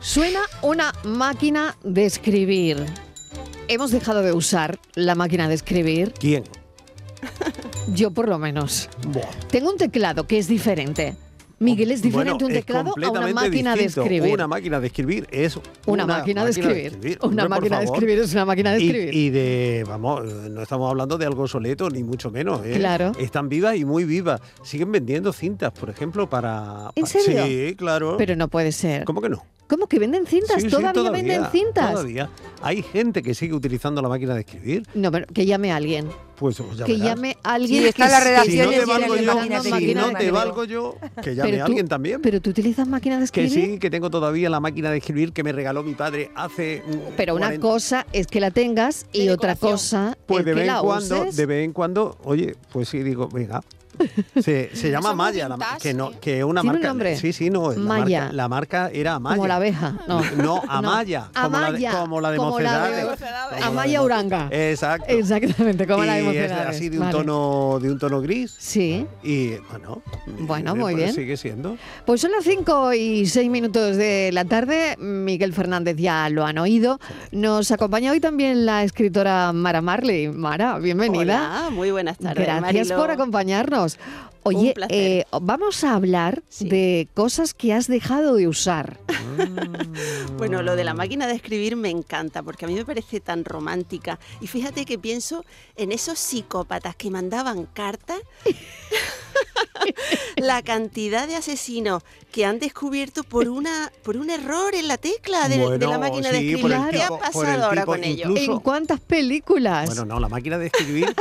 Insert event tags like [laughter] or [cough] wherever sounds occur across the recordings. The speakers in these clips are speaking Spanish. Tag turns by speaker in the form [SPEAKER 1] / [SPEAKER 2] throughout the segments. [SPEAKER 1] Suena una máquina de escribir. Hemos dejado de usar la máquina de escribir.
[SPEAKER 2] ¿Quién?
[SPEAKER 1] Yo por lo menos. Tengo un teclado que es diferente. Miguel, es diferente
[SPEAKER 2] Oh, Bueno,
[SPEAKER 1] un
[SPEAKER 2] es
[SPEAKER 1] teclado a una
[SPEAKER 2] completamente
[SPEAKER 1] máquina
[SPEAKER 2] distinto.
[SPEAKER 1] de escribir.
[SPEAKER 2] Una máquina de escribir es
[SPEAKER 1] Una máquina de escribir. Una
[SPEAKER 2] Hombre, por
[SPEAKER 1] máquina de
[SPEAKER 2] favor.
[SPEAKER 1] escribir es una máquina de
[SPEAKER 2] Y-
[SPEAKER 1] escribir.
[SPEAKER 2] Y, de, vamos, eh, no estamos hablando de algo obsoleto, ni mucho menos. ¿eh?
[SPEAKER 1] Claro.
[SPEAKER 2] Están vivas y muy vivas. Siguen vendiendo cintas, por ejemplo, para...
[SPEAKER 1] ¿En
[SPEAKER 2] pa-
[SPEAKER 1] serio?
[SPEAKER 2] Sí, claro.
[SPEAKER 1] Pero no puede ser.
[SPEAKER 2] ¿Cómo que no?
[SPEAKER 1] ¿Cómo que venden cintas?
[SPEAKER 2] Sí, sí,
[SPEAKER 1] ¿Todavía, venden cintas?
[SPEAKER 2] Todavía. Hay gente que sigue utilizando la máquina de escribir.
[SPEAKER 1] No, pero que llame a alguien.
[SPEAKER 2] Pues ya
[SPEAKER 1] que
[SPEAKER 2] verás.
[SPEAKER 1] llame a alguien.
[SPEAKER 3] Sí, está
[SPEAKER 1] que
[SPEAKER 3] la
[SPEAKER 1] sí-
[SPEAKER 2] Si no
[SPEAKER 3] redacción
[SPEAKER 1] que
[SPEAKER 2] te
[SPEAKER 3] Acciones y
[SPEAKER 2] valgo
[SPEAKER 3] de
[SPEAKER 2] yo,
[SPEAKER 3] máquina de
[SPEAKER 2] si
[SPEAKER 3] escribir.
[SPEAKER 2] no te
[SPEAKER 3] Pero-
[SPEAKER 2] valgo yo, que llame
[SPEAKER 1] Pero
[SPEAKER 2] a
[SPEAKER 1] tú-
[SPEAKER 2] alguien también.
[SPEAKER 1] Pero tú utilizas máquina de
[SPEAKER 2] [laughs] Que
[SPEAKER 1] escribir.
[SPEAKER 2] sí, que tengo todavía la máquina de escribir que me regaló mi padre hace. mm,
[SPEAKER 1] Pero una
[SPEAKER 2] 40.
[SPEAKER 1] cosa es que la tengas y
[SPEAKER 4] De
[SPEAKER 1] otra
[SPEAKER 4] decoración.
[SPEAKER 1] cosa
[SPEAKER 2] Pues
[SPEAKER 1] es
[SPEAKER 2] de
[SPEAKER 1] que
[SPEAKER 2] vez en
[SPEAKER 1] la
[SPEAKER 2] cuando,
[SPEAKER 1] uses.
[SPEAKER 2] de vez en cuando, oye, pues sí, digo,
[SPEAKER 1] [laughs]
[SPEAKER 2] venga. Se, se llama
[SPEAKER 4] Son
[SPEAKER 2] Maya, la, ma-
[SPEAKER 4] vintage,
[SPEAKER 2] que no,
[SPEAKER 4] ¿eh?
[SPEAKER 2] que una
[SPEAKER 1] ¿Tiene un
[SPEAKER 2] marca.
[SPEAKER 1] nombre?
[SPEAKER 2] Sí, sí, no.
[SPEAKER 1] Maya.
[SPEAKER 2] La marca, la marca era Amaya.
[SPEAKER 1] Como
[SPEAKER 5] [laughs]
[SPEAKER 1] la abeja. No,
[SPEAKER 2] No, Amaya. como,
[SPEAKER 1] Amaya,
[SPEAKER 2] La de, como la de
[SPEAKER 1] como la de-
[SPEAKER 2] Mocedades.
[SPEAKER 4] Mocedades.
[SPEAKER 2] Como la de
[SPEAKER 1] Amaya
[SPEAKER 2] Mo-
[SPEAKER 1] Uranga.
[SPEAKER 2] Exacto.
[SPEAKER 1] Exactamente, como la de
[SPEAKER 2] Y es
[SPEAKER 1] Mocedades.
[SPEAKER 2] así de un
[SPEAKER 1] Vale.
[SPEAKER 2] tono, de un tono gris.
[SPEAKER 1] Sí.
[SPEAKER 2] Y bueno,
[SPEAKER 1] Bueno,
[SPEAKER 2] eh,
[SPEAKER 1] muy
[SPEAKER 2] pues
[SPEAKER 1] bien.
[SPEAKER 2] Sigue siendo.
[SPEAKER 1] Pues son las 5 y 6 minutos de la tarde. Miguel Fernández ya lo han oído. Nos acompaña hoy también la escritora Mara Marley. Mara, bienvenida.
[SPEAKER 5] Hola, muy buenas tardes.
[SPEAKER 1] Gracias
[SPEAKER 5] Mariló.
[SPEAKER 1] por acompañarnos. Oye,
[SPEAKER 5] Un placer.
[SPEAKER 1] eh, vamos a hablar
[SPEAKER 5] Sí.
[SPEAKER 1] de cosas que has dejado de usar.
[SPEAKER 5] Bueno, lo de la máquina de escribir me encanta porque a mí me parece tan romántica. Y fíjate que pienso en esos psicópatas que mandaban
[SPEAKER 1] [laughs]
[SPEAKER 5] cartas. la cantidad de asesinos que han descubierto por una por un error en la tecla de, de la
[SPEAKER 2] Bueno,
[SPEAKER 5] máquina de
[SPEAKER 2] sí,
[SPEAKER 5] escribir.
[SPEAKER 2] por el
[SPEAKER 5] ¿Qué
[SPEAKER 2] tipo-
[SPEAKER 5] ha
[SPEAKER 2] por el
[SPEAKER 5] pasado ahora
[SPEAKER 2] tipo
[SPEAKER 5] con ello?
[SPEAKER 2] incluso-
[SPEAKER 1] ¿En cuántas películas?
[SPEAKER 2] Bueno, no, la máquina de
[SPEAKER 1] [laughs]
[SPEAKER 2] escribir.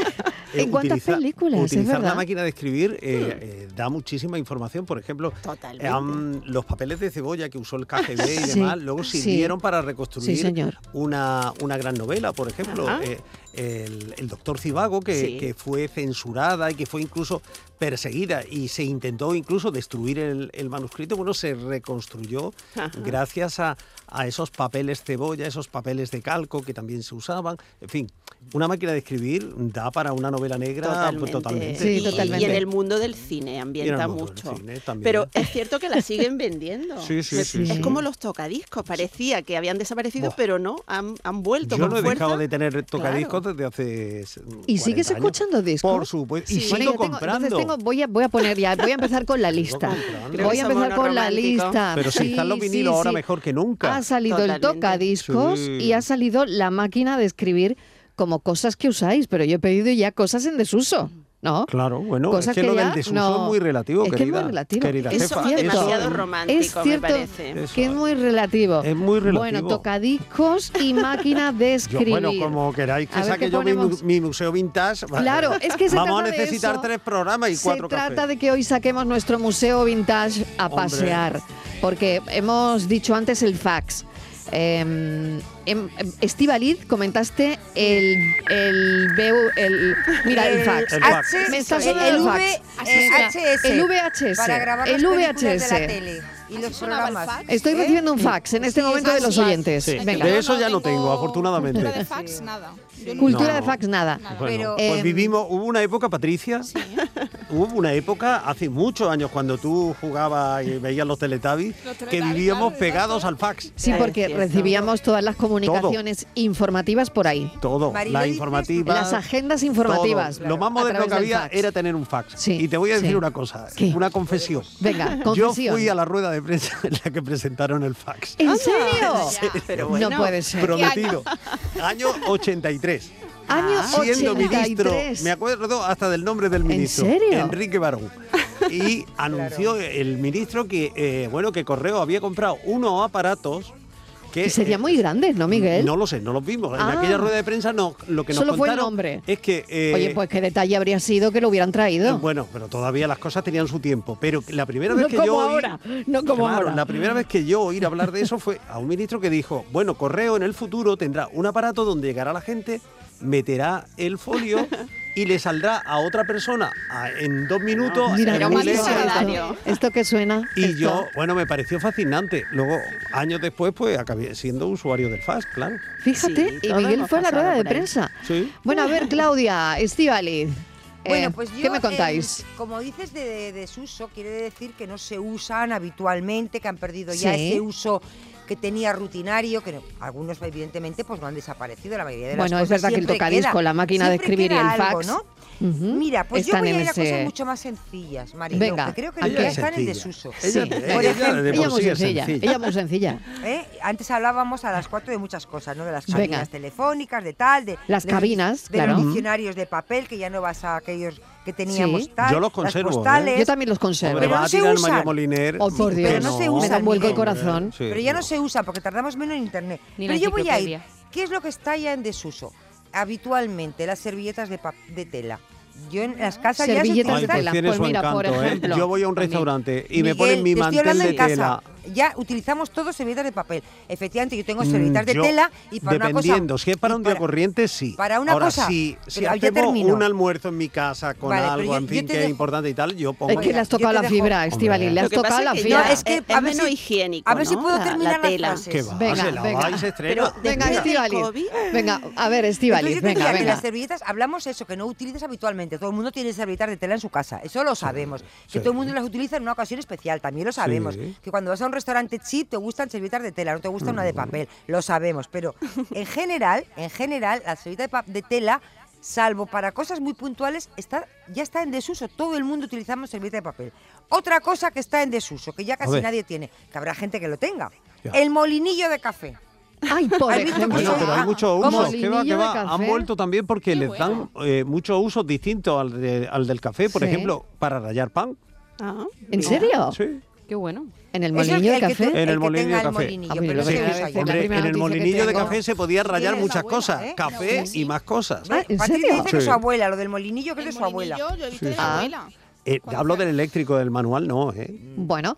[SPEAKER 2] eh,
[SPEAKER 1] ¿En cuántas películas? Es
[SPEAKER 2] Utilizar la
[SPEAKER 1] verdad. Hmm.
[SPEAKER 2] máquina de escribir eh, eh, da muchísima información. Por ejemplo,
[SPEAKER 5] Totalmente.
[SPEAKER 2] eh, am, los papeles de cebolla que usó el KGB y
[SPEAKER 1] [laughs] Sí,
[SPEAKER 2] demás, luego
[SPEAKER 1] sí.
[SPEAKER 2] sirvieron para reconstruir
[SPEAKER 1] Sí, señor. Ah.
[SPEAKER 2] una, una gran novela, por ejemplo.
[SPEAKER 5] Ajá.
[SPEAKER 2] eh, el, el doctor Cibago, que,
[SPEAKER 5] Sí.
[SPEAKER 2] que fue censurada y que fue incluso perseguida y se intentó incluso destruir el, el manuscrito, bueno, se reconstruyó
[SPEAKER 5] Ajá.
[SPEAKER 2] gracias a, a esos papeles cebolla, esos papeles de calco que también se usaban. En fin, una máquina de escribir da para una novela negra pues,
[SPEAKER 5] Totalmente.
[SPEAKER 2] totalmente.
[SPEAKER 1] Sí,
[SPEAKER 5] Y-
[SPEAKER 1] totalmente.
[SPEAKER 5] Y, en el mundo del cine
[SPEAKER 2] Y en
[SPEAKER 5] ambienta
[SPEAKER 2] el mundo del
[SPEAKER 5] mucho.
[SPEAKER 2] cine también.
[SPEAKER 5] Pero es cierto que la siguen vendiendo.
[SPEAKER 2] Sí, sí,
[SPEAKER 5] Me-
[SPEAKER 2] sí,
[SPEAKER 1] sí.
[SPEAKER 5] Es como los tocadiscos. Parecía que habían desaparecido,
[SPEAKER 2] Buah.
[SPEAKER 5] pero no, han, han vuelto
[SPEAKER 2] Yo
[SPEAKER 5] con
[SPEAKER 2] no he
[SPEAKER 5] fuerza.
[SPEAKER 2] dejado de tener tocadiscos desde hace. s-
[SPEAKER 1] ¿Y
[SPEAKER 2] 40
[SPEAKER 1] sigues
[SPEAKER 2] años.
[SPEAKER 1] escuchando discos?
[SPEAKER 2] Por supuesto. Y
[SPEAKER 5] Sí.
[SPEAKER 2] sigo
[SPEAKER 1] Bueno, yo tengo-
[SPEAKER 2] comprando.
[SPEAKER 1] entonces tengo, voy, a, voy a poner ya, voy a empezar con la lista.
[SPEAKER 2] comprando. Creo que
[SPEAKER 1] Voy a
[SPEAKER 5] somos
[SPEAKER 1] empezar
[SPEAKER 5] unos
[SPEAKER 1] con la
[SPEAKER 5] románticos.
[SPEAKER 1] lista.
[SPEAKER 2] Pero si están los vinilos ahora mejor que nunca.
[SPEAKER 1] Ha salido
[SPEAKER 5] Totalmente.
[SPEAKER 1] el tocadiscos
[SPEAKER 2] Sí.
[SPEAKER 1] y ha salido la máquina de escribir como cosas que usáis, pero yo he pedido ya cosas en desuso, ¿no?
[SPEAKER 2] Claro, bueno,
[SPEAKER 1] Cosas
[SPEAKER 2] es que, lo
[SPEAKER 1] ya
[SPEAKER 2] del desuso
[SPEAKER 1] no-
[SPEAKER 2] es muy relativo,
[SPEAKER 1] es que
[SPEAKER 2] querida.
[SPEAKER 1] es muy relativo.
[SPEAKER 2] Querida
[SPEAKER 5] Eso
[SPEAKER 2] jefa, eso-
[SPEAKER 5] es demasiado romántico,
[SPEAKER 1] es
[SPEAKER 5] me
[SPEAKER 1] cierto
[SPEAKER 5] parece.
[SPEAKER 2] Eso
[SPEAKER 1] que es
[SPEAKER 2] es.
[SPEAKER 1] muy relativo.
[SPEAKER 2] Es muy relativo.
[SPEAKER 1] Bueno, tocadiscos y máquina de
[SPEAKER 2] Yo,
[SPEAKER 1] escribir.
[SPEAKER 2] bueno, como queráis
[SPEAKER 1] A
[SPEAKER 2] que
[SPEAKER 1] ver
[SPEAKER 2] saque
[SPEAKER 1] qué
[SPEAKER 2] yo mi, mu-
[SPEAKER 1] ponemos.
[SPEAKER 2] mi museo vintage. va-
[SPEAKER 1] Claro, es que se
[SPEAKER 2] Vamos
[SPEAKER 1] trata
[SPEAKER 2] a
[SPEAKER 1] de
[SPEAKER 2] necesitar
[SPEAKER 1] eso.
[SPEAKER 2] tres programas y
[SPEAKER 1] Se
[SPEAKER 2] cuatro
[SPEAKER 1] trata
[SPEAKER 2] cafés.
[SPEAKER 1] de que hoy saquemos nuestro museo vintage a
[SPEAKER 2] Hombre.
[SPEAKER 1] pasear, porque hemos dicho antes el fax. Eh, em- Estíbaliz, comentaste el, el, BU el- mira el fax. Ah,
[SPEAKER 2] El fax.
[SPEAKER 3] H-
[SPEAKER 1] Me está
[SPEAKER 3] el-
[SPEAKER 1] sonando
[SPEAKER 3] el
[SPEAKER 1] el fax.
[SPEAKER 3] V-
[SPEAKER 1] Me
[SPEAKER 3] eh,
[SPEAKER 1] está-
[SPEAKER 3] HS.
[SPEAKER 1] el VHS,
[SPEAKER 3] Para grabar
[SPEAKER 1] el
[SPEAKER 3] las películas
[SPEAKER 1] VHS.
[SPEAKER 3] de la tele y los programas.
[SPEAKER 1] Estoy
[SPEAKER 3] ¿Eh?
[SPEAKER 1] recibiendo un fax en este momento de los
[SPEAKER 4] sí.
[SPEAKER 1] oyentes.
[SPEAKER 2] Sí.
[SPEAKER 1] Venga.
[SPEAKER 2] De eso ya no tengo, afortunadamente.
[SPEAKER 4] Cultura de fax,
[SPEAKER 1] eh,
[SPEAKER 4] nada. Yo no-
[SPEAKER 1] Cultura
[SPEAKER 2] No.
[SPEAKER 1] de fax, nada.
[SPEAKER 2] Bueno,
[SPEAKER 3] Pero-
[SPEAKER 2] pues
[SPEAKER 1] Em,
[SPEAKER 2] vivimos, hubo una época, Patricia, hubo una época hace muchos años cuando tú jugabas y veías los Teletubbies,
[SPEAKER 4] Los
[SPEAKER 2] que
[SPEAKER 4] Teletubbies,
[SPEAKER 2] vivíamos
[SPEAKER 4] claro,
[SPEAKER 2] pegados
[SPEAKER 4] exacto.
[SPEAKER 2] al fax.
[SPEAKER 1] Sí,
[SPEAKER 5] Ya
[SPEAKER 1] porque
[SPEAKER 5] empiezo.
[SPEAKER 1] recibíamos todas las comunicaciones informativas por ahí.
[SPEAKER 2] Todo,
[SPEAKER 3] Marilo,
[SPEAKER 2] la
[SPEAKER 3] dices-
[SPEAKER 2] informativa.
[SPEAKER 1] Las agendas informativas.
[SPEAKER 2] todo. Lo más
[SPEAKER 1] A
[SPEAKER 2] moderno
[SPEAKER 1] través
[SPEAKER 2] que
[SPEAKER 1] del
[SPEAKER 2] había
[SPEAKER 1] fax.
[SPEAKER 2] era tener un fax.
[SPEAKER 1] Sí,
[SPEAKER 2] y te voy a decir
[SPEAKER 1] sí.
[SPEAKER 2] una cosa, eh,
[SPEAKER 1] ¿Qué?
[SPEAKER 2] una confesión.
[SPEAKER 1] Venga,
[SPEAKER 2] Yo
[SPEAKER 1] confesión.
[SPEAKER 2] fui a la rueda de prensa [laughs] en la que presentaron el fax.
[SPEAKER 1] ¿En
[SPEAKER 5] Anda.
[SPEAKER 2] [laughs]
[SPEAKER 1] serio?
[SPEAKER 5] Pero bueno,
[SPEAKER 1] No puede ser.
[SPEAKER 2] Prometido. Año 83.
[SPEAKER 1] Año
[SPEAKER 2] Ah. Siendo ministro,
[SPEAKER 1] 83.
[SPEAKER 2] me acuerdo hasta del nombre del ministro.
[SPEAKER 1] serio?
[SPEAKER 2] Enrique Barón. Y
[SPEAKER 5] [laughs]
[SPEAKER 2] anunció el ministro que, eh, bueno, que Correo había comprado unos aparatos que,
[SPEAKER 1] Y serían muy grandes, ¿no, Miguel?
[SPEAKER 2] No lo sé, no los vimos.
[SPEAKER 1] Ah.
[SPEAKER 2] En aquella rueda de prensa no, lo que nos
[SPEAKER 1] Solo fue el
[SPEAKER 2] contaron
[SPEAKER 1] nombre.
[SPEAKER 2] es que eh,
[SPEAKER 1] Oye, pues qué detalle habría sido que lo hubieran traído.
[SPEAKER 2] Bueno, pero todavía las cosas tenían su tiempo. Pero la primera vez
[SPEAKER 1] No
[SPEAKER 2] que
[SPEAKER 1] como
[SPEAKER 2] yo oí-
[SPEAKER 1] ahora, no como
[SPEAKER 2] Claro,
[SPEAKER 1] ahora.
[SPEAKER 2] La primera vez que yo oí hablar de eso fue a un ministro que dijo, bueno, correo en el futuro tendrá un aparato donde llegará la gente, meterá el folio y le saldrá a otra persona a- en dos minutos.
[SPEAKER 1] Mira,
[SPEAKER 2] en
[SPEAKER 5] era
[SPEAKER 1] ¿cómo
[SPEAKER 2] un
[SPEAKER 5] muy
[SPEAKER 1] es
[SPEAKER 2] lejos.
[SPEAKER 1] esto?
[SPEAKER 5] solidario.
[SPEAKER 1] Esto que suena.
[SPEAKER 2] Y
[SPEAKER 1] esto.
[SPEAKER 2] yo, bueno, me pareció fascinante. Luego, años después, pues acabé siendo usuario del FAS, claro.
[SPEAKER 1] Fíjate,
[SPEAKER 5] Sí,
[SPEAKER 1] y
[SPEAKER 5] todos
[SPEAKER 1] Miguel
[SPEAKER 5] hemos
[SPEAKER 1] fue a la
[SPEAKER 5] pasado
[SPEAKER 1] rueda de
[SPEAKER 5] por ahí.
[SPEAKER 1] prensa.
[SPEAKER 2] Sí.
[SPEAKER 1] Bueno,
[SPEAKER 2] [laughs]
[SPEAKER 1] a ver, Claudia, Estivaliz.
[SPEAKER 3] Bueno, pues yo,
[SPEAKER 1] ¿Qué me contáis?
[SPEAKER 3] eh, como dices de, de desuso, quiere decir que no se usan habitualmente, que han perdido ya
[SPEAKER 1] Sí.
[SPEAKER 3] ese uso que tenía rutinario, que no- algunos evidentemente pues no han desaparecido, la mayoría de las
[SPEAKER 1] Bueno, es
[SPEAKER 3] cosas
[SPEAKER 1] verdad que el
[SPEAKER 3] siempre
[SPEAKER 1] tocadisco,
[SPEAKER 3] queda-
[SPEAKER 1] la máquina de
[SPEAKER 3] siempre
[SPEAKER 1] escribir y
[SPEAKER 3] queda
[SPEAKER 1] el
[SPEAKER 3] algo,
[SPEAKER 1] fax.
[SPEAKER 3] ¿no?
[SPEAKER 1] Ujú.
[SPEAKER 3] Mira, pues
[SPEAKER 1] Están
[SPEAKER 3] yo
[SPEAKER 1] en
[SPEAKER 3] voy a ir a
[SPEAKER 1] ese-
[SPEAKER 3] cosas mucho más sencillas, Mariló,
[SPEAKER 1] Venga,
[SPEAKER 3] que creo que
[SPEAKER 1] ¿a
[SPEAKER 3] ya
[SPEAKER 1] qué?
[SPEAKER 3] están en
[SPEAKER 2] Sencilla.
[SPEAKER 3] desuso.
[SPEAKER 2] Ella,
[SPEAKER 1] Sí.
[SPEAKER 3] Por
[SPEAKER 2] ella de
[SPEAKER 1] Ella
[SPEAKER 2] por
[SPEAKER 1] muy
[SPEAKER 2] sí es
[SPEAKER 1] sencilla,
[SPEAKER 2] sencilla.
[SPEAKER 1] ella muy sencilla.
[SPEAKER 3] ¿eh? Antes hablábamos a las cuatro de muchas cosas, ¿no? De las
[SPEAKER 1] Venga.
[SPEAKER 3] cabinas telefónicas, de tal, de
[SPEAKER 1] Las
[SPEAKER 3] de los-
[SPEAKER 1] cabinas,
[SPEAKER 3] de los
[SPEAKER 1] claro.
[SPEAKER 3] diccionarios de papel que ya no vas a aquellos que teníamos
[SPEAKER 1] Sí.
[SPEAKER 3] tal,
[SPEAKER 2] Yo los
[SPEAKER 3] las
[SPEAKER 2] conservo, ¿eh?
[SPEAKER 3] postales,
[SPEAKER 1] Yo también los conservo.
[SPEAKER 2] Hombre,
[SPEAKER 3] Pero
[SPEAKER 2] va
[SPEAKER 3] no
[SPEAKER 2] a
[SPEAKER 3] se
[SPEAKER 2] tirar
[SPEAKER 3] usan.
[SPEAKER 2] María Moliner.
[SPEAKER 1] Oh, por Dios.
[SPEAKER 3] Pero no se
[SPEAKER 1] Me da
[SPEAKER 3] usan,
[SPEAKER 1] un vuelco el
[SPEAKER 3] Miguel.
[SPEAKER 1] corazón.
[SPEAKER 2] Sí,
[SPEAKER 3] pero ya no
[SPEAKER 2] no.
[SPEAKER 3] se usa porque tardamos menos en internet.
[SPEAKER 6] Ni la
[SPEAKER 3] pero yo voy a ir.
[SPEAKER 6] enciclopedia.
[SPEAKER 3] ¿Qué es lo que está ya en desuso? Habitualmente las servilletas de, pap- de tela. Yo en las casas
[SPEAKER 1] Servilletas de
[SPEAKER 3] ya se
[SPEAKER 2] Ay,
[SPEAKER 3] utilizan-
[SPEAKER 1] tela.
[SPEAKER 2] pues tiene
[SPEAKER 1] Pues
[SPEAKER 2] su
[SPEAKER 1] mira, por
[SPEAKER 2] encanto, ¿eh?
[SPEAKER 1] ejemplo,
[SPEAKER 2] Yo voy a un
[SPEAKER 1] también.
[SPEAKER 2] restaurante y me
[SPEAKER 3] Miguel,
[SPEAKER 2] ponen mi
[SPEAKER 3] te estoy
[SPEAKER 2] mantel
[SPEAKER 3] hablando
[SPEAKER 2] de
[SPEAKER 3] en casa.
[SPEAKER 2] tela.
[SPEAKER 3] Ya utilizamos todos servilletas de papel. Efectivamente, yo tengo
[SPEAKER 2] Mm,
[SPEAKER 3] servilletas de
[SPEAKER 2] yo,
[SPEAKER 3] tela y para una cosa.
[SPEAKER 2] Dependiendo, si es para
[SPEAKER 3] y
[SPEAKER 2] un día corriente, sí.
[SPEAKER 3] para una
[SPEAKER 2] Ahora,
[SPEAKER 3] cosa,
[SPEAKER 2] Si, si
[SPEAKER 3] pero ya
[SPEAKER 2] hacemos
[SPEAKER 3] termino.
[SPEAKER 2] un almuerzo en mi casa con
[SPEAKER 3] Vale, pero
[SPEAKER 2] algo,
[SPEAKER 3] yo-
[SPEAKER 2] en
[SPEAKER 3] yo
[SPEAKER 2] fin,
[SPEAKER 3] te
[SPEAKER 2] que es
[SPEAKER 3] dejo-
[SPEAKER 2] importante y tal, yo pongo.
[SPEAKER 1] Es que le has tocado
[SPEAKER 3] Yo
[SPEAKER 1] la
[SPEAKER 3] te dejo-
[SPEAKER 1] fibra, Estivali, le
[SPEAKER 2] Hombre.
[SPEAKER 1] has
[SPEAKER 5] Lo que pasa
[SPEAKER 1] tocado
[SPEAKER 5] es
[SPEAKER 1] la
[SPEAKER 5] que
[SPEAKER 1] fibra.
[SPEAKER 3] No, es que
[SPEAKER 5] Es-
[SPEAKER 3] a
[SPEAKER 5] es
[SPEAKER 3] ver si-
[SPEAKER 5] menos higiénico,
[SPEAKER 3] A ver si
[SPEAKER 5] ¿no?
[SPEAKER 3] puedo
[SPEAKER 5] La- la
[SPEAKER 3] terminar las
[SPEAKER 5] tela.
[SPEAKER 3] frases.
[SPEAKER 2] ¿Qué va?
[SPEAKER 1] Venga,
[SPEAKER 2] se la
[SPEAKER 1] venga.
[SPEAKER 2] vais a estrenar.
[SPEAKER 5] Pero
[SPEAKER 1] Venga,
[SPEAKER 5] después del
[SPEAKER 1] Estivaliz.
[SPEAKER 5] COVID-
[SPEAKER 1] Venga, a ver, Estivaliz,
[SPEAKER 3] Entonces yo te
[SPEAKER 1] venga,
[SPEAKER 3] diría que
[SPEAKER 1] venga.
[SPEAKER 3] las servilletas, hablamos eso, que no utilizas habitualmente. Todo el mundo tiene servilletas de tela en su casa, eso lo sabemos.
[SPEAKER 2] sí.
[SPEAKER 3] Que todo el mundo las utiliza en una ocasión especial, también lo sabemos. Que cuando vas a un restaurante chip te gustan servilletas de tela, no te gusta una de papel, lo sabemos. Pero en general, en general, la servilleta de, pa- de tela, salvo para cosas muy puntuales, está, ya está en desuso. Todo el mundo utilizamos servilleta de papel. Otra cosa que está en desuso, que ya casi
[SPEAKER 2] ver.
[SPEAKER 3] nadie tiene, que habrá gente que lo tenga.
[SPEAKER 2] Ya.
[SPEAKER 3] El molinillo de café.
[SPEAKER 1] Ay, por
[SPEAKER 3] ¿Has visto
[SPEAKER 1] ejemplo.
[SPEAKER 3] que
[SPEAKER 2] Bueno,
[SPEAKER 3] Eso-
[SPEAKER 2] pero hay
[SPEAKER 3] ah,
[SPEAKER 2] muchos
[SPEAKER 1] como
[SPEAKER 2] usos. ¿Qué va, qué
[SPEAKER 1] linillo de
[SPEAKER 2] va? Han
[SPEAKER 1] café.
[SPEAKER 2] vuelto también porque
[SPEAKER 6] Qué
[SPEAKER 2] les dan eh, muchos usos distintos al, de- al del café. Por
[SPEAKER 1] Sí.
[SPEAKER 2] ejemplo, para rallar pan.
[SPEAKER 5] Ah,
[SPEAKER 1] ¿En
[SPEAKER 5] mira.
[SPEAKER 1] serio?
[SPEAKER 2] Sí.
[SPEAKER 6] Qué bueno.
[SPEAKER 1] ¿En el
[SPEAKER 3] Eso es
[SPEAKER 1] molinillo de
[SPEAKER 3] que
[SPEAKER 1] café?
[SPEAKER 3] tú-
[SPEAKER 2] En el
[SPEAKER 3] que
[SPEAKER 2] molinillo de
[SPEAKER 3] tenga el
[SPEAKER 2] café.
[SPEAKER 3] molinillo,
[SPEAKER 1] Ah, mira,
[SPEAKER 3] pero
[SPEAKER 1] lo
[SPEAKER 3] no
[SPEAKER 1] que
[SPEAKER 3] se
[SPEAKER 1] cada
[SPEAKER 3] usa
[SPEAKER 1] vez
[SPEAKER 3] ya.
[SPEAKER 1] es la
[SPEAKER 2] Hombre,
[SPEAKER 1] primera
[SPEAKER 2] en el
[SPEAKER 1] noticia que
[SPEAKER 2] molinillo de
[SPEAKER 1] tengo.
[SPEAKER 2] café se podía rayar
[SPEAKER 3] Tiene la
[SPEAKER 2] muchas
[SPEAKER 3] abuela,
[SPEAKER 2] cosas.
[SPEAKER 3] ¿eh?
[SPEAKER 2] Café
[SPEAKER 6] Sí.
[SPEAKER 2] y más cosas.
[SPEAKER 1] Ah, ¿en
[SPEAKER 3] Patricia
[SPEAKER 1] serio?
[SPEAKER 3] dice que
[SPEAKER 2] Sí.
[SPEAKER 3] su abuela, lo del molinillo, que es
[SPEAKER 4] El
[SPEAKER 3] de su abuela.
[SPEAKER 4] molinillo, Yo he visto
[SPEAKER 2] Sí,
[SPEAKER 4] de
[SPEAKER 2] sí.
[SPEAKER 4] su abuela.
[SPEAKER 2] Eh,
[SPEAKER 4] Cuando
[SPEAKER 2] hablo
[SPEAKER 4] se-
[SPEAKER 2] del eléctrico, del manual no, ¿eh?
[SPEAKER 1] Bueno,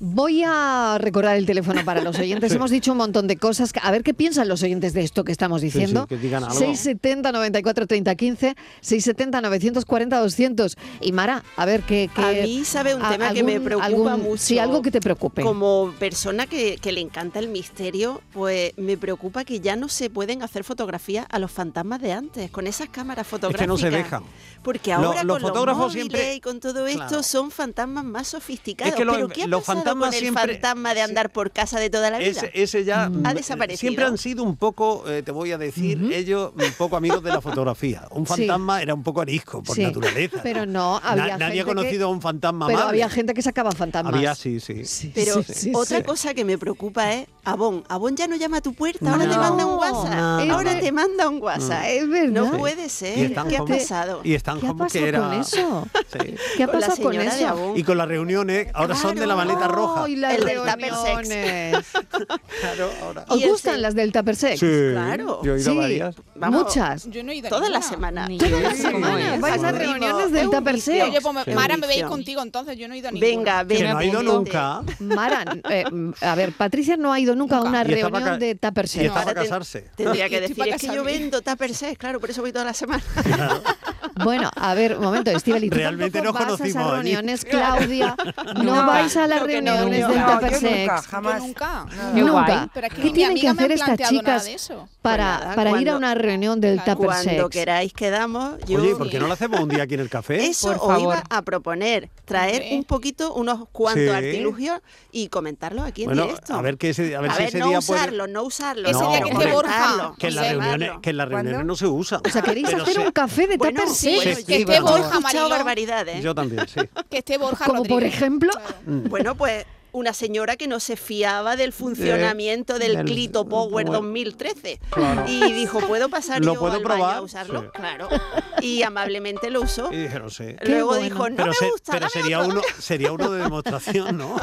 [SPEAKER 1] voy a recordar el teléfono para
[SPEAKER 2] [laughs]
[SPEAKER 1] los oyentes. Hemos dicho un montón de cosas. A ver qué piensan los oyentes de esto que estamos
[SPEAKER 2] sí,
[SPEAKER 1] diciendo.
[SPEAKER 2] que digan algo.
[SPEAKER 1] 670 94 30 15, 670 940 200. Y Mara, a ver qué. qué-
[SPEAKER 5] A mí sabe un
[SPEAKER 1] a-
[SPEAKER 5] tema que me
[SPEAKER 1] algún-
[SPEAKER 5] preocupa
[SPEAKER 1] algún-
[SPEAKER 5] mucho.
[SPEAKER 1] Sí, algo que te preocupe.
[SPEAKER 5] Como persona que, que le encanta el misterio, pues me preocupa que ya no se pueden hacer fotografías a los fantasmas de antes, con esas cámaras
[SPEAKER 2] no
[SPEAKER 5] fotográficas.
[SPEAKER 2] se dejan.
[SPEAKER 5] Porque
[SPEAKER 2] Lo-
[SPEAKER 5] ahora
[SPEAKER 2] los
[SPEAKER 5] con
[SPEAKER 2] fotógrafos
[SPEAKER 5] los móviles
[SPEAKER 2] siempre-
[SPEAKER 5] y con todo esto
[SPEAKER 2] Claro.
[SPEAKER 5] son fantasmas más sofisticados.
[SPEAKER 2] Es que los-
[SPEAKER 5] Pero ¿qué ha
[SPEAKER 2] los
[SPEAKER 5] pasado
[SPEAKER 2] fantasmas
[SPEAKER 5] con el
[SPEAKER 2] siempre-
[SPEAKER 5] fantasma de andar por casa de toda la vida?
[SPEAKER 2] Ese, ese ya mm, eh,
[SPEAKER 5] desaparecido.
[SPEAKER 2] Siempre han sido un poco, eh, te voy a decir, ellos un poco amigos de la fotografía. Un
[SPEAKER 1] [laughs] Sí.
[SPEAKER 2] fantasma era un poco arisco por
[SPEAKER 1] Sí,
[SPEAKER 2] naturaleza.
[SPEAKER 1] pero no,
[SPEAKER 2] Na-
[SPEAKER 1] había
[SPEAKER 2] nadie ha
[SPEAKER 1] gente que-
[SPEAKER 2] conocido a un fantasma
[SPEAKER 1] Pero
[SPEAKER 2] amable.
[SPEAKER 1] había gente que sacaba fantasmas.
[SPEAKER 2] Había, sí, sí.
[SPEAKER 1] Sí,
[SPEAKER 5] Pero
[SPEAKER 1] sí, sí,
[SPEAKER 5] otra
[SPEAKER 1] sí.
[SPEAKER 5] cosa que me preocupa es Avon. Avon ya no llama a tu puerta, ahora te
[SPEAKER 2] No.
[SPEAKER 5] manda un WhatsApp.
[SPEAKER 2] No, Mm.
[SPEAKER 1] no,
[SPEAKER 5] ahora
[SPEAKER 1] no.
[SPEAKER 5] te manda un WhatsApp.
[SPEAKER 1] Mm. Es verdad.
[SPEAKER 5] ¿eh? No
[SPEAKER 1] Sí.
[SPEAKER 5] puede
[SPEAKER 2] Y
[SPEAKER 5] ser.
[SPEAKER 2] están
[SPEAKER 5] ¿Qué ha
[SPEAKER 2] como-
[SPEAKER 5] pasado?
[SPEAKER 2] Y Stan
[SPEAKER 1] ¿Qué ha
[SPEAKER 2] Hopkins,
[SPEAKER 1] pasado
[SPEAKER 2] que era...
[SPEAKER 1] con eso?
[SPEAKER 2] [laughs] Sí.
[SPEAKER 1] ¿Qué ha
[SPEAKER 5] Con la
[SPEAKER 1] pasado con
[SPEAKER 5] señora de
[SPEAKER 1] eso?
[SPEAKER 5] Avon.
[SPEAKER 2] Y con las reuniones, ahora son de la
[SPEAKER 5] Claro.
[SPEAKER 2] maleta roja.
[SPEAKER 1] Ay, las
[SPEAKER 5] El del Tupper Sex.
[SPEAKER 1] reuniones.
[SPEAKER 2] [laughs] Claro, ahora.
[SPEAKER 5] Y
[SPEAKER 1] ¿Os
[SPEAKER 5] el
[SPEAKER 1] gustan
[SPEAKER 5] se-
[SPEAKER 1] las del Tupper Sex?
[SPEAKER 5] Claro.
[SPEAKER 2] Yo he ido a
[SPEAKER 1] Sí,
[SPEAKER 2] varias.
[SPEAKER 5] Vamos.
[SPEAKER 1] muchas.
[SPEAKER 4] Yo no he ido a
[SPEAKER 5] Toda la
[SPEAKER 4] ninguna.
[SPEAKER 5] semana.
[SPEAKER 6] Ni
[SPEAKER 1] Todas las
[SPEAKER 6] Sí, como
[SPEAKER 1] semanas
[SPEAKER 6] es.
[SPEAKER 1] vas a
[SPEAKER 5] Es un
[SPEAKER 1] reuniones
[SPEAKER 5] vicio,
[SPEAKER 1] del
[SPEAKER 5] es un
[SPEAKER 1] Tupper
[SPEAKER 5] vicio.
[SPEAKER 1] Sex.
[SPEAKER 4] Oye, pues,
[SPEAKER 5] Sí.
[SPEAKER 4] Mara, me voy a ir
[SPEAKER 5] Visión.
[SPEAKER 4] contigo, entonces yo no he ido a ninguna.
[SPEAKER 5] Venga,
[SPEAKER 4] [laughs]
[SPEAKER 2] Que
[SPEAKER 5] venga.
[SPEAKER 2] no ha ido nunca.
[SPEAKER 1] Mara, eh, a ver, Patricia no ha ido nunca a
[SPEAKER 4] Nunca.
[SPEAKER 1] una
[SPEAKER 2] Y estaba
[SPEAKER 1] reunión
[SPEAKER 2] ca-
[SPEAKER 1] de Tupper
[SPEAKER 2] Y
[SPEAKER 1] Sex.
[SPEAKER 2] estaba a
[SPEAKER 5] Ahora ten-
[SPEAKER 2] casarse.
[SPEAKER 5] Tendría que
[SPEAKER 4] Estoy
[SPEAKER 5] decir,
[SPEAKER 4] para
[SPEAKER 5] es que yo
[SPEAKER 4] casarme.
[SPEAKER 5] vendo Tupper Sex, claro, por eso voy toda la semana.
[SPEAKER 1] Bueno, a ver, un momento, Estivali, tú
[SPEAKER 2] Realmente
[SPEAKER 1] tampoco
[SPEAKER 2] no
[SPEAKER 1] vas a esas
[SPEAKER 2] conocimos allí.
[SPEAKER 5] [laughs]
[SPEAKER 1] reuniones, Claudia, no
[SPEAKER 3] Nunca.
[SPEAKER 1] vais a las
[SPEAKER 5] Creo que no,
[SPEAKER 1] reuniones
[SPEAKER 5] no,
[SPEAKER 1] del
[SPEAKER 5] no,
[SPEAKER 1] Tupper
[SPEAKER 3] yo nunca,
[SPEAKER 1] Sex.
[SPEAKER 3] jamás.
[SPEAKER 4] Yo nunca.
[SPEAKER 3] Nada.
[SPEAKER 6] Yo
[SPEAKER 1] Nunca.
[SPEAKER 4] Pero aquí
[SPEAKER 1] ¿Qué
[SPEAKER 4] mi
[SPEAKER 1] tienen que
[SPEAKER 4] amiga me ha
[SPEAKER 1] hacer estas
[SPEAKER 4] planteado nada
[SPEAKER 1] chicas
[SPEAKER 4] de eso.
[SPEAKER 1] para,
[SPEAKER 5] Pues nada,
[SPEAKER 1] para ir a
[SPEAKER 5] cuando-
[SPEAKER 1] una reunión del
[SPEAKER 4] Claro.
[SPEAKER 1] Tupper
[SPEAKER 5] Cuando
[SPEAKER 1] Sex?
[SPEAKER 5] queráis quedamos, yo
[SPEAKER 2] Oye, ¿y ¿por qué no lo hacemos un día aquí en el café?
[SPEAKER 5] [laughs] eso
[SPEAKER 6] Por
[SPEAKER 5] os
[SPEAKER 6] favor.
[SPEAKER 5] iba a proponer, traer
[SPEAKER 4] Hombre.
[SPEAKER 5] un poquito, unos cuantos
[SPEAKER 2] Sí.
[SPEAKER 5] artilugios y comentarlo aquí en
[SPEAKER 2] Bueno,
[SPEAKER 5] directo.
[SPEAKER 2] a ver, que ese, a ver
[SPEAKER 5] A
[SPEAKER 2] si
[SPEAKER 5] ver,
[SPEAKER 2] ese
[SPEAKER 5] no
[SPEAKER 2] día puede-
[SPEAKER 5] usarlo, no usarlo.
[SPEAKER 4] Ese
[SPEAKER 2] No, día que esté
[SPEAKER 5] comentarlo,
[SPEAKER 4] Borja.
[SPEAKER 2] Que en, las
[SPEAKER 4] Observarlo.
[SPEAKER 2] reuniones, que en las
[SPEAKER 3] ¿Cuándo?
[SPEAKER 2] reuniones no se usa.
[SPEAKER 1] O sea, ¿queréis
[SPEAKER 2] Pero
[SPEAKER 1] hacer
[SPEAKER 2] se-
[SPEAKER 1] un café de
[SPEAKER 5] Bueno,
[SPEAKER 1] Tupper
[SPEAKER 5] sí,
[SPEAKER 1] Sex?
[SPEAKER 4] Bueno,
[SPEAKER 2] Sí,
[SPEAKER 4] que
[SPEAKER 2] sí,
[SPEAKER 4] esté
[SPEAKER 2] vamos.
[SPEAKER 5] Yo he
[SPEAKER 4] Borja,
[SPEAKER 5] escuchado
[SPEAKER 4] Mariló,
[SPEAKER 5] [laughs] barbaridades. ¿eh?
[SPEAKER 2] Yo también, sí.
[SPEAKER 4] que esté Borja
[SPEAKER 1] Como por
[SPEAKER 4] Rodríguez.
[SPEAKER 1] ejemplo,
[SPEAKER 4] Claro.
[SPEAKER 5] Bueno, pues una señora que no se fiaba del funcionamiento del,
[SPEAKER 2] Eh, del-
[SPEAKER 5] Clito Power
[SPEAKER 2] bueno.
[SPEAKER 5] 2013. Y dijo, ¿puedo pasar
[SPEAKER 2] ¿Lo
[SPEAKER 5] yo
[SPEAKER 2] puedo
[SPEAKER 5] al baño a
[SPEAKER 2] probar?
[SPEAKER 5] usarlo?
[SPEAKER 2] Sí. Eh,
[SPEAKER 5] Claro. Y amablemente lo usó.
[SPEAKER 2] Y dijeron, sí.
[SPEAKER 1] Qué
[SPEAKER 5] Luego
[SPEAKER 1] bueno.
[SPEAKER 5] dijo, no
[SPEAKER 2] pero
[SPEAKER 5] me
[SPEAKER 2] se-
[SPEAKER 5] gusta,
[SPEAKER 2] pero
[SPEAKER 5] dame
[SPEAKER 2] sería
[SPEAKER 5] otro,
[SPEAKER 2] uno, sería uno de demostración, ¿no?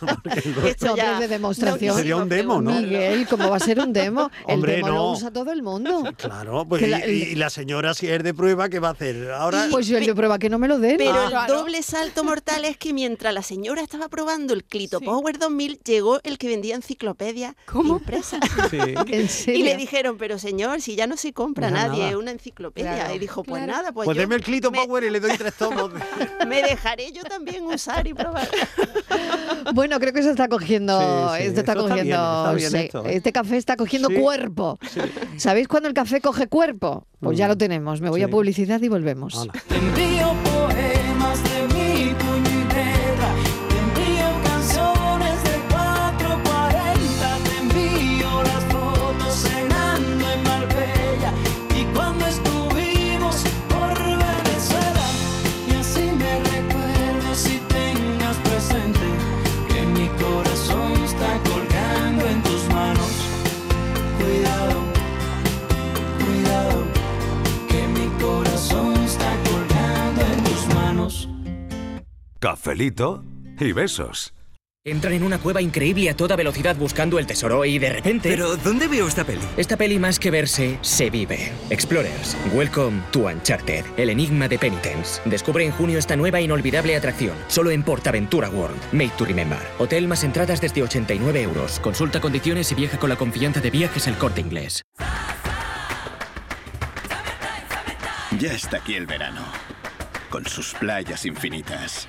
[SPEAKER 2] Porque no-
[SPEAKER 5] Esto
[SPEAKER 1] No, pero
[SPEAKER 5] ya
[SPEAKER 1] de demostración.
[SPEAKER 5] no
[SPEAKER 1] Sería
[SPEAKER 5] quisimos
[SPEAKER 2] un demo, ¿no?
[SPEAKER 5] preguntarlo.
[SPEAKER 1] Miguel, ¿cómo va a ser un demo?
[SPEAKER 2] [laughs] Hombre,
[SPEAKER 1] el demo
[SPEAKER 2] no.
[SPEAKER 1] lo usa todo el mundo.
[SPEAKER 2] Claro, pues
[SPEAKER 1] Que
[SPEAKER 2] y-
[SPEAKER 1] la-
[SPEAKER 2] y, y la señora si es de prueba, ¿qué va a hacer? Ahora
[SPEAKER 1] Pues yo el de prueba que no me lo den. Ah.
[SPEAKER 5] Pero el
[SPEAKER 7] claro.
[SPEAKER 5] doble salto mortal es que mientras la señora estaba probando el Clito
[SPEAKER 7] Sí.
[SPEAKER 5] Power 2000, llegó el que vendía enciclopedias impresas. [laughs]
[SPEAKER 2] sí.
[SPEAKER 1] En
[SPEAKER 5] Y
[SPEAKER 1] serio.
[SPEAKER 5] le dijeron, pero señor, si ya no se compra
[SPEAKER 2] Ya
[SPEAKER 5] nadie
[SPEAKER 2] nada.
[SPEAKER 5] una enciclopedia.
[SPEAKER 8] Claro.
[SPEAKER 5] Y dijo, pues
[SPEAKER 7] Claro.
[SPEAKER 5] nada, pues,
[SPEAKER 2] Pues
[SPEAKER 5] yo
[SPEAKER 2] deme el clito
[SPEAKER 5] me,
[SPEAKER 2] power y le doy tres tomos.
[SPEAKER 5] me dejaré yo también usar y probar.
[SPEAKER 1] Bueno, creo que se está cogiendo.
[SPEAKER 2] Sí, sí,
[SPEAKER 1] esto está
[SPEAKER 2] esto está bien,
[SPEAKER 1] cogiendo.
[SPEAKER 2] está bien
[SPEAKER 1] sí.
[SPEAKER 2] esto, ¿eh?
[SPEAKER 1] Este café está cogiendo
[SPEAKER 2] Sí.
[SPEAKER 1] cuerpo. ¿Sabéis cuándo el café coge cuerpo? Pues ya
[SPEAKER 2] Mm.
[SPEAKER 1] lo tenemos. Me voy a
[SPEAKER 2] Sí.
[SPEAKER 1] publicidad y volvemos.
[SPEAKER 2] Hola.
[SPEAKER 6] Te envío poemas de mi puñetera, te envío canciones de 440, te envío las fotos cenando en Marbella y cuando estuvimos por Venezuela. Y así me recuerdas y tengas presente que mi corazón está colgando en tus manos. Cuidado, cuidado que mi corazón está colgando en tus manos.
[SPEAKER 9] Cafelito y besos.
[SPEAKER 10] Entran en una cueva increíble a toda velocidad buscando el tesoro y de repente...
[SPEAKER 6] Pero, ¿dónde veo esta peli?
[SPEAKER 10] Esta peli más que verse, se vive. Explorers, welcome to Uncharted, el enigma de Penitence. Descubre en junio esta nueva e inolvidable atracción, solo en PortAventura World, made to remember. Hotel más entradas desde 89 euros. Consulta condiciones y viaja con la confianza de viajes el corte inglés.
[SPEAKER 11] Ya está aquí el verano, con sus playas infinitas,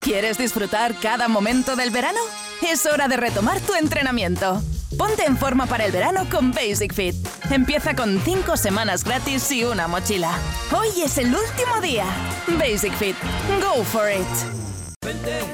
[SPEAKER 6] ¿Quieres disfrutar cada momento del verano? Es hora de retomar tu entrenamiento. Ponte en forma para el verano con Basic Fit. Empieza con 5 semanas gratis y una mochila. Hoy es el último día. Basic Fit. Go for it.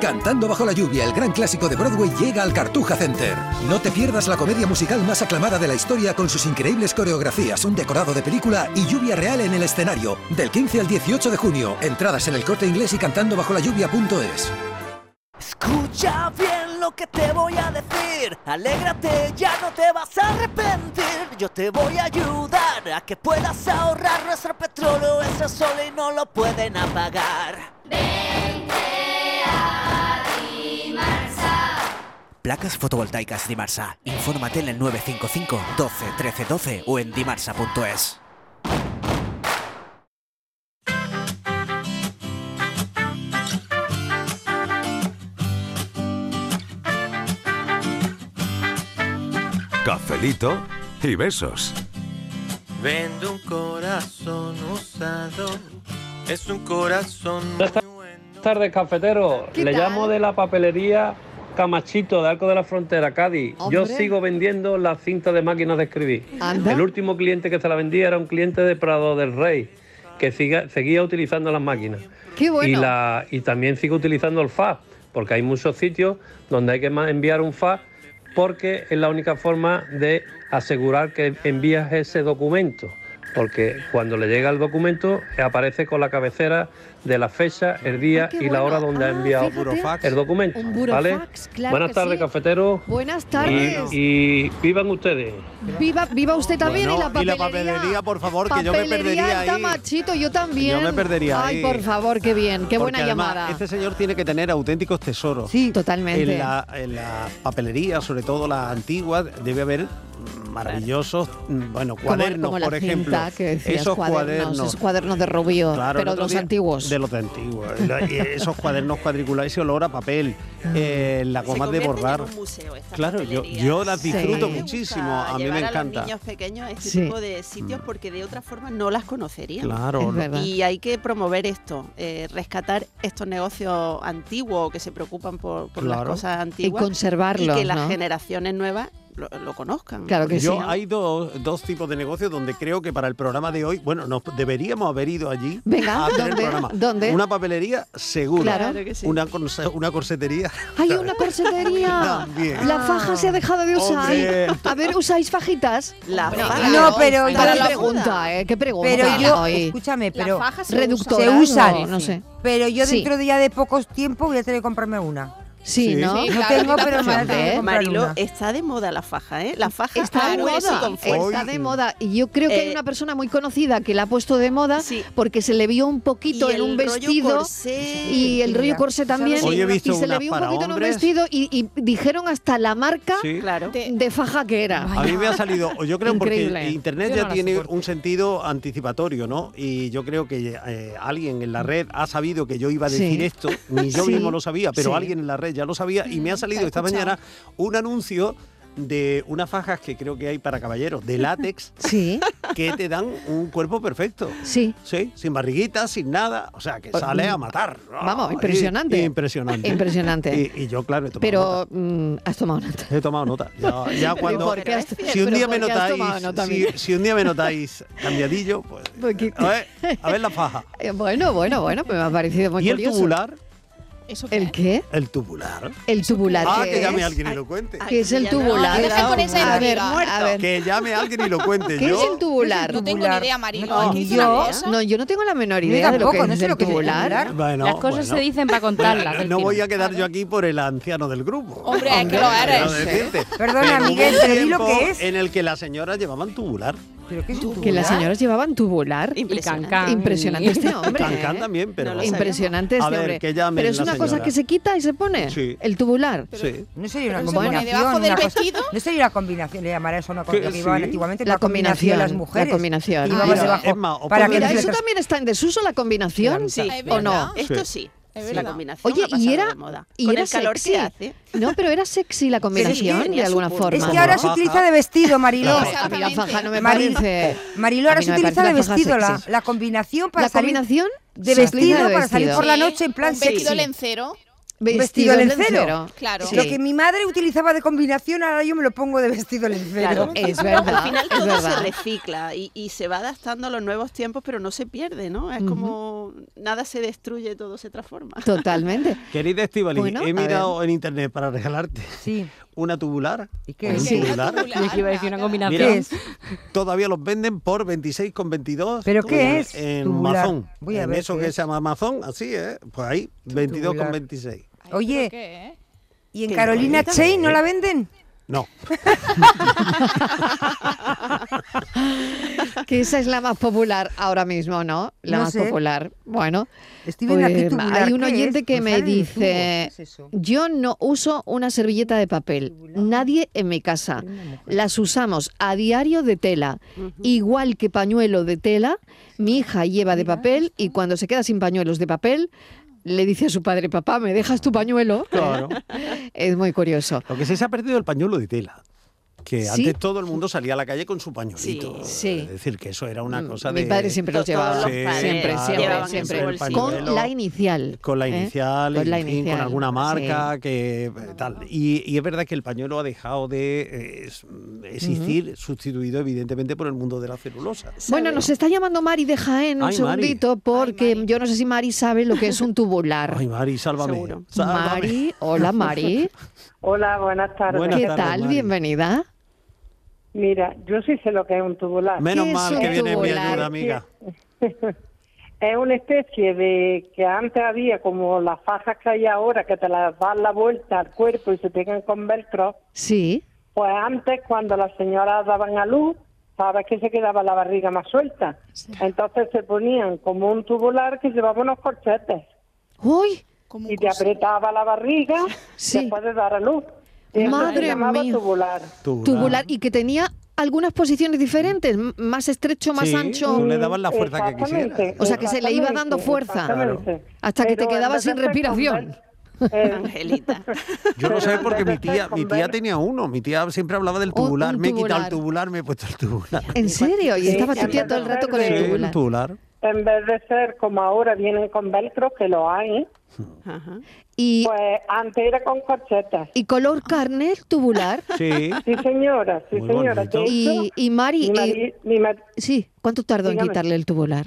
[SPEAKER 9] Cantando bajo la lluvia, el gran clásico de Broadway llega al Cartuja Center. No te pierdas la comedia musical más aclamada de la historia con sus increíbles coreografías, un decorado de película y lluvia real en el escenario. Del 15 al 18 de junio. Entradas en el corte inglés y cantando bajo la lluvia.es.
[SPEAKER 6] Escucha bien lo que te voy a decir. Alégrate, ya no te vas a arrepentir. Yo te voy a ayudar a que puedas ahorrar nuestro petróleo. Ese sol y no lo pueden apagar. Placas fotovoltaicas Dimarsa. Infórmate en el 955 12 13 12 o en dimarsa.es.
[SPEAKER 9] Cafelito y besos.
[SPEAKER 12] Vendo un corazón usado. Es un corazón muy bueno.
[SPEAKER 10] Tardes, cafetero.
[SPEAKER 1] ¿Qué Le tal? llamo de
[SPEAKER 10] la papelería Camachito de Arco de la Frontera, Cádiz.
[SPEAKER 1] Yo Hombre. sigo
[SPEAKER 10] vendiendo la cinta de máquinas de escribir.
[SPEAKER 1] Anda.
[SPEAKER 10] El último cliente que se la vendía era un cliente de Prado del Rey.
[SPEAKER 13] que siga, seguía utilizando las máquinas.
[SPEAKER 1] Qué bueno.
[SPEAKER 13] Y, la, y también sigo utilizando el fax, porque hay muchos sitios donde hay que ma- enviar un fax porque es la única forma de asegurar que envías ese documento. Porque cuando le llega el documento aparece con la cabecera de la fecha,
[SPEAKER 1] Ah,
[SPEAKER 13] el día y la hora donde ha enviado
[SPEAKER 1] fíjate.
[SPEAKER 13] el documento.
[SPEAKER 1] Un burofax,
[SPEAKER 13] ¿vale?
[SPEAKER 1] claro
[SPEAKER 13] Buenas
[SPEAKER 1] que
[SPEAKER 13] tardes,
[SPEAKER 1] sí.
[SPEAKER 13] cafetero.
[SPEAKER 1] Buenas
[SPEAKER 13] Y,
[SPEAKER 1] tardes.
[SPEAKER 13] y vivan ustedes.
[SPEAKER 1] Viva, viva usted también
[SPEAKER 13] Bueno,
[SPEAKER 1] y
[SPEAKER 13] y
[SPEAKER 1] la
[SPEAKER 13] la
[SPEAKER 1] papelería.
[SPEAKER 13] papelería, por favor,
[SPEAKER 2] que yo me
[SPEAKER 1] Papelería
[SPEAKER 2] perdería
[SPEAKER 1] está
[SPEAKER 2] ahí.
[SPEAKER 1] machito, yo también.
[SPEAKER 2] Yo me perdería
[SPEAKER 1] Ay,
[SPEAKER 2] ahí.
[SPEAKER 1] por favor, qué bien,
[SPEAKER 2] Porque
[SPEAKER 1] qué buena
[SPEAKER 2] además,
[SPEAKER 1] llamada.
[SPEAKER 2] Este señor tiene que tener auténticos tesoros.
[SPEAKER 1] Sí, totalmente.
[SPEAKER 2] En la, en la papelería, sobre todo las antiguas, debe haber mm, maravillosos, mm, bueno, cuadernos,
[SPEAKER 1] como, como la
[SPEAKER 2] por ejemplo.
[SPEAKER 1] cinta que decías,
[SPEAKER 2] esos
[SPEAKER 1] cuadernos,
[SPEAKER 2] cuadernos.
[SPEAKER 1] esos cuadernos de Rubio,
[SPEAKER 2] Claro, el
[SPEAKER 1] pero de
[SPEAKER 2] otro
[SPEAKER 1] los
[SPEAKER 2] día-
[SPEAKER 1] antiguos.
[SPEAKER 2] De los de antiguos. La- y esos cuadernos cuadriculados, ese olor a papel, eh, la
[SPEAKER 5] Ah. Se
[SPEAKER 2] goma de
[SPEAKER 5] convierten
[SPEAKER 2] borrar.
[SPEAKER 5] en un museo estas
[SPEAKER 2] Claro, yo,
[SPEAKER 5] papelerías.
[SPEAKER 2] yo las disfruto
[SPEAKER 5] Sí.
[SPEAKER 2] muchísimo, a mí me
[SPEAKER 5] Llevar a
[SPEAKER 2] encanta.
[SPEAKER 5] los niños pequeños a este
[SPEAKER 2] Sí.
[SPEAKER 5] tipo de sitios porque de otra forma no las conocerían.
[SPEAKER 2] Claro, Es ¿no? verdad.
[SPEAKER 5] y hay que promover esto, eh, rescatar estos negocios antiguos que se preocupan por, por las
[SPEAKER 2] Claro.
[SPEAKER 5] cosas antiguas
[SPEAKER 1] Y conservarlos,
[SPEAKER 5] y que las
[SPEAKER 1] ¿no?
[SPEAKER 5] generaciones nuevas lo, lo conozcan. Porque
[SPEAKER 2] Yo
[SPEAKER 5] si no-
[SPEAKER 2] hay dos, dos tipos de negocios donde creo que para el programa de hoy, bueno, nos deberíamos haber ido allí
[SPEAKER 1] Venga,
[SPEAKER 2] a hacer el
[SPEAKER 1] ¿dónde?
[SPEAKER 2] programa.
[SPEAKER 1] ¿Dónde?
[SPEAKER 2] Una papelería segura,
[SPEAKER 1] Claro que sí.
[SPEAKER 2] una, corse- una corsetería.
[SPEAKER 1] Hay una corsetería.
[SPEAKER 2] [laughs] También.
[SPEAKER 1] La faja se ha dejado de usar.
[SPEAKER 2] Hombre.
[SPEAKER 1] A ver, ¿usáis fajitas?
[SPEAKER 5] La
[SPEAKER 1] Bueno,
[SPEAKER 3] faja.
[SPEAKER 1] claro,
[SPEAKER 3] No, pero
[SPEAKER 1] qué
[SPEAKER 3] yo- la
[SPEAKER 1] pregunta, ¿eh? Qué pregunta.
[SPEAKER 3] Pero yo,
[SPEAKER 1] Ay.
[SPEAKER 3] escúchame, pero
[SPEAKER 1] faja se
[SPEAKER 3] se
[SPEAKER 1] usa,
[SPEAKER 3] usan.
[SPEAKER 1] ¿no? No sé.
[SPEAKER 3] Pero yo
[SPEAKER 1] Sí.
[SPEAKER 3] dentro de ya de pocos tiempo voy a tener que comprarme una.
[SPEAKER 1] Sí, Sí. ¿no? Sí, claro,
[SPEAKER 3] tengo,
[SPEAKER 1] que
[SPEAKER 3] pero me voy a
[SPEAKER 1] también,
[SPEAKER 3] tener que
[SPEAKER 1] ¿eh?
[SPEAKER 3] comprar
[SPEAKER 5] Marilo,
[SPEAKER 3] una.
[SPEAKER 5] está de moda la faja, ¿eh? La faja
[SPEAKER 1] Está de
[SPEAKER 5] ahora es
[SPEAKER 1] moda,
[SPEAKER 5] inconforme.
[SPEAKER 1] está de moda. Y yo creo que hay
[SPEAKER 5] Eh,
[SPEAKER 1] una persona muy conocida que la ha puesto de moda porque se le vio un poquito
[SPEAKER 5] Y
[SPEAKER 1] en un
[SPEAKER 5] el rollo
[SPEAKER 1] vestido
[SPEAKER 5] corsé.
[SPEAKER 1] y el rollo
[SPEAKER 5] Mira,
[SPEAKER 1] corsé también.
[SPEAKER 5] Hoy he
[SPEAKER 1] y
[SPEAKER 5] visto
[SPEAKER 1] se le
[SPEAKER 5] unas
[SPEAKER 1] vio un
[SPEAKER 5] para
[SPEAKER 1] poquito en un
[SPEAKER 5] hombres.
[SPEAKER 1] vestido y, y dijeron hasta la marca
[SPEAKER 2] Sí. Claro.
[SPEAKER 1] de, de faja que era.
[SPEAKER 2] A mí me ha salido, o yo creo
[SPEAKER 1] Increíble.
[SPEAKER 2] porque Internet
[SPEAKER 1] Yo
[SPEAKER 2] ya
[SPEAKER 1] no la
[SPEAKER 2] tiene
[SPEAKER 1] soporto.
[SPEAKER 2] un sentido anticipatorio, ¿no? Y yo creo que eh, alguien en la red ha sabido que yo iba a
[SPEAKER 14] Sí.
[SPEAKER 2] decir esto, ni yo
[SPEAKER 14] Sí,
[SPEAKER 2] mismo lo sabía, pero
[SPEAKER 14] sí.
[SPEAKER 2] alguien en la red ya lo sabía y
[SPEAKER 1] Mm,
[SPEAKER 2] me ha salido esta
[SPEAKER 14] escuchado.
[SPEAKER 2] mañana un anuncio de unas fajas que creo que hay para caballeros, de látex,
[SPEAKER 1] Sí.
[SPEAKER 2] que te dan un cuerpo perfecto.
[SPEAKER 1] Sí. Pues mm,
[SPEAKER 2] Sí, sin barriguita, sin nada, o sea, que sale a matar.
[SPEAKER 1] Vamos,
[SPEAKER 2] Ay,
[SPEAKER 1] impresionante.
[SPEAKER 2] impresionante.
[SPEAKER 1] Impresionante.
[SPEAKER 2] Y, y yo, claro, he tomado
[SPEAKER 1] Pero mm, has tomado nota.
[SPEAKER 5] [laughs]
[SPEAKER 2] He tomado nota.
[SPEAKER 1] [laughs]
[SPEAKER 2] Ya, ya
[SPEAKER 1] Pero
[SPEAKER 2] cuando,
[SPEAKER 1] ¿por qué has-
[SPEAKER 2] si un
[SPEAKER 1] pero
[SPEAKER 2] día me
[SPEAKER 1] por qué has tomado
[SPEAKER 2] notáis,
[SPEAKER 1] nota,
[SPEAKER 2] si,
[SPEAKER 1] Miguel?
[SPEAKER 2] si un día me notáis cambiadillo, pues
[SPEAKER 1] Porque-
[SPEAKER 2] a ver, a ver la faja.
[SPEAKER 1] Eh, Bueno, bueno, bueno, pues me ha parecido muy
[SPEAKER 2] ¿Y el
[SPEAKER 1] curioso.
[SPEAKER 2] tubular?
[SPEAKER 1] ¿El qué?
[SPEAKER 2] El tubular.
[SPEAKER 1] El tubular.
[SPEAKER 2] Ah,
[SPEAKER 1] ¿qué
[SPEAKER 2] que llame
[SPEAKER 1] es?
[SPEAKER 2] alguien y lo cuente.
[SPEAKER 1] ¿Qué es el tubular? a ver, a ver.
[SPEAKER 2] Que llame alguien y lo cuente.
[SPEAKER 1] ¿Qué
[SPEAKER 2] yo,
[SPEAKER 1] es el tubular?
[SPEAKER 4] No tengo ni idea, Marilo.
[SPEAKER 1] No,
[SPEAKER 4] Aquí dice una
[SPEAKER 1] yo,
[SPEAKER 4] cosa.
[SPEAKER 1] no, yo no tengo la menor
[SPEAKER 4] Yo
[SPEAKER 1] idea de lo
[SPEAKER 4] tampoco,
[SPEAKER 1] que
[SPEAKER 4] no
[SPEAKER 1] es
[SPEAKER 4] sé
[SPEAKER 1] el
[SPEAKER 4] lo que es el
[SPEAKER 1] tubular.
[SPEAKER 4] tubular.
[SPEAKER 2] Bueno,
[SPEAKER 4] Las cosas se dicen pa' contarlas,
[SPEAKER 2] Bueno,
[SPEAKER 4] del
[SPEAKER 2] no voy
[SPEAKER 4] tiro.
[SPEAKER 2] a quedar yo aquí por el anciano del grupo.
[SPEAKER 4] Hombre, es que lo eres.
[SPEAKER 2] quiero
[SPEAKER 3] [laughs]
[SPEAKER 2] decirte.
[SPEAKER 3] Perdona,
[SPEAKER 2] hubo
[SPEAKER 3] Miguel,
[SPEAKER 2] un
[SPEAKER 3] pero di lo
[SPEAKER 2] tiempo
[SPEAKER 3] que es.
[SPEAKER 2] En el que las señoras llevaban tubular.
[SPEAKER 3] ¿Pero qué es
[SPEAKER 1] Que las señoras llevaban tubular.
[SPEAKER 5] Impresionante.
[SPEAKER 2] cancán.
[SPEAKER 1] Impresionante
[SPEAKER 3] [laughs]
[SPEAKER 1] este hombre.
[SPEAKER 2] Cancán
[SPEAKER 1] ¿eh?
[SPEAKER 2] también, pero- No lo sabíamos.
[SPEAKER 1] Impresionante este
[SPEAKER 2] A ver,
[SPEAKER 1] hombre.
[SPEAKER 2] que llamen
[SPEAKER 1] pero es
[SPEAKER 2] la
[SPEAKER 1] una cosa
[SPEAKER 2] señora.
[SPEAKER 1] que se quita y se pone.
[SPEAKER 2] Sí.
[SPEAKER 1] El tubular.
[SPEAKER 2] Sí.
[SPEAKER 3] No sería una
[SPEAKER 1] Pero se pone
[SPEAKER 3] combinación.
[SPEAKER 1] debajo del
[SPEAKER 3] una cosa- No sería una combinación, le llamará eso una
[SPEAKER 1] Que
[SPEAKER 3] combinación que
[SPEAKER 1] sí.
[SPEAKER 3] iban antiguamente.
[SPEAKER 1] La
[SPEAKER 3] una combinación,
[SPEAKER 1] combinación,
[SPEAKER 3] las mujeres.
[SPEAKER 1] la combinación.
[SPEAKER 3] Y
[SPEAKER 1] Ah,
[SPEAKER 3] vamos
[SPEAKER 1] mira,
[SPEAKER 3] debajo.
[SPEAKER 2] Emma, o
[SPEAKER 3] para que
[SPEAKER 1] Mira,
[SPEAKER 3] no se
[SPEAKER 1] eso
[SPEAKER 3] tra-
[SPEAKER 1] también está en desuso la combinación,
[SPEAKER 5] Sí,
[SPEAKER 1] ¿o no?
[SPEAKER 5] Esto sí. la combinación
[SPEAKER 1] Oye,
[SPEAKER 5] ha pasado
[SPEAKER 1] y era,
[SPEAKER 5] de moda.
[SPEAKER 1] y
[SPEAKER 5] Con
[SPEAKER 1] era
[SPEAKER 5] el calor
[SPEAKER 1] sexy.
[SPEAKER 5] que hace.
[SPEAKER 1] No, pero era sexy la combinación de
[SPEAKER 5] tenía su
[SPEAKER 1] alguna
[SPEAKER 5] punto.
[SPEAKER 1] forma.
[SPEAKER 3] Es que ahora
[SPEAKER 1] ¿no?
[SPEAKER 3] se utiliza de vestido, Mariló.
[SPEAKER 1] No, a mí la faja no me
[SPEAKER 3] Maril-
[SPEAKER 1] parece.
[SPEAKER 3] Mariló,
[SPEAKER 1] a
[SPEAKER 3] ahora
[SPEAKER 1] mí
[SPEAKER 3] se
[SPEAKER 1] no me
[SPEAKER 3] utiliza
[SPEAKER 1] parece
[SPEAKER 3] de
[SPEAKER 1] la faja
[SPEAKER 3] vestido la,
[SPEAKER 1] sexy.
[SPEAKER 3] la combinación para
[SPEAKER 1] ¿La
[SPEAKER 3] salir.
[SPEAKER 1] combinación?
[SPEAKER 3] De
[SPEAKER 1] Sí.
[SPEAKER 3] vestido
[SPEAKER 1] De
[SPEAKER 3] para salir por la
[SPEAKER 1] vestido.
[SPEAKER 3] noche en plan
[SPEAKER 4] Un vestido
[SPEAKER 3] sexy.
[SPEAKER 4] lencero.
[SPEAKER 3] Vestido lencero.
[SPEAKER 1] lencero.
[SPEAKER 4] Claro.
[SPEAKER 3] Lo
[SPEAKER 4] Sí.
[SPEAKER 3] que mi madre utilizaba de combinación, ahora yo me lo pongo de vestido
[SPEAKER 5] Claro,
[SPEAKER 3] lencero.
[SPEAKER 5] Al final todo se recicla y, y se va adaptando a los nuevos tiempos, pero no se pierde, ¿no? Es
[SPEAKER 1] Ujú.
[SPEAKER 5] como nada se destruye, todo se transforma.
[SPEAKER 1] Totalmente.
[SPEAKER 2] Querida Estivali,
[SPEAKER 1] Bueno,
[SPEAKER 2] he
[SPEAKER 1] a
[SPEAKER 2] mirado en internet para regalarte una tubular. ¿Y
[SPEAKER 3] qué
[SPEAKER 2] es?
[SPEAKER 14] Sí.
[SPEAKER 2] tubular?
[SPEAKER 14] Yo que iba a decir una combinación.
[SPEAKER 2] Mira, todavía los venden por 26,22.
[SPEAKER 14] ¿Pero qué
[SPEAKER 2] en-
[SPEAKER 14] es?
[SPEAKER 2] En
[SPEAKER 14] Tubular.
[SPEAKER 2] Amazon.
[SPEAKER 14] Voy a
[SPEAKER 2] en
[SPEAKER 14] ver
[SPEAKER 2] eso
[SPEAKER 14] qué
[SPEAKER 2] que
[SPEAKER 14] es.
[SPEAKER 2] se llama Amazon, así, ¿eh? Pues ahí, 22,26.
[SPEAKER 5] eh?
[SPEAKER 3] Oye, ¿y en
[SPEAKER 2] ¿Qué
[SPEAKER 3] Carolina
[SPEAKER 2] bonita?
[SPEAKER 3] Chain no la venden?
[SPEAKER 2] No.
[SPEAKER 1] [laughs] Que esa es la más popular ahora mismo, ¿no? La
[SPEAKER 3] No
[SPEAKER 1] más
[SPEAKER 3] sé.
[SPEAKER 1] popular. Bueno,
[SPEAKER 3] Steven, ¿a ti
[SPEAKER 1] pues,
[SPEAKER 3] tubular
[SPEAKER 1] hay un
[SPEAKER 3] qué
[SPEAKER 1] oyente
[SPEAKER 3] es?
[SPEAKER 1] que
[SPEAKER 3] Me
[SPEAKER 1] me
[SPEAKER 3] sale de tubo. ¿Qué
[SPEAKER 1] dice,
[SPEAKER 3] es eso?
[SPEAKER 1] yo no uso una servilleta de papel, nadie en mi casa. Las usamos a diario de tela, igual que pañuelo de tela, mi hija lleva de papel y cuando se queda sin pañuelos de papel... Le dice a su padre, papá, ¿me dejas tu pañuelo?
[SPEAKER 2] [laughs] Claro.
[SPEAKER 1] Es muy curioso.
[SPEAKER 2] Lo que sí se ha perdido el pañuelo de tela. Que
[SPEAKER 1] Sí.
[SPEAKER 2] antes todo el mundo salía a la calle con su pañuelito.
[SPEAKER 1] Sí.
[SPEAKER 2] Es decir, que eso era una cosa de.
[SPEAKER 1] Mi padre siempre los llevaba.
[SPEAKER 2] Sí,
[SPEAKER 1] siempre,
[SPEAKER 2] claro,
[SPEAKER 1] siempre,
[SPEAKER 2] el
[SPEAKER 1] siempre.
[SPEAKER 2] pañuelo.
[SPEAKER 1] Con la inicial.
[SPEAKER 2] con la
[SPEAKER 1] ¿eh?
[SPEAKER 2] inicial,
[SPEAKER 1] Con
[SPEAKER 2] en
[SPEAKER 1] la
[SPEAKER 2] fin,
[SPEAKER 1] inicial,
[SPEAKER 2] con alguna marca
[SPEAKER 1] sí.
[SPEAKER 2] que eh, tal. Y, y es verdad que el pañuelo ha dejado de eh, es- existir, sustituido evidentemente por el mundo de la celulosa.
[SPEAKER 1] Bueno, nos está llamando Mari de Jaén un
[SPEAKER 2] Ay, Mari.
[SPEAKER 1] segundito porque yo no sé si Mari sabe lo que es un tubular.
[SPEAKER 2] Ay, Mari, sálvame. sálvame.
[SPEAKER 1] Mari,
[SPEAKER 2] [laughs]
[SPEAKER 1] hola Mari.
[SPEAKER 14] Hola, buenas tardes.
[SPEAKER 1] ¿Qué tal? Bienvenida.
[SPEAKER 14] Mira, yo sí sé lo que es un tubular.
[SPEAKER 1] Menos ¿Qué es mal que un viene en mi tubular? ayuda, amiga.
[SPEAKER 14] Es una especie de que antes había como las fajas que hay ahora que te las dan la vuelta al cuerpo y se pegan con velcro.
[SPEAKER 1] Sí.
[SPEAKER 14] Pues antes, cuando las señoras daban a luz, sabes que se quedaba la barriga más suelta. Entonces se ponían como un tubular que llevaba unos corchetes.
[SPEAKER 1] ¡Uy!
[SPEAKER 14] Y te apretaba la barriga después de dar a luz. Y eso se
[SPEAKER 1] Madre
[SPEAKER 14] llamaba
[SPEAKER 1] mía.
[SPEAKER 14] tubular.
[SPEAKER 2] Tubular.
[SPEAKER 1] Tubular y que tenía algunas posiciones diferentes, m- más estrecho, más
[SPEAKER 2] Sí,
[SPEAKER 1] ancho.
[SPEAKER 2] tú le dabas la fuerza que quisieras.
[SPEAKER 1] O sea que se le iba dando fuerza
[SPEAKER 2] Claro.
[SPEAKER 1] hasta que te
[SPEAKER 14] Pero en vez
[SPEAKER 1] quedabas
[SPEAKER 14] de
[SPEAKER 1] sin
[SPEAKER 14] ser
[SPEAKER 1] respiración.
[SPEAKER 14] Eh,
[SPEAKER 5] Angelita.
[SPEAKER 2] Yo lo sé
[SPEAKER 14] Pero
[SPEAKER 2] porque
[SPEAKER 14] antes de
[SPEAKER 2] mi tía,
[SPEAKER 14] estar
[SPEAKER 2] mi
[SPEAKER 14] con
[SPEAKER 2] tía
[SPEAKER 14] ver-
[SPEAKER 2] tenía uno. Mi tía siempre hablaba del tubular. Me he quitado el
[SPEAKER 14] tubular.
[SPEAKER 2] tubular, me he puesto el tubular.
[SPEAKER 1] ¿En serio? Y
[SPEAKER 14] Sí,
[SPEAKER 1] estaba
[SPEAKER 14] sí,
[SPEAKER 1] tu tía todo el rato con
[SPEAKER 2] Sí,
[SPEAKER 1] el
[SPEAKER 2] el
[SPEAKER 1] tubular.
[SPEAKER 2] tubular.
[SPEAKER 14] En vez de ser como ahora vienen con velcro, que lo hay,
[SPEAKER 1] y
[SPEAKER 14] pues antes era con corchetas.
[SPEAKER 1] ¿Y color carne el tubular?
[SPEAKER 2] [laughs] Sí.
[SPEAKER 14] Sí, señora, sí,
[SPEAKER 1] Muy
[SPEAKER 14] señora.
[SPEAKER 1] bonito.
[SPEAKER 14] De hecho,
[SPEAKER 1] Y- y Mari,
[SPEAKER 14] mi mari-
[SPEAKER 1] eh,
[SPEAKER 14] mi mar-
[SPEAKER 1] Sí, ¿cuánto tardó en
[SPEAKER 14] Dígame.
[SPEAKER 1] quitarle el tubular?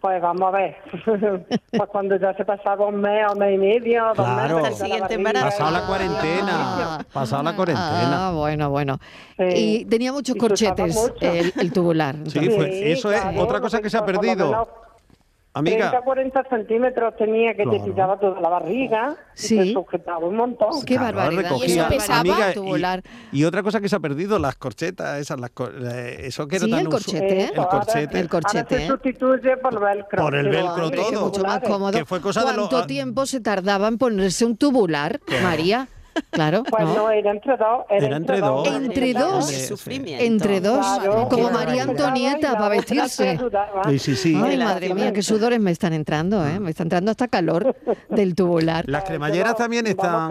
[SPEAKER 14] pues vamos a
[SPEAKER 1] [laughs]
[SPEAKER 14] ver. pues cuando ya se pasaba un mes o mes y medio, dos
[SPEAKER 2] Claro.
[SPEAKER 14] meses, ya la barriga
[SPEAKER 2] Pasaba la
[SPEAKER 14] era-
[SPEAKER 2] cuarentena. Pasaba la cuarentena.
[SPEAKER 1] Ah, bueno, bueno. Y tenía muchos
[SPEAKER 14] Y chutaba
[SPEAKER 1] corchetes
[SPEAKER 14] mucho.
[SPEAKER 1] el, el tubular.
[SPEAKER 2] Sí,
[SPEAKER 1] entonces.
[SPEAKER 2] pues eso es otra cosa que se ha
[SPEAKER 14] Pues, por lo menos
[SPEAKER 2] perdido. Amiga.
[SPEAKER 14] 30 40 centímetros tenía que
[SPEAKER 2] Claro.
[SPEAKER 14] te tiraba toda la barriga
[SPEAKER 1] Sí.
[SPEAKER 14] y te sujetaba un montón.
[SPEAKER 3] Oh,
[SPEAKER 1] Qué
[SPEAKER 2] Claro,
[SPEAKER 1] barbaridad.
[SPEAKER 2] recogía, amiga, y-
[SPEAKER 1] tubular.
[SPEAKER 2] Y, otra cosa que se ha perdido, las corchetas, esas, las, cor- eh, eso que era
[SPEAKER 1] Sí,
[SPEAKER 2] tan
[SPEAKER 1] el
[SPEAKER 2] usu-
[SPEAKER 1] corchete.
[SPEAKER 2] El corchete.
[SPEAKER 1] El corchete.
[SPEAKER 14] Sustituye por velcro.
[SPEAKER 2] Por el
[SPEAKER 1] Pero,
[SPEAKER 2] velcro
[SPEAKER 1] hombre, que
[SPEAKER 2] todo.
[SPEAKER 1] mucho
[SPEAKER 14] ¿eh?
[SPEAKER 1] más cómodo.
[SPEAKER 2] Que fue cosa de
[SPEAKER 1] ¿Cuánto
[SPEAKER 2] los- ah,
[SPEAKER 1] tiempo se tardaba en ponerse un tubular, María? Claro.
[SPEAKER 14] Pues no, era entre dos. Era,
[SPEAKER 2] Era entre dos.
[SPEAKER 1] Entre dos.
[SPEAKER 2] Qué
[SPEAKER 1] Entre dos.
[SPEAKER 14] Claro,
[SPEAKER 1] como
[SPEAKER 14] una te
[SPEAKER 1] María
[SPEAKER 14] ayudaba y
[SPEAKER 1] Antonieta
[SPEAKER 14] la
[SPEAKER 1] para
[SPEAKER 14] otra te [laughs]
[SPEAKER 1] vestirse.
[SPEAKER 14] ayudaba.
[SPEAKER 2] Sí, sí, sí.
[SPEAKER 1] Ay, madre mía, qué sudores me están entrando, ¿eh? Me está entrando hasta calor del tubular.
[SPEAKER 2] Las cremalleras también están.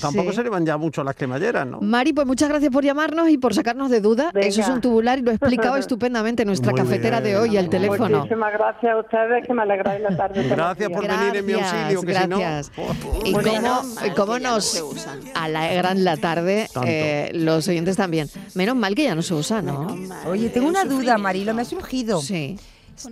[SPEAKER 2] Tampoco
[SPEAKER 1] Sí.
[SPEAKER 2] se le van ya mucho a las cremalleras, ¿no?
[SPEAKER 1] Mari, pues muchas gracias por llamarnos y por sacarnos de duda. Eso es un tubular y lo
[SPEAKER 14] [laughs]
[SPEAKER 1] ha explicado estupendamente nuestra
[SPEAKER 2] Muy
[SPEAKER 1] cafetera
[SPEAKER 2] bien.
[SPEAKER 1] de hoy al teléfono.
[SPEAKER 14] Muchísimas gracias a ustedes que me alegráis la tarde. todos los
[SPEAKER 2] Gracias por
[SPEAKER 14] días.
[SPEAKER 2] venir en mi auxilio, que si no- oh.
[SPEAKER 1] gracias. Y
[SPEAKER 14] Bueno,
[SPEAKER 1] cómo,
[SPEAKER 14] menos
[SPEAKER 1] y cómo nos alegran la tarde
[SPEAKER 3] Tanto.
[SPEAKER 1] eh, los oyentes también. Menos mal que ya no se usa, ¿no?
[SPEAKER 3] Oye, tengo una duda, Marilo, me ha surgido.
[SPEAKER 1] Sí.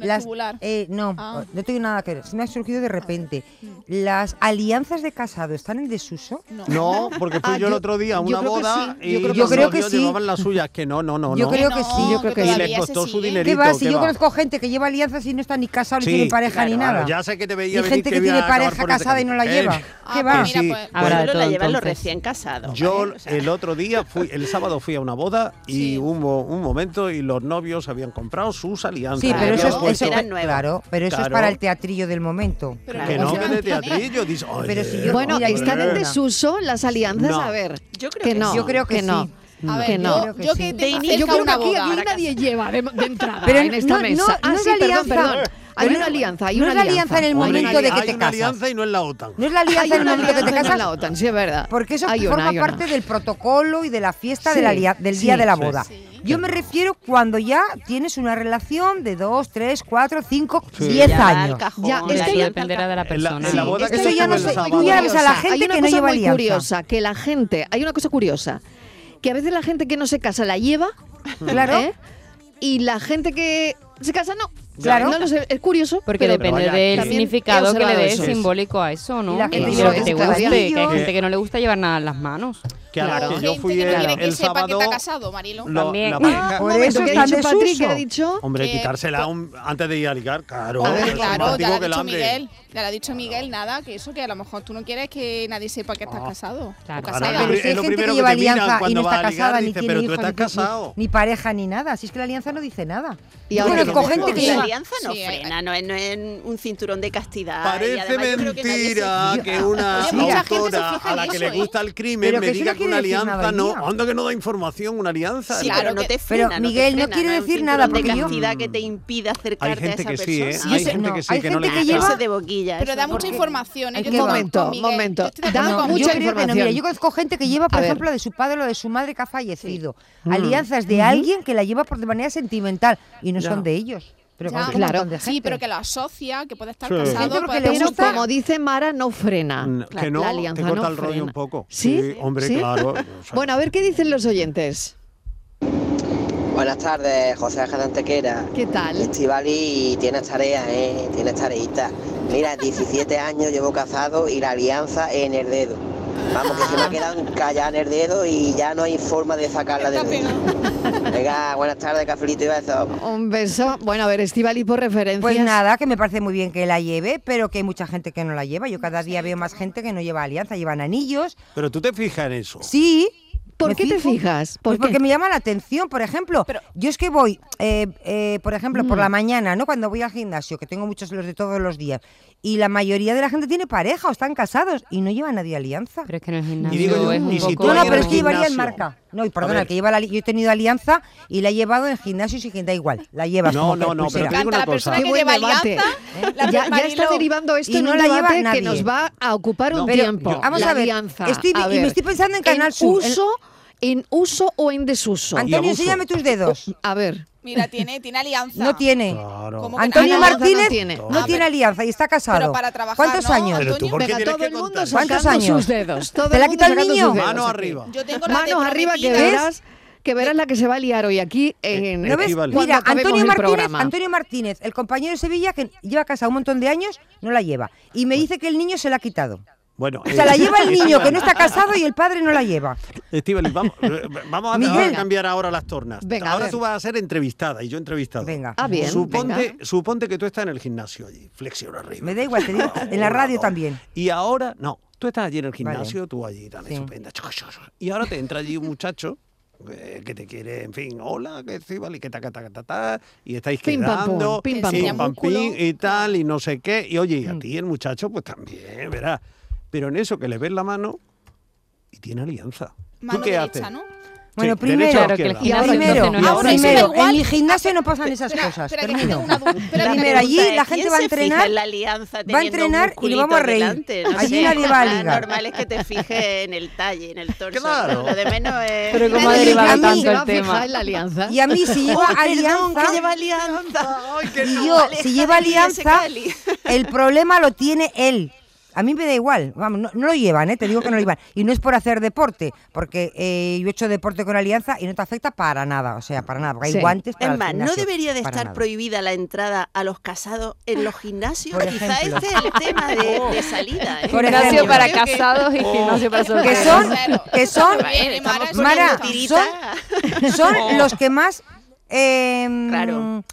[SPEAKER 4] el tubular?
[SPEAKER 3] eh, no, no tengo nada que ver. Se me ha surgido de repente. ¿Las alianzas de casado están en desuso?
[SPEAKER 2] No, porque fui
[SPEAKER 3] Ah,
[SPEAKER 2] yo el
[SPEAKER 3] yo-
[SPEAKER 2] otro día a una
[SPEAKER 3] yo creo que
[SPEAKER 2] boda
[SPEAKER 3] sí,
[SPEAKER 2] y
[SPEAKER 3] yo creo que
[SPEAKER 2] los
[SPEAKER 3] sí. Yo creo que
[SPEAKER 2] novios
[SPEAKER 3] sí.
[SPEAKER 2] llevaban las suyas, que no, no, no.
[SPEAKER 3] Yo
[SPEAKER 2] no.
[SPEAKER 3] creo que sí. Yo creo que
[SPEAKER 2] Y
[SPEAKER 3] sí.
[SPEAKER 2] les costó su dinerito.
[SPEAKER 3] ¿Qué va? Si
[SPEAKER 2] ¿qué
[SPEAKER 3] yo
[SPEAKER 2] va?
[SPEAKER 3] conozco gente que lleva alianzas y no está ni casado,
[SPEAKER 2] Sí,
[SPEAKER 3] ni tiene pareja, ni
[SPEAKER 2] claro,
[SPEAKER 3] nada.
[SPEAKER 2] ya sé que te veía
[SPEAKER 3] Y
[SPEAKER 2] venir
[SPEAKER 3] gente
[SPEAKER 2] que
[SPEAKER 3] que
[SPEAKER 2] iba
[SPEAKER 3] tiene
[SPEAKER 2] a acabar
[SPEAKER 3] pareja
[SPEAKER 2] por este
[SPEAKER 3] casada y no la
[SPEAKER 2] camino.
[SPEAKER 3] lleva.
[SPEAKER 2] Eh,
[SPEAKER 3] Ah, ¿Qué va? Pues
[SPEAKER 2] que sí.
[SPEAKER 5] Ahora solo la llevan los recién casados.
[SPEAKER 2] Yo el otro día fui, el sábado fui a una boda y hubo un momento y los novios habían comprado sus alianzas.
[SPEAKER 3] Sí, pero eso es,
[SPEAKER 2] Habían
[SPEAKER 3] eso-
[SPEAKER 2] puesto-
[SPEAKER 3] claro, pero eso es
[SPEAKER 2] Claro.
[SPEAKER 3] para el teatrillo del momento.
[SPEAKER 2] Que no, que de teatrillo. Dice,
[SPEAKER 3] Pero si yo-
[SPEAKER 1] Bueno,
[SPEAKER 3] mira, yo
[SPEAKER 1] ¿están
[SPEAKER 3] creo
[SPEAKER 1] en
[SPEAKER 3] que no.
[SPEAKER 1] desuso las alianzas?
[SPEAKER 3] No.
[SPEAKER 1] A ver.
[SPEAKER 3] Yo creo
[SPEAKER 1] que
[SPEAKER 3] que
[SPEAKER 1] no.
[SPEAKER 3] sí. Yo creo que
[SPEAKER 1] no.
[SPEAKER 3] sí. A ver,
[SPEAKER 1] que no.
[SPEAKER 3] yo creo que Yo que sí. te
[SPEAKER 1] Yo
[SPEAKER 3] acerca
[SPEAKER 1] creo que
[SPEAKER 3] una
[SPEAKER 1] aquí,
[SPEAKER 3] boda
[SPEAKER 1] aquí
[SPEAKER 3] para
[SPEAKER 1] nadie lleva de, de entrada
[SPEAKER 3] Pero
[SPEAKER 1] en
[SPEAKER 3] no-
[SPEAKER 1] esta
[SPEAKER 3] no-
[SPEAKER 1] mesa.
[SPEAKER 3] no
[SPEAKER 1] ah,
[SPEAKER 3] es
[SPEAKER 1] sí, perdón,
[SPEAKER 3] alianza.
[SPEAKER 1] perdón. Hay
[SPEAKER 3] No es-
[SPEAKER 1] una alianza, hay
[SPEAKER 3] no
[SPEAKER 1] una
[SPEAKER 3] es la alianza en el
[SPEAKER 1] Hay una
[SPEAKER 3] momento de que
[SPEAKER 1] alianza.
[SPEAKER 3] te
[SPEAKER 2] hay una
[SPEAKER 3] casas.
[SPEAKER 2] alianza y no es la OTAN.
[SPEAKER 3] No es la
[SPEAKER 1] Hay
[SPEAKER 3] alianza en el
[SPEAKER 1] una
[SPEAKER 3] momento que te
[SPEAKER 1] alianza en
[SPEAKER 3] casas.
[SPEAKER 1] la OTAN, sí, es verdad.
[SPEAKER 3] Porque eso
[SPEAKER 1] Hay una,
[SPEAKER 3] forma
[SPEAKER 1] hay una.
[SPEAKER 3] parte del protocolo y de la fiesta
[SPEAKER 1] Sí,
[SPEAKER 3] de la lia- del día
[SPEAKER 1] sí,
[SPEAKER 3] de la
[SPEAKER 1] sí.
[SPEAKER 3] boda.
[SPEAKER 1] Sí.
[SPEAKER 3] Yo me refiero cuando ya tienes una relación de dos, tres, cuatro, cinco,
[SPEAKER 4] Sí.
[SPEAKER 3] diez
[SPEAKER 4] Ya va al
[SPEAKER 3] años.
[SPEAKER 4] cajón,
[SPEAKER 3] Ya,
[SPEAKER 4] ya
[SPEAKER 3] es que
[SPEAKER 4] eso
[SPEAKER 3] ya-
[SPEAKER 4] dependerá de la persona.
[SPEAKER 3] en la boda que Esto se ya no tuvo el sé, tú sábado. ya ves a la
[SPEAKER 1] Curiosa,
[SPEAKER 3] gente
[SPEAKER 1] hay una
[SPEAKER 3] que no
[SPEAKER 1] cosa
[SPEAKER 3] lleva
[SPEAKER 1] muy
[SPEAKER 3] alianza.
[SPEAKER 1] curiosa, que la gente, hay una cosa curiosa, que a veces la gente que no se casa la lleva,
[SPEAKER 3] [laughs] Claro.
[SPEAKER 1] ¿eh? Y la gente que se casa no.
[SPEAKER 4] Claro.
[SPEAKER 1] No lo sé, es curioso.
[SPEAKER 4] Porque
[SPEAKER 1] pero
[SPEAKER 4] depende
[SPEAKER 1] también
[SPEAKER 4] del
[SPEAKER 1] he
[SPEAKER 4] significado que le
[SPEAKER 1] observado
[SPEAKER 4] des
[SPEAKER 1] eso.
[SPEAKER 4] simbólico a eso, ¿no?
[SPEAKER 1] Y la gente
[SPEAKER 4] Y
[SPEAKER 1] lleva
[SPEAKER 4] lo que te
[SPEAKER 1] sus
[SPEAKER 4] guste, que hay
[SPEAKER 1] cabellos.
[SPEAKER 4] gente que no le gusta llevar nada en las manos.
[SPEAKER 2] Que a la que yo fui el, el sábado.
[SPEAKER 4] Marilo.
[SPEAKER 2] lo- la pareja-
[SPEAKER 1] un momento, ¿qué ha dicho Patrick? ¿Qué ha dicho?
[SPEAKER 2] Hombre,
[SPEAKER 15] Que-
[SPEAKER 2] quitársela un- antes de ir a ligar, claro.
[SPEAKER 15] A ver,
[SPEAKER 2] eso es
[SPEAKER 15] claro,
[SPEAKER 2] más
[SPEAKER 15] ya lo
[SPEAKER 2] antiguo
[SPEAKER 15] ha
[SPEAKER 2] que el
[SPEAKER 15] dicho
[SPEAKER 2] hambre.
[SPEAKER 15] Miguel, ya lo ha dicho Miguel, nada, que eso que a lo mejor tú no quieres que nadie sepa que estás casado. o
[SPEAKER 2] Ah. Claro,
[SPEAKER 15] casada.
[SPEAKER 2] es lo
[SPEAKER 3] Pero si hay
[SPEAKER 2] primero
[SPEAKER 3] gente que
[SPEAKER 2] te
[SPEAKER 3] lleva
[SPEAKER 2] miran
[SPEAKER 3] alianza y
[SPEAKER 2] cuando
[SPEAKER 3] no
[SPEAKER 2] vas
[SPEAKER 3] está
[SPEAKER 2] a ligar,
[SPEAKER 3] casada, ni
[SPEAKER 2] dice,
[SPEAKER 3] tiene
[SPEAKER 2] pero tú
[SPEAKER 3] hijos, ni-
[SPEAKER 2] estás
[SPEAKER 3] ni-
[SPEAKER 2] casado.
[SPEAKER 3] ni pareja, ni nada. Si es que la alianza no dice nada.
[SPEAKER 5] Y
[SPEAKER 3] Yo
[SPEAKER 5] ahora
[SPEAKER 3] conozco gente
[SPEAKER 5] la
[SPEAKER 3] que lleva-
[SPEAKER 5] alianza no
[SPEAKER 3] Sí, hay-
[SPEAKER 5] frena, no es, no es un cinturón de castidad. y
[SPEAKER 2] Parece
[SPEAKER 5] además yo creo que nadie se
[SPEAKER 2] mentira
[SPEAKER 5] fija.
[SPEAKER 2] que una
[SPEAKER 5] Oye, mucha gente se
[SPEAKER 2] autora
[SPEAKER 5] fija
[SPEAKER 2] a la
[SPEAKER 5] en
[SPEAKER 2] que
[SPEAKER 5] eso,
[SPEAKER 2] le
[SPEAKER 5] ¿eh?
[SPEAKER 2] gusta el crimen
[SPEAKER 5] Pero
[SPEAKER 2] me
[SPEAKER 5] que eso
[SPEAKER 2] diga
[SPEAKER 5] no
[SPEAKER 2] que que una alianza no, anda que no da información, una alianza.
[SPEAKER 5] Sí, pero no te frena, no te frena, no es un cinturón de castidad que te impide acercarte
[SPEAKER 2] Hay gente
[SPEAKER 5] a esa
[SPEAKER 2] que sí,
[SPEAKER 5] persona.
[SPEAKER 2] ¿eh? Sí, Hay eso- gente no, que sí, hay que no gente le que gusta. lleva-
[SPEAKER 5] de boquilla.
[SPEAKER 15] Pero
[SPEAKER 5] eso,
[SPEAKER 15] da mucha
[SPEAKER 5] porque-
[SPEAKER 15] información. ¿eh? Yo
[SPEAKER 1] Un
[SPEAKER 15] estoy
[SPEAKER 1] momento,
[SPEAKER 15] con Miguel.
[SPEAKER 1] momento.
[SPEAKER 15] Yo estoy de
[SPEAKER 1] Da
[SPEAKER 15] acuerdo con
[SPEAKER 1] mucha
[SPEAKER 15] Miguel.
[SPEAKER 3] Yo creo que no, mira, yo conozco gente que lleva, por
[SPEAKER 1] A ver.
[SPEAKER 3] ejemplo, la de su padre o la de su madre que ha fallecido.
[SPEAKER 1] Mm.
[SPEAKER 3] Alianzas de
[SPEAKER 1] Ujú.
[SPEAKER 3] alguien que la lleva por de manera sentimental y no
[SPEAKER 1] Ya.
[SPEAKER 3] son de ellos. Pero
[SPEAKER 15] Ya.
[SPEAKER 3] conozco un
[SPEAKER 1] Claro.
[SPEAKER 3] montón de
[SPEAKER 15] Sí,
[SPEAKER 3] gente.
[SPEAKER 15] pero que lo asocia, que puede estar
[SPEAKER 3] Sí.
[SPEAKER 15] casado.
[SPEAKER 3] Yo creo
[SPEAKER 15] puede
[SPEAKER 3] que le
[SPEAKER 15] tener
[SPEAKER 1] Pero
[SPEAKER 15] un padre.
[SPEAKER 1] como dice Mara, no frena.
[SPEAKER 2] que no,
[SPEAKER 1] la alianza
[SPEAKER 2] te corta
[SPEAKER 1] no
[SPEAKER 2] el rollo
[SPEAKER 1] frena.
[SPEAKER 2] un poco.
[SPEAKER 1] ¿Sí?
[SPEAKER 2] Sí, hombre,
[SPEAKER 1] ¿Sí?
[SPEAKER 2] claro,
[SPEAKER 3] [laughs]
[SPEAKER 2] o sea-
[SPEAKER 1] Bueno, a ver qué dicen los oyentes.
[SPEAKER 16] Buenas tardes, José Ángel de Antequera.
[SPEAKER 1] ¿Qué tal?
[SPEAKER 16] Estivali, tienes tareas, ¿eh? Tienes tareitas.
[SPEAKER 1] [laughs]
[SPEAKER 16] Mira, 17 años llevo casado y la alianza en el dedo. Vamos, que se me
[SPEAKER 1] Ah.
[SPEAKER 16] ha quedado encallada en el dedo y ya no hay forma de sacarla del dedo. Venga, buenas tardes, cafelito y besos.
[SPEAKER 1] Un beso. Bueno, a ver, Estivali por referencias.
[SPEAKER 3] Pues nada, que me parece muy bien que la lleve, pero que hay mucha gente que no la lleva. Yo cada día veo más gente que no lleva alianza, llevan anillos.
[SPEAKER 2] Pero tú te fijas en eso.
[SPEAKER 3] Sí.
[SPEAKER 1] ¿Por
[SPEAKER 3] me
[SPEAKER 1] qué te
[SPEAKER 3] fijo.
[SPEAKER 1] fijas? ¿Por
[SPEAKER 3] pues porque me llama la atención, por ejemplo. yo es que voy, eh, eh, por ejemplo, por la mañana, ¿no? Cuando voy al gimnasio, que tengo muchos los de todos los días, y la mayoría de la gente tiene pareja o están casados y no lleva nadie alianza. Pero
[SPEAKER 4] es que en el
[SPEAKER 3] gimnasio
[SPEAKER 4] Y digo yo, es un ¿y si poco- tú
[SPEAKER 3] No, no,
[SPEAKER 4] alguien en
[SPEAKER 3] pero es que llevaría el
[SPEAKER 4] gimnasio?
[SPEAKER 3] marca. No, y
[SPEAKER 4] ver.
[SPEAKER 3] perdona, el que lleva la, yo he tenido alianza y la he llevado en gimnasio y da igual, la llevas
[SPEAKER 2] No,
[SPEAKER 3] como
[SPEAKER 2] no, no, pero
[SPEAKER 3] pulsera.
[SPEAKER 2] te digo una cosa.
[SPEAKER 1] Qué buen debate.
[SPEAKER 3] ¿Eh? La
[SPEAKER 1] Ya, ya está
[SPEAKER 3] Mariló.
[SPEAKER 1] derivando esto
[SPEAKER 3] Y
[SPEAKER 1] en
[SPEAKER 3] no
[SPEAKER 1] un
[SPEAKER 3] la lleva
[SPEAKER 1] debate que
[SPEAKER 3] nadie.
[SPEAKER 1] nos va a ocupar un
[SPEAKER 3] Pero,
[SPEAKER 1] tiempo.
[SPEAKER 3] yo- vamos
[SPEAKER 1] La
[SPEAKER 3] a ver,
[SPEAKER 1] alianza.
[SPEAKER 3] estoy-
[SPEAKER 1] A
[SPEAKER 3] y me
[SPEAKER 1] ver,
[SPEAKER 3] estoy pensando en Canal Sur, el-
[SPEAKER 1] Uso, en uso o en desuso.
[SPEAKER 3] Antonio, Y abuso. enséñame tus dedos.
[SPEAKER 1] O- A ver.
[SPEAKER 15] Mira, tiene, tiene alianza.
[SPEAKER 3] No tiene.
[SPEAKER 15] ¿Cómo que
[SPEAKER 3] Antonio
[SPEAKER 15] no?
[SPEAKER 1] no
[SPEAKER 3] Martínez no
[SPEAKER 1] tiene.
[SPEAKER 3] tiene,
[SPEAKER 1] Ah, pero-
[SPEAKER 3] alianza y está casado.
[SPEAKER 1] Pero para trabajar,
[SPEAKER 3] ¿Cuántos
[SPEAKER 1] ¿no,
[SPEAKER 3] años?
[SPEAKER 1] Pero tú, ¿por qué Venga, tienes todo que el mundo contar?
[SPEAKER 3] ¿Cuántos
[SPEAKER 1] sacando
[SPEAKER 3] años?
[SPEAKER 1] sus dedos, todo
[SPEAKER 3] ¿Te
[SPEAKER 1] el
[SPEAKER 3] la
[SPEAKER 1] mundo
[SPEAKER 3] quita el
[SPEAKER 1] sacando
[SPEAKER 3] niño?
[SPEAKER 1] sus dedos Mano aquí. arriba.
[SPEAKER 15] Yo tengo la de
[SPEAKER 1] Manos arriba que
[SPEAKER 15] prometida.
[SPEAKER 1] verás, que verás la que se va a liar hoy aquí en
[SPEAKER 3] Eh, ¿No ves?
[SPEAKER 1] cuando
[SPEAKER 3] Mira,
[SPEAKER 1] acabemos
[SPEAKER 3] Antonio
[SPEAKER 1] el
[SPEAKER 3] Martínez,
[SPEAKER 1] programa.
[SPEAKER 3] Antonio Martínez, el compañero de Sevilla que lleva casado un montón de años, no la lleva. Y me dice que el niño se la ha quitado.
[SPEAKER 2] Bueno, eh,
[SPEAKER 3] O sea, la lleva
[SPEAKER 2] [laughs]
[SPEAKER 3] [laughs] el niño que no está casado y el padre no la lleva.
[SPEAKER 2] Estivali, vamos,
[SPEAKER 3] [laughs]
[SPEAKER 2] eh, vamos a,
[SPEAKER 3] Miguel.
[SPEAKER 2] vamos a cambiar ahora las tornas.
[SPEAKER 3] Venga, a
[SPEAKER 2] ahora
[SPEAKER 3] ver.
[SPEAKER 2] tú vas a ser entrevistada y yo entrevistado. Venga.
[SPEAKER 3] Ah, bien,
[SPEAKER 2] Suponte,
[SPEAKER 3] venga.
[SPEAKER 2] suponte que tú estás en el gimnasio allí, flexión arriba.
[SPEAKER 3] Me da igual, te digo, en la radio también.
[SPEAKER 2] Y ahora, no, tú estás allí en el gimnasio, tú allí, tan estupenda. choc, choc, choc. Y ahora te entra allí un muchacho eh, que te quiere, en fin, hola, que sí, vale, que ta, ta, ta, ta, ta, y estáis
[SPEAKER 1] Pim, pam, pum,
[SPEAKER 2] quedando,
[SPEAKER 1] pim, pam,
[SPEAKER 2] pim,
[SPEAKER 1] pum.
[SPEAKER 2] pam, pim, y tal, y no sé qué. Y oye, y
[SPEAKER 3] Mm.
[SPEAKER 2] a ti el muchacho, pues también, verás. Pero en eso que le ves la mano y tiene alianza.
[SPEAKER 15] Mano
[SPEAKER 2] ¿Tú qué
[SPEAKER 15] derecha,
[SPEAKER 2] haces?
[SPEAKER 15] ¿no?
[SPEAKER 3] Bueno,
[SPEAKER 2] Sí,
[SPEAKER 3] primero,
[SPEAKER 2] derecha o izquierda.
[SPEAKER 3] y ahora primero,
[SPEAKER 2] Y ahora- Eso
[SPEAKER 3] primero,
[SPEAKER 2] da
[SPEAKER 3] en
[SPEAKER 2] igual.
[SPEAKER 3] mi gimnasio no pasan esas
[SPEAKER 5] Espera,
[SPEAKER 3] cosas.
[SPEAKER 5] espera, que
[SPEAKER 3] Termino.
[SPEAKER 5] tengo una duda. Espera, que
[SPEAKER 3] Primero
[SPEAKER 5] tengo
[SPEAKER 3] allí
[SPEAKER 5] una duda.
[SPEAKER 3] la gente
[SPEAKER 5] ¿eh? ¿Quién
[SPEAKER 3] va a
[SPEAKER 5] se fija
[SPEAKER 3] entrenar,
[SPEAKER 5] en la alianza
[SPEAKER 3] va a
[SPEAKER 5] teniendo un
[SPEAKER 3] entrenar y le
[SPEAKER 5] musculito
[SPEAKER 3] vamos a reír.
[SPEAKER 5] delante? No
[SPEAKER 3] allí
[SPEAKER 5] sé,
[SPEAKER 3] nadie va a
[SPEAKER 5] lo
[SPEAKER 3] ligar.
[SPEAKER 5] normal es que te fijes en el talle, en el torso.
[SPEAKER 3] Claro.
[SPEAKER 5] Lo de menos es...
[SPEAKER 1] Pero cómo ha
[SPEAKER 5] Y a
[SPEAKER 1] derivado
[SPEAKER 5] mí-
[SPEAKER 1] tanto
[SPEAKER 5] se va
[SPEAKER 1] el
[SPEAKER 5] a fijar
[SPEAKER 1] tema.
[SPEAKER 5] en la alianza.
[SPEAKER 3] Y a mí si lleva
[SPEAKER 5] Ay, perdón,
[SPEAKER 3] alianza-
[SPEAKER 5] que lleva alianza.
[SPEAKER 3] Y yo,
[SPEAKER 5] [laughs]
[SPEAKER 3] si lleva alianza, el problema lo tiene él. A mí me da igual, vamos, no, no lo llevan, ¿eh? te digo que no lo llevan. Y no es por hacer deporte, porque eh, yo he hecho deporte con alianza y no te afecta para nada, o sea, para nada, porque hay guantes para
[SPEAKER 5] Es
[SPEAKER 3] el
[SPEAKER 5] más, ¿no
[SPEAKER 3] gimnasio,
[SPEAKER 5] debería de
[SPEAKER 3] para
[SPEAKER 5] estar
[SPEAKER 3] nada.
[SPEAKER 5] prohibida la entrada a los casados en los gimnasios?
[SPEAKER 3] Por
[SPEAKER 5] Quizá
[SPEAKER 3] ejemplo. Oh.
[SPEAKER 5] este es el tema de, de salida. ¿eh?
[SPEAKER 3] Por Gimnasio ejemplo. para
[SPEAKER 4] casados y gimnasio para
[SPEAKER 3] Que
[SPEAKER 4] solteros.
[SPEAKER 3] son, que son,
[SPEAKER 5] Oh. Bien, Mara, eso
[SPEAKER 3] Mara,
[SPEAKER 5] es una tirita.
[SPEAKER 3] son, son
[SPEAKER 5] Oh.
[SPEAKER 3] los que más... em,
[SPEAKER 5] Claro.
[SPEAKER 3] lo-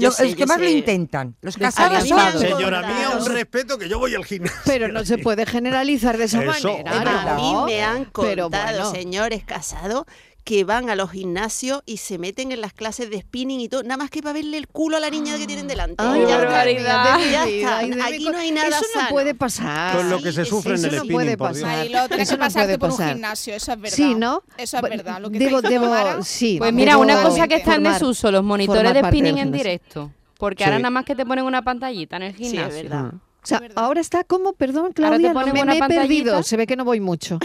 [SPEAKER 5] Yo sé,
[SPEAKER 3] los que
[SPEAKER 5] yo
[SPEAKER 3] más lo
[SPEAKER 5] sé.
[SPEAKER 3] intentan. Los casados son...
[SPEAKER 1] Desalianzados.
[SPEAKER 2] Señora mía, un respeto que yo voy al gimnasio.
[SPEAKER 1] Pero no se puede generalizar de esa
[SPEAKER 2] Eso,
[SPEAKER 1] manera.
[SPEAKER 2] hombre.
[SPEAKER 1] Ana,
[SPEAKER 5] A mí
[SPEAKER 1] ¿no?
[SPEAKER 5] me han
[SPEAKER 1] Pero
[SPEAKER 5] contado
[SPEAKER 1] bueno.
[SPEAKER 5] señores casados que van a los gimnasios y se meten en las clases de spinning y todo, nada más que para verle el culo a la niña que tienen delante.
[SPEAKER 1] Ay,
[SPEAKER 5] Ya está,
[SPEAKER 1] barbaridad.
[SPEAKER 5] ya
[SPEAKER 1] Ay,
[SPEAKER 5] está.
[SPEAKER 1] de mi
[SPEAKER 5] Aquí
[SPEAKER 1] co-
[SPEAKER 5] no hay nada
[SPEAKER 1] Eso no
[SPEAKER 5] sano.
[SPEAKER 1] puede pasar.
[SPEAKER 2] Con lo que se sufre en
[SPEAKER 1] eso
[SPEAKER 2] el
[SPEAKER 1] no
[SPEAKER 2] spinning,
[SPEAKER 1] puede
[SPEAKER 2] por Dios.
[SPEAKER 1] pasar.
[SPEAKER 15] Mariló, tienes
[SPEAKER 1] eso
[SPEAKER 15] que
[SPEAKER 1] no puede
[SPEAKER 15] pasarte por un
[SPEAKER 1] pasar.
[SPEAKER 15] gimnasio, eso es verdad.
[SPEAKER 1] Sí, ¿no?
[SPEAKER 15] Eso es
[SPEAKER 1] Bueno,
[SPEAKER 15] verdad. Lo que ¿ah?
[SPEAKER 1] debo,
[SPEAKER 15] te hizo
[SPEAKER 1] debo-
[SPEAKER 15] Mara,
[SPEAKER 1] sí.
[SPEAKER 4] Pues mira, una
[SPEAKER 1] debo
[SPEAKER 4] cosa que está en
[SPEAKER 1] formar-
[SPEAKER 4] desuso, los monitores
[SPEAKER 1] formar
[SPEAKER 4] de
[SPEAKER 1] parte del
[SPEAKER 4] spinning en
[SPEAKER 1] gimnasio.
[SPEAKER 4] directo. Porque
[SPEAKER 1] Sí.
[SPEAKER 4] ahora nada más que te ponen una pantallita en el gimnasio.
[SPEAKER 1] Ah. O sea, ahora está como, perdón,
[SPEAKER 4] te
[SPEAKER 1] Claudia, no,
[SPEAKER 4] ponen
[SPEAKER 1] me,
[SPEAKER 4] una
[SPEAKER 1] me he
[SPEAKER 4] pantallita.
[SPEAKER 1] perdido. Se ve que no voy mucho.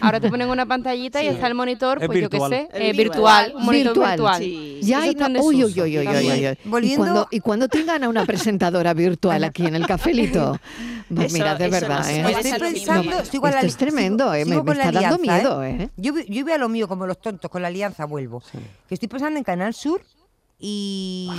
[SPEAKER 4] Ahora te ponen una pantallita y
[SPEAKER 1] Sí.
[SPEAKER 4] está el monitor,
[SPEAKER 1] Es
[SPEAKER 4] pues yo qué
[SPEAKER 1] virtual.
[SPEAKER 4] sé,
[SPEAKER 1] Es
[SPEAKER 4] eh,
[SPEAKER 1] virtual.
[SPEAKER 4] virtual, un monitor virtual.
[SPEAKER 1] Virtual. Ya
[SPEAKER 4] Eso
[SPEAKER 1] hay
[SPEAKER 4] está en
[SPEAKER 1] una- uy, uy,
[SPEAKER 4] desuso
[SPEAKER 1] uy, uy, uy,
[SPEAKER 4] también.
[SPEAKER 1] uy, uy. Y
[SPEAKER 4] Volviendo-
[SPEAKER 1] cuando, y cuando tengan a una presentadora virtual aquí en el
[SPEAKER 3] [laughs]
[SPEAKER 1] cafelito. Pues
[SPEAKER 3] Eso-
[SPEAKER 1] mira, de
[SPEAKER 3] eso no
[SPEAKER 1] verdad,
[SPEAKER 3] se
[SPEAKER 1] ¿eh?
[SPEAKER 3] puede Estoy hacer lo mismo. pensando, estoy con la
[SPEAKER 1] Esto es
[SPEAKER 3] li- sigo-
[SPEAKER 1] tremendo, ¿eh? Me-
[SPEAKER 3] sigo
[SPEAKER 1] Me,
[SPEAKER 3] con la
[SPEAKER 1] está dando
[SPEAKER 3] alianza,
[SPEAKER 1] miedo, ¿eh?
[SPEAKER 3] Yo, vi- yo iba a lo mío como los tontos, con la alianza vuelvo. Que estoy pensando en Canal Sur
[SPEAKER 15] [laughs]
[SPEAKER 3] y.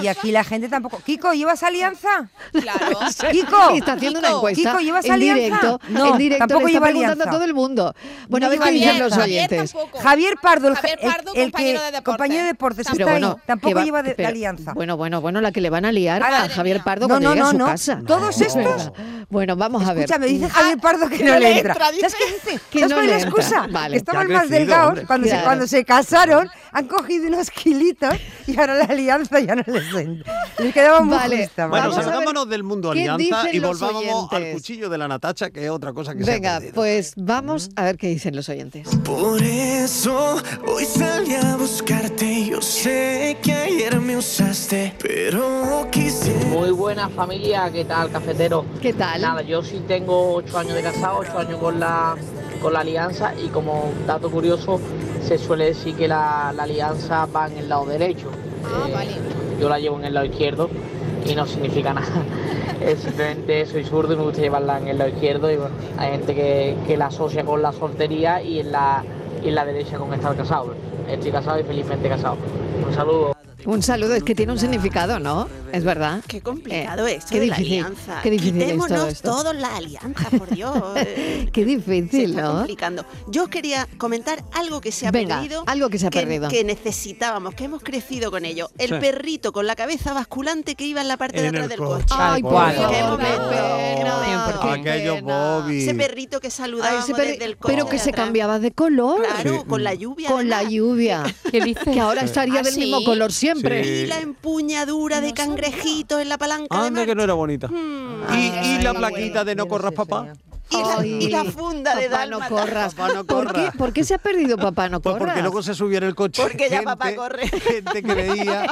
[SPEAKER 3] y aquí la gente tampoco. Kiko, ¿llevas alianza?
[SPEAKER 1] [laughs]
[SPEAKER 15] Claro.
[SPEAKER 3] [laughs] Kiko.
[SPEAKER 1] está haciendo una
[SPEAKER 3] Kiko,
[SPEAKER 1] encuesta
[SPEAKER 3] Kiko, ¿llevas
[SPEAKER 1] en
[SPEAKER 3] alianza?
[SPEAKER 1] directo.
[SPEAKER 3] No,
[SPEAKER 1] en directo
[SPEAKER 3] tampoco
[SPEAKER 1] le está
[SPEAKER 3] lleva
[SPEAKER 1] preguntando
[SPEAKER 3] alianza.
[SPEAKER 1] a todo el mundo. Bueno, a
[SPEAKER 3] No
[SPEAKER 1] ver
[SPEAKER 3] lleva
[SPEAKER 1] qué dicen
[SPEAKER 3] alianza.
[SPEAKER 1] los
[SPEAKER 3] Javier
[SPEAKER 1] oyentes.
[SPEAKER 3] Javier Pardo, el,
[SPEAKER 15] Javier
[SPEAKER 3] el-
[SPEAKER 15] Pardo,
[SPEAKER 3] el que,
[SPEAKER 15] compañero de deportes.
[SPEAKER 3] compañero de deportes,
[SPEAKER 1] Pero
[SPEAKER 3] está ahí,
[SPEAKER 1] bueno, que
[SPEAKER 3] tampoco
[SPEAKER 1] va-
[SPEAKER 3] lleva de-
[SPEAKER 1] pero-
[SPEAKER 3] alianza.
[SPEAKER 1] Bueno, bueno, bueno, la que le van a liar a Javier Pardo
[SPEAKER 3] No,
[SPEAKER 1] cuando
[SPEAKER 3] no,
[SPEAKER 1] llegue a
[SPEAKER 3] no,
[SPEAKER 1] su
[SPEAKER 3] no.
[SPEAKER 1] casa.
[SPEAKER 3] Todos
[SPEAKER 1] Es
[SPEAKER 3] estos-
[SPEAKER 1] verdad. Bueno, vamos a ver. Ah,
[SPEAKER 3] Escúchame, dice Javier Pardo que no, le entra. ¿Sabes qué dice?
[SPEAKER 1] Que
[SPEAKER 3] ¿Sabes
[SPEAKER 1] no
[SPEAKER 3] cuál es
[SPEAKER 1] le
[SPEAKER 3] la
[SPEAKER 1] entra.
[SPEAKER 3] excusa?
[SPEAKER 1] Vale.
[SPEAKER 3] Que estaban
[SPEAKER 1] Que ha
[SPEAKER 3] más
[SPEAKER 1] crecido,
[SPEAKER 3] delgados
[SPEAKER 1] hombre.
[SPEAKER 3] cuando, se,
[SPEAKER 1] Claro.
[SPEAKER 3] cuando se casaron, han cogido unos kilitos y ahora la alianza ya no les entra. Les quedaba muy
[SPEAKER 1] Vale,
[SPEAKER 3] justa,
[SPEAKER 2] Bueno,
[SPEAKER 3] vamos a ver.
[SPEAKER 2] salgámonos del mundo
[SPEAKER 1] qué
[SPEAKER 2] alianza y
[SPEAKER 1] dicen los
[SPEAKER 2] volvábamos al
[SPEAKER 1] oyentes.
[SPEAKER 2] cuchillo de la Natacha, que es otra cosa [laughs] que se ha
[SPEAKER 1] Venga,
[SPEAKER 2] perdido.
[SPEAKER 1] pues vamos a ver qué dicen los oyentes.
[SPEAKER 6] Por eso hoy salí a buscarte. Yo sé que ayer me usaste, pero quisiera.
[SPEAKER 17] Muy buena familia, ¿qué tal, cafetero?
[SPEAKER 1] ¿Qué tal?
[SPEAKER 17] Nada, yo sí tengo ocho años de casado, ocho años con la, con la alianza y como dato curioso, se suele decir que la, la alianza va en el lado derecho.
[SPEAKER 15] Ah,
[SPEAKER 17] Eh, Yo la llevo en el lado izquierdo y no significa [laughs] nada. Es simplemente soy zurdo y me gusta llevarla en el lado izquierdo y bueno, hay gente que, que la asocia con la soltería y en la, y en la derecha con estar casado. Estoy casado y felizmente casado. Un saludo.
[SPEAKER 1] Un saludo, es que tiene un significado, ¿no? Es verdad.
[SPEAKER 5] Qué complicado
[SPEAKER 1] Eh,
[SPEAKER 5] es
[SPEAKER 1] qué
[SPEAKER 5] de la
[SPEAKER 1] difícil,
[SPEAKER 5] alianza.
[SPEAKER 1] Qué difícil es
[SPEAKER 5] Quitémonos
[SPEAKER 1] todo esto.
[SPEAKER 5] todos la alianza, por
[SPEAKER 1] [laughs]
[SPEAKER 5] Dios. eh,
[SPEAKER 1] Qué difícil,
[SPEAKER 5] está
[SPEAKER 1] ¿no?
[SPEAKER 5] complicando. Yo os quería comentar algo que se ha
[SPEAKER 1] Venga,
[SPEAKER 5] perdido.
[SPEAKER 1] algo que se ha perdido.
[SPEAKER 5] Que necesitábamos, que hemos crecido con ello. El
[SPEAKER 1] Sí.
[SPEAKER 5] perrito con la cabeza basculante que iba en la parte de
[SPEAKER 2] En
[SPEAKER 5] atrás
[SPEAKER 2] el
[SPEAKER 5] del
[SPEAKER 2] coche.
[SPEAKER 5] coche.
[SPEAKER 2] Ay, por
[SPEAKER 5] ¡Qué
[SPEAKER 2] favor,
[SPEAKER 5] momento!
[SPEAKER 2] Aquello, Bobby.
[SPEAKER 5] Ese perrito que saludábamos
[SPEAKER 1] Ay, pero,
[SPEAKER 5] desde el coche.
[SPEAKER 1] pero que se cambiaba de color.
[SPEAKER 5] Claro, con la lluvia.
[SPEAKER 1] Con la lluvia. [laughs]
[SPEAKER 5] [laughs]
[SPEAKER 1] ¿Qué dices? Que ahora
[SPEAKER 5] Sí.
[SPEAKER 1] estaría
[SPEAKER 5] ¿Ah,
[SPEAKER 1] del
[SPEAKER 5] sí?
[SPEAKER 1] mismo color siempre.
[SPEAKER 5] Y la empuñadura de cangrejito en la palanca de
[SPEAKER 2] Anda Ah, que no era bonita. Y, y la plaquita de no corras, papá.
[SPEAKER 5] y la funda de
[SPEAKER 1] Papá no
[SPEAKER 5] dálmata.
[SPEAKER 1] corras.
[SPEAKER 2] Papá
[SPEAKER 5] [laughs]
[SPEAKER 2] no
[SPEAKER 1] ¿Por, qué,
[SPEAKER 2] corras.
[SPEAKER 1] por qué se ha perdido papá no
[SPEAKER 2] Pues
[SPEAKER 1] corras?
[SPEAKER 2] porque luego se subía en el coche.
[SPEAKER 5] Porque ya papá
[SPEAKER 2] gente-
[SPEAKER 5] corre.
[SPEAKER 2] [laughs] Gente que [laughs] veía.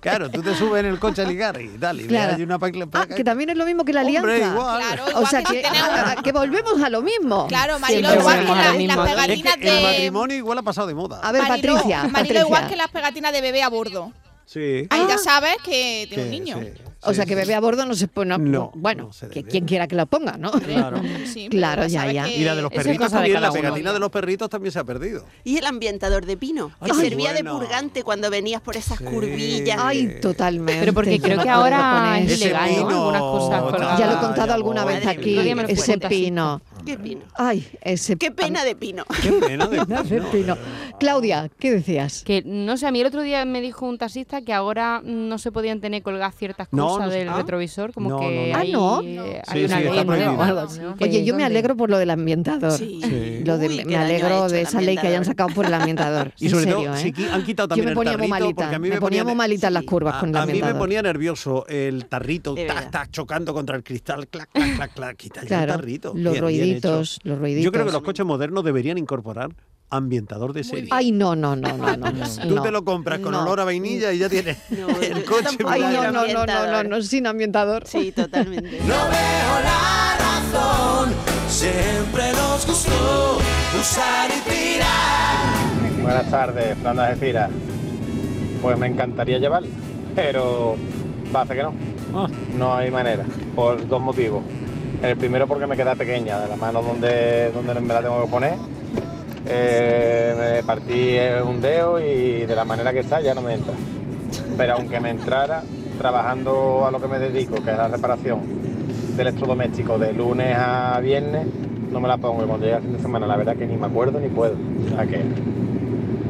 [SPEAKER 2] Claro, tú te subes en el coche a ligar y dale. y
[SPEAKER 1] Claro.
[SPEAKER 2] Hay una placa.
[SPEAKER 1] Ah, que también es lo mismo que la
[SPEAKER 2] Hombre,
[SPEAKER 1] alianza.
[SPEAKER 2] igual. Claro,
[SPEAKER 1] o
[SPEAKER 2] igual
[SPEAKER 1] sea
[SPEAKER 2] que
[SPEAKER 1] que,
[SPEAKER 2] tenemos-
[SPEAKER 1] ah, que volvemos a lo mismo.
[SPEAKER 15] Claro, Mariló,
[SPEAKER 1] Siempre
[SPEAKER 15] igual que
[SPEAKER 1] volvemos a
[SPEAKER 15] la-
[SPEAKER 1] lo mismo.
[SPEAKER 15] las
[SPEAKER 2] Es que
[SPEAKER 15] pegatinas
[SPEAKER 2] El
[SPEAKER 15] de-
[SPEAKER 2] matrimonio igual ha pasado de moda.
[SPEAKER 1] A ver,
[SPEAKER 15] Marilo,
[SPEAKER 1] Patricia.
[SPEAKER 15] Marilo,
[SPEAKER 1] Patricia.
[SPEAKER 15] igual que las pegatinas de bebé a bordo.
[SPEAKER 2] Sí.
[SPEAKER 15] Ahí
[SPEAKER 5] Ah.
[SPEAKER 15] ya sabes que tiene un
[SPEAKER 2] Sí,
[SPEAKER 15] niño.
[SPEAKER 1] O sea que bebé a bordo no se pone.
[SPEAKER 2] No,
[SPEAKER 1] bueno, que quien quiera que la ponga, ¿no?
[SPEAKER 2] Claro.
[SPEAKER 15] Sí,
[SPEAKER 1] Claro,
[SPEAKER 15] pero
[SPEAKER 1] ya,
[SPEAKER 15] sabes
[SPEAKER 1] ya.
[SPEAKER 15] que-
[SPEAKER 2] Y la de los
[SPEAKER 5] Eso es
[SPEAKER 2] perritos
[SPEAKER 5] cosa de
[SPEAKER 2] también,
[SPEAKER 5] cada
[SPEAKER 2] la
[SPEAKER 5] uno.
[SPEAKER 2] pegatina de los perritos también se ha perdido.
[SPEAKER 5] Y el ambientador de pino, que
[SPEAKER 2] Ay,
[SPEAKER 5] servía de
[SPEAKER 2] bueno.
[SPEAKER 5] purgante cuando venías por esas curvillas.
[SPEAKER 1] Ay, totalmente.
[SPEAKER 4] Pero porque creo que ahora es legal, ¿no? Algunas cosas colgadas.
[SPEAKER 1] Ya lo he contado
[SPEAKER 4] Ya
[SPEAKER 1] alguna
[SPEAKER 4] voy.
[SPEAKER 1] vez
[SPEAKER 4] Madre
[SPEAKER 1] aquí,
[SPEAKER 4] mía. Otro día me lo
[SPEAKER 1] ese
[SPEAKER 4] cuentas.
[SPEAKER 1] pino.
[SPEAKER 5] Qué pino.
[SPEAKER 1] Ay, [laughs] ese
[SPEAKER 5] Qué pena de pino.
[SPEAKER 2] Qué pena
[SPEAKER 1] [laughs]
[SPEAKER 2] de
[SPEAKER 1] Ese pino. Claudia, ¿qué decías?
[SPEAKER 4] Que no sé, a mí el otro día me dijo un taxista que ahora no se podían tener colgadas ciertas
[SPEAKER 1] No,
[SPEAKER 4] cosas
[SPEAKER 1] no se-
[SPEAKER 4] del
[SPEAKER 1] ¿Ah?
[SPEAKER 4] retrovisor, como
[SPEAKER 1] No,
[SPEAKER 4] que
[SPEAKER 1] no, no.
[SPEAKER 4] hay,
[SPEAKER 1] Ah, ¿no?
[SPEAKER 4] eh,
[SPEAKER 1] No.
[SPEAKER 4] hay
[SPEAKER 1] Sí,
[SPEAKER 4] una
[SPEAKER 1] sí, está
[SPEAKER 4] ley nueva o
[SPEAKER 1] prohibida.
[SPEAKER 4] algo así.
[SPEAKER 1] Oye,
[SPEAKER 4] que-
[SPEAKER 1] yo me
[SPEAKER 4] ¿dónde?
[SPEAKER 1] alegro por lo del ambientador. Lo de,
[SPEAKER 4] Uy, qué
[SPEAKER 1] me
[SPEAKER 4] daño ha
[SPEAKER 1] alegro
[SPEAKER 4] hecho
[SPEAKER 1] de
[SPEAKER 4] el
[SPEAKER 1] esa ley que hayan
[SPEAKER 4] ambientador.
[SPEAKER 1] sacado por el ambientador.
[SPEAKER 2] [laughs] Y
[SPEAKER 1] En
[SPEAKER 2] sobre todo,
[SPEAKER 1] serio, ¿eh?
[SPEAKER 2] si qui- han quitado
[SPEAKER 1] Yo
[SPEAKER 2] también
[SPEAKER 1] me
[SPEAKER 2] el
[SPEAKER 1] ponía muy
[SPEAKER 2] tarrito,
[SPEAKER 1] malita.
[SPEAKER 2] porque a mí
[SPEAKER 1] me
[SPEAKER 2] me
[SPEAKER 1] ponía
[SPEAKER 2] ponía
[SPEAKER 1] muy
[SPEAKER 2] ne-
[SPEAKER 1] malita en las curvas con el
[SPEAKER 2] A, a mí me
[SPEAKER 1] ambientador.
[SPEAKER 2] ponía nervioso el tarrito,
[SPEAKER 1] De
[SPEAKER 2] tac,
[SPEAKER 1] verdad.
[SPEAKER 2] tac, chocando contra el cristal, clac, clac, clac, clac, quita ya
[SPEAKER 1] Claro,
[SPEAKER 2] el tarrito.
[SPEAKER 1] los ruiditos,
[SPEAKER 2] hecho.
[SPEAKER 1] los ruiditos.
[SPEAKER 2] Yo creo que los coches modernos deberían incorporar ambientador de serie.
[SPEAKER 1] Ay, no, no, no,
[SPEAKER 2] [laughs]
[SPEAKER 1] no, no. no.
[SPEAKER 2] Tú te lo compras con
[SPEAKER 1] No.
[SPEAKER 2] olor a vainilla y ya tienes Pues el coche.
[SPEAKER 1] Ay,
[SPEAKER 2] mirando.
[SPEAKER 1] no, no, no, no, no, no, sin ambientador.
[SPEAKER 5] Sí, totalmente.
[SPEAKER 6] razón. Siempre nos gustó usar y tirar.
[SPEAKER 18] Buenas tardes, Fran de Algeciras. Pues me encantaría llevarla, pero pasa que no. No hay manera, por dos motivos. El primero porque me queda pequeña, de la mano donde, donde me la tengo que poner. Eh, me partí un dedo y de la manera que está ya no me entra. Pero aunque me entrara, trabajando a lo que me dedico, que es la reparación de electrodomésticos de lunes a viernes, no me la pongo. Y cuando llega el fin de semana, la verdad que ni me acuerdo ni puedo. O sea que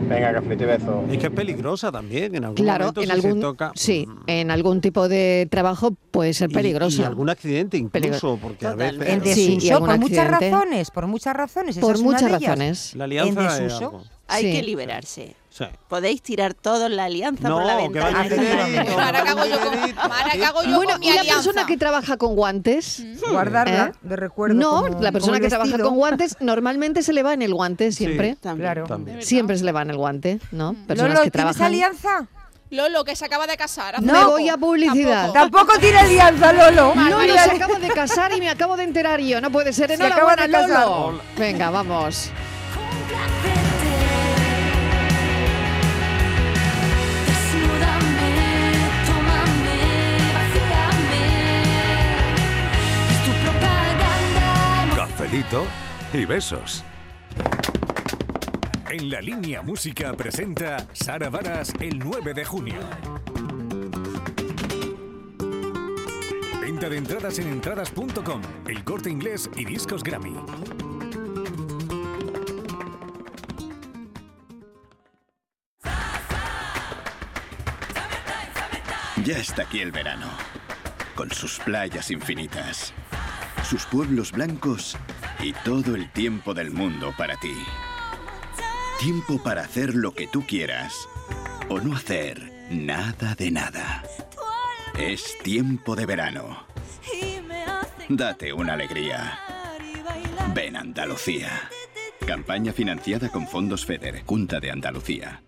[SPEAKER 18] Venga, café y beso.
[SPEAKER 2] Es que es peligrosa también, en algún
[SPEAKER 1] Claro,
[SPEAKER 2] momento
[SPEAKER 1] en
[SPEAKER 2] si se
[SPEAKER 1] algún,
[SPEAKER 2] toca. Mm.
[SPEAKER 1] sí, en algún tipo de trabajo puede ser
[SPEAKER 2] Y-
[SPEAKER 1] peligroso.
[SPEAKER 2] Y algún accidente incluso,
[SPEAKER 1] Peligro-
[SPEAKER 2] porque a
[SPEAKER 3] Totalmente.
[SPEAKER 2] veces...
[SPEAKER 3] En desuso, por muchas razones, por muchas razones. esa
[SPEAKER 1] Por
[SPEAKER 3] es una
[SPEAKER 1] muchas
[SPEAKER 3] de ellas.
[SPEAKER 1] razones.
[SPEAKER 2] La alianza
[SPEAKER 3] en
[SPEAKER 2] es
[SPEAKER 3] desuso.
[SPEAKER 2] algo.
[SPEAKER 5] Hay
[SPEAKER 3] Sí.
[SPEAKER 5] que liberarse.
[SPEAKER 2] Sí.
[SPEAKER 5] Podéis tirar todos la alianza
[SPEAKER 2] No,
[SPEAKER 5] por la
[SPEAKER 2] que
[SPEAKER 5] ventana.
[SPEAKER 2] vaya dinerito,
[SPEAKER 5] Ahora
[SPEAKER 2] que
[SPEAKER 5] cago yo con-
[SPEAKER 15] Ahora que hago yo
[SPEAKER 1] Bueno,
[SPEAKER 15] con mi
[SPEAKER 1] y la
[SPEAKER 15] alianza. Mm.
[SPEAKER 1] persona que trabaja con guantes.
[SPEAKER 3] Guardarla
[SPEAKER 1] ¿Eh?
[SPEAKER 3] de recuerdo.
[SPEAKER 1] No,
[SPEAKER 3] como-
[SPEAKER 1] la
[SPEAKER 3] como
[SPEAKER 1] persona
[SPEAKER 3] el
[SPEAKER 1] que trabaja
[SPEAKER 3] vestido.
[SPEAKER 1] con guantes normalmente se le va en el guante siempre.
[SPEAKER 3] claro.
[SPEAKER 1] Siempre se le va en el guante, ¿no?
[SPEAKER 15] Mm.
[SPEAKER 1] Personas
[SPEAKER 3] Lolo,
[SPEAKER 1] que
[SPEAKER 3] ¿tienes
[SPEAKER 1] trabajan.
[SPEAKER 3] alianza?
[SPEAKER 15] Lolo, que se acaba de casar. hace
[SPEAKER 1] Me
[SPEAKER 15] poco.
[SPEAKER 1] voy a publicidad.
[SPEAKER 3] Tampoco tiene alianza, Lolo.
[SPEAKER 1] Lolo
[SPEAKER 3] Vale.
[SPEAKER 15] eh.
[SPEAKER 1] se acaba de casar y me acabo de enterar yo. No puede ser.
[SPEAKER 3] Se
[SPEAKER 1] Enhorabuena,
[SPEAKER 3] acaba de casar.
[SPEAKER 1] Lolo. Venga, vamos.
[SPEAKER 6] Desnúdame, tómame, vacíame. Es tu propaganda.
[SPEAKER 19] Cafelito y besos. En la línea música presenta Sara Varas el 9 de junio. Venta de entradas en entradas.com, el corte inglés y discos Grammy.
[SPEAKER 11] Ya está aquí el verano, con sus playas infinitas, sus pueblos blancos y todo el tiempo del mundo para ti. Tiempo para hacer lo que tú quieras o no hacer nada de nada. Es tiempo de verano. Date una alegría. Ven Andalucía. Campaña financiada con fondos FEDER, Junta de Andalucía.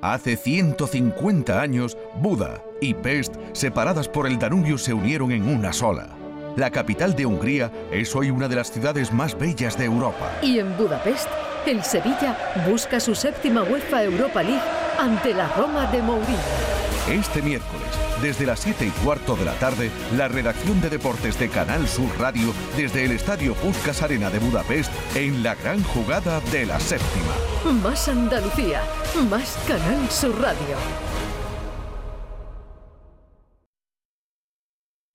[SPEAKER 20] Hace 150 años, Buda y Pest, separadas por el Danubio, se unieron en una sola. La capital de Hungría es hoy una de las ciudades más bellas de Europa.
[SPEAKER 21] Y en Budapest, el Sevilla busca su séptima UEFA Europa League ante la Roma de Mourinho.
[SPEAKER 20] Este miércoles, desde las 7 y cuarto de la tarde, la redacción de deportes de Canal Sur Radio, desde el Estadio Puskas Arena de Budapest, en la gran jugada de la séptima.
[SPEAKER 21] Más Andalucía, más Canal Sur Radio.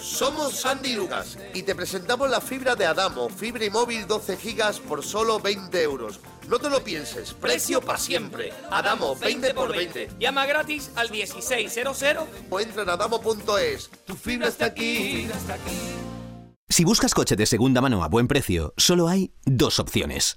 [SPEAKER 12] Somos Sandy Lucas y te presentamos la fibra de Adamo, fibra y móvil 12 gigas por solo 20 euros. No te lo pienses, precio para siempre. Adamo, 20 por 20.
[SPEAKER 22] Llama gratis al 1600.
[SPEAKER 12] O entra en adamo.es. Tu fibra está aquí.
[SPEAKER 9] Si buscas coche de segunda mano a buen precio, solo hay dos opciones.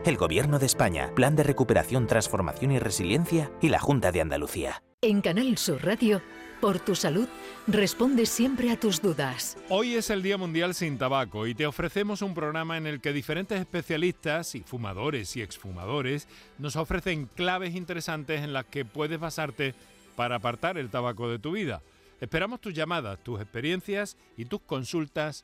[SPEAKER 23] el Gobierno de España, Plan de Recuperación, Transformación y Resiliencia y la Junta de Andalucía.
[SPEAKER 21] En Canal Sur Radio, por tu salud, responde siempre a tus dudas.
[SPEAKER 24] Hoy es el Día Mundial sin Tabaco y te ofrecemos un programa en el que diferentes especialistas y fumadores y exfumadores nos ofrecen claves interesantes en las que puedes basarte para apartar el tabaco de tu vida. Esperamos tus llamadas, tus experiencias y tus consultas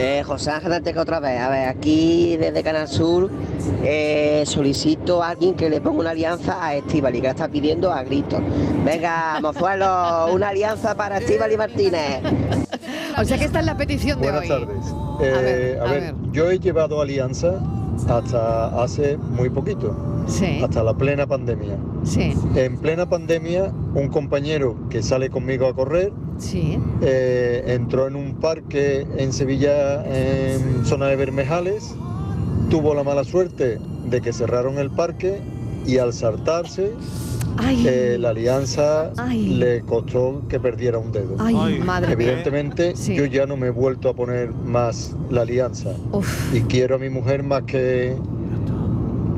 [SPEAKER 16] Eh, José Ángel Anteca otra vez. A ver, aquí desde Canal Sur eh, solicito a alguien que le ponga una alianza a Estivali, que la está pidiendo a gritos. Venga, mozuelo, una alianza para Estivali Martínez.
[SPEAKER 1] O sea que esta es la petición de
[SPEAKER 25] Buenas
[SPEAKER 1] hoy.
[SPEAKER 25] tardes. Eh, a ver,
[SPEAKER 1] a ver.
[SPEAKER 25] yo he llevado Alianza hasta hace muy poquito,
[SPEAKER 1] Sí.
[SPEAKER 25] hasta la plena pandemia.
[SPEAKER 1] Sí.
[SPEAKER 25] En plena pandemia, un compañero que sale conmigo a correr
[SPEAKER 1] Sí.
[SPEAKER 25] eh, entró en un parque en Sevilla, en zona de Bermejales, tuvo la mala suerte de que cerraron el parque y al saltarse, eh, la alianza
[SPEAKER 1] Ay.
[SPEAKER 25] le costó que perdiera un dedo.
[SPEAKER 1] Ay, Ay. madre mía.
[SPEAKER 25] Evidentemente, yo ya no me he vuelto a poner más la alianza. Y quiero a mi mujer más que...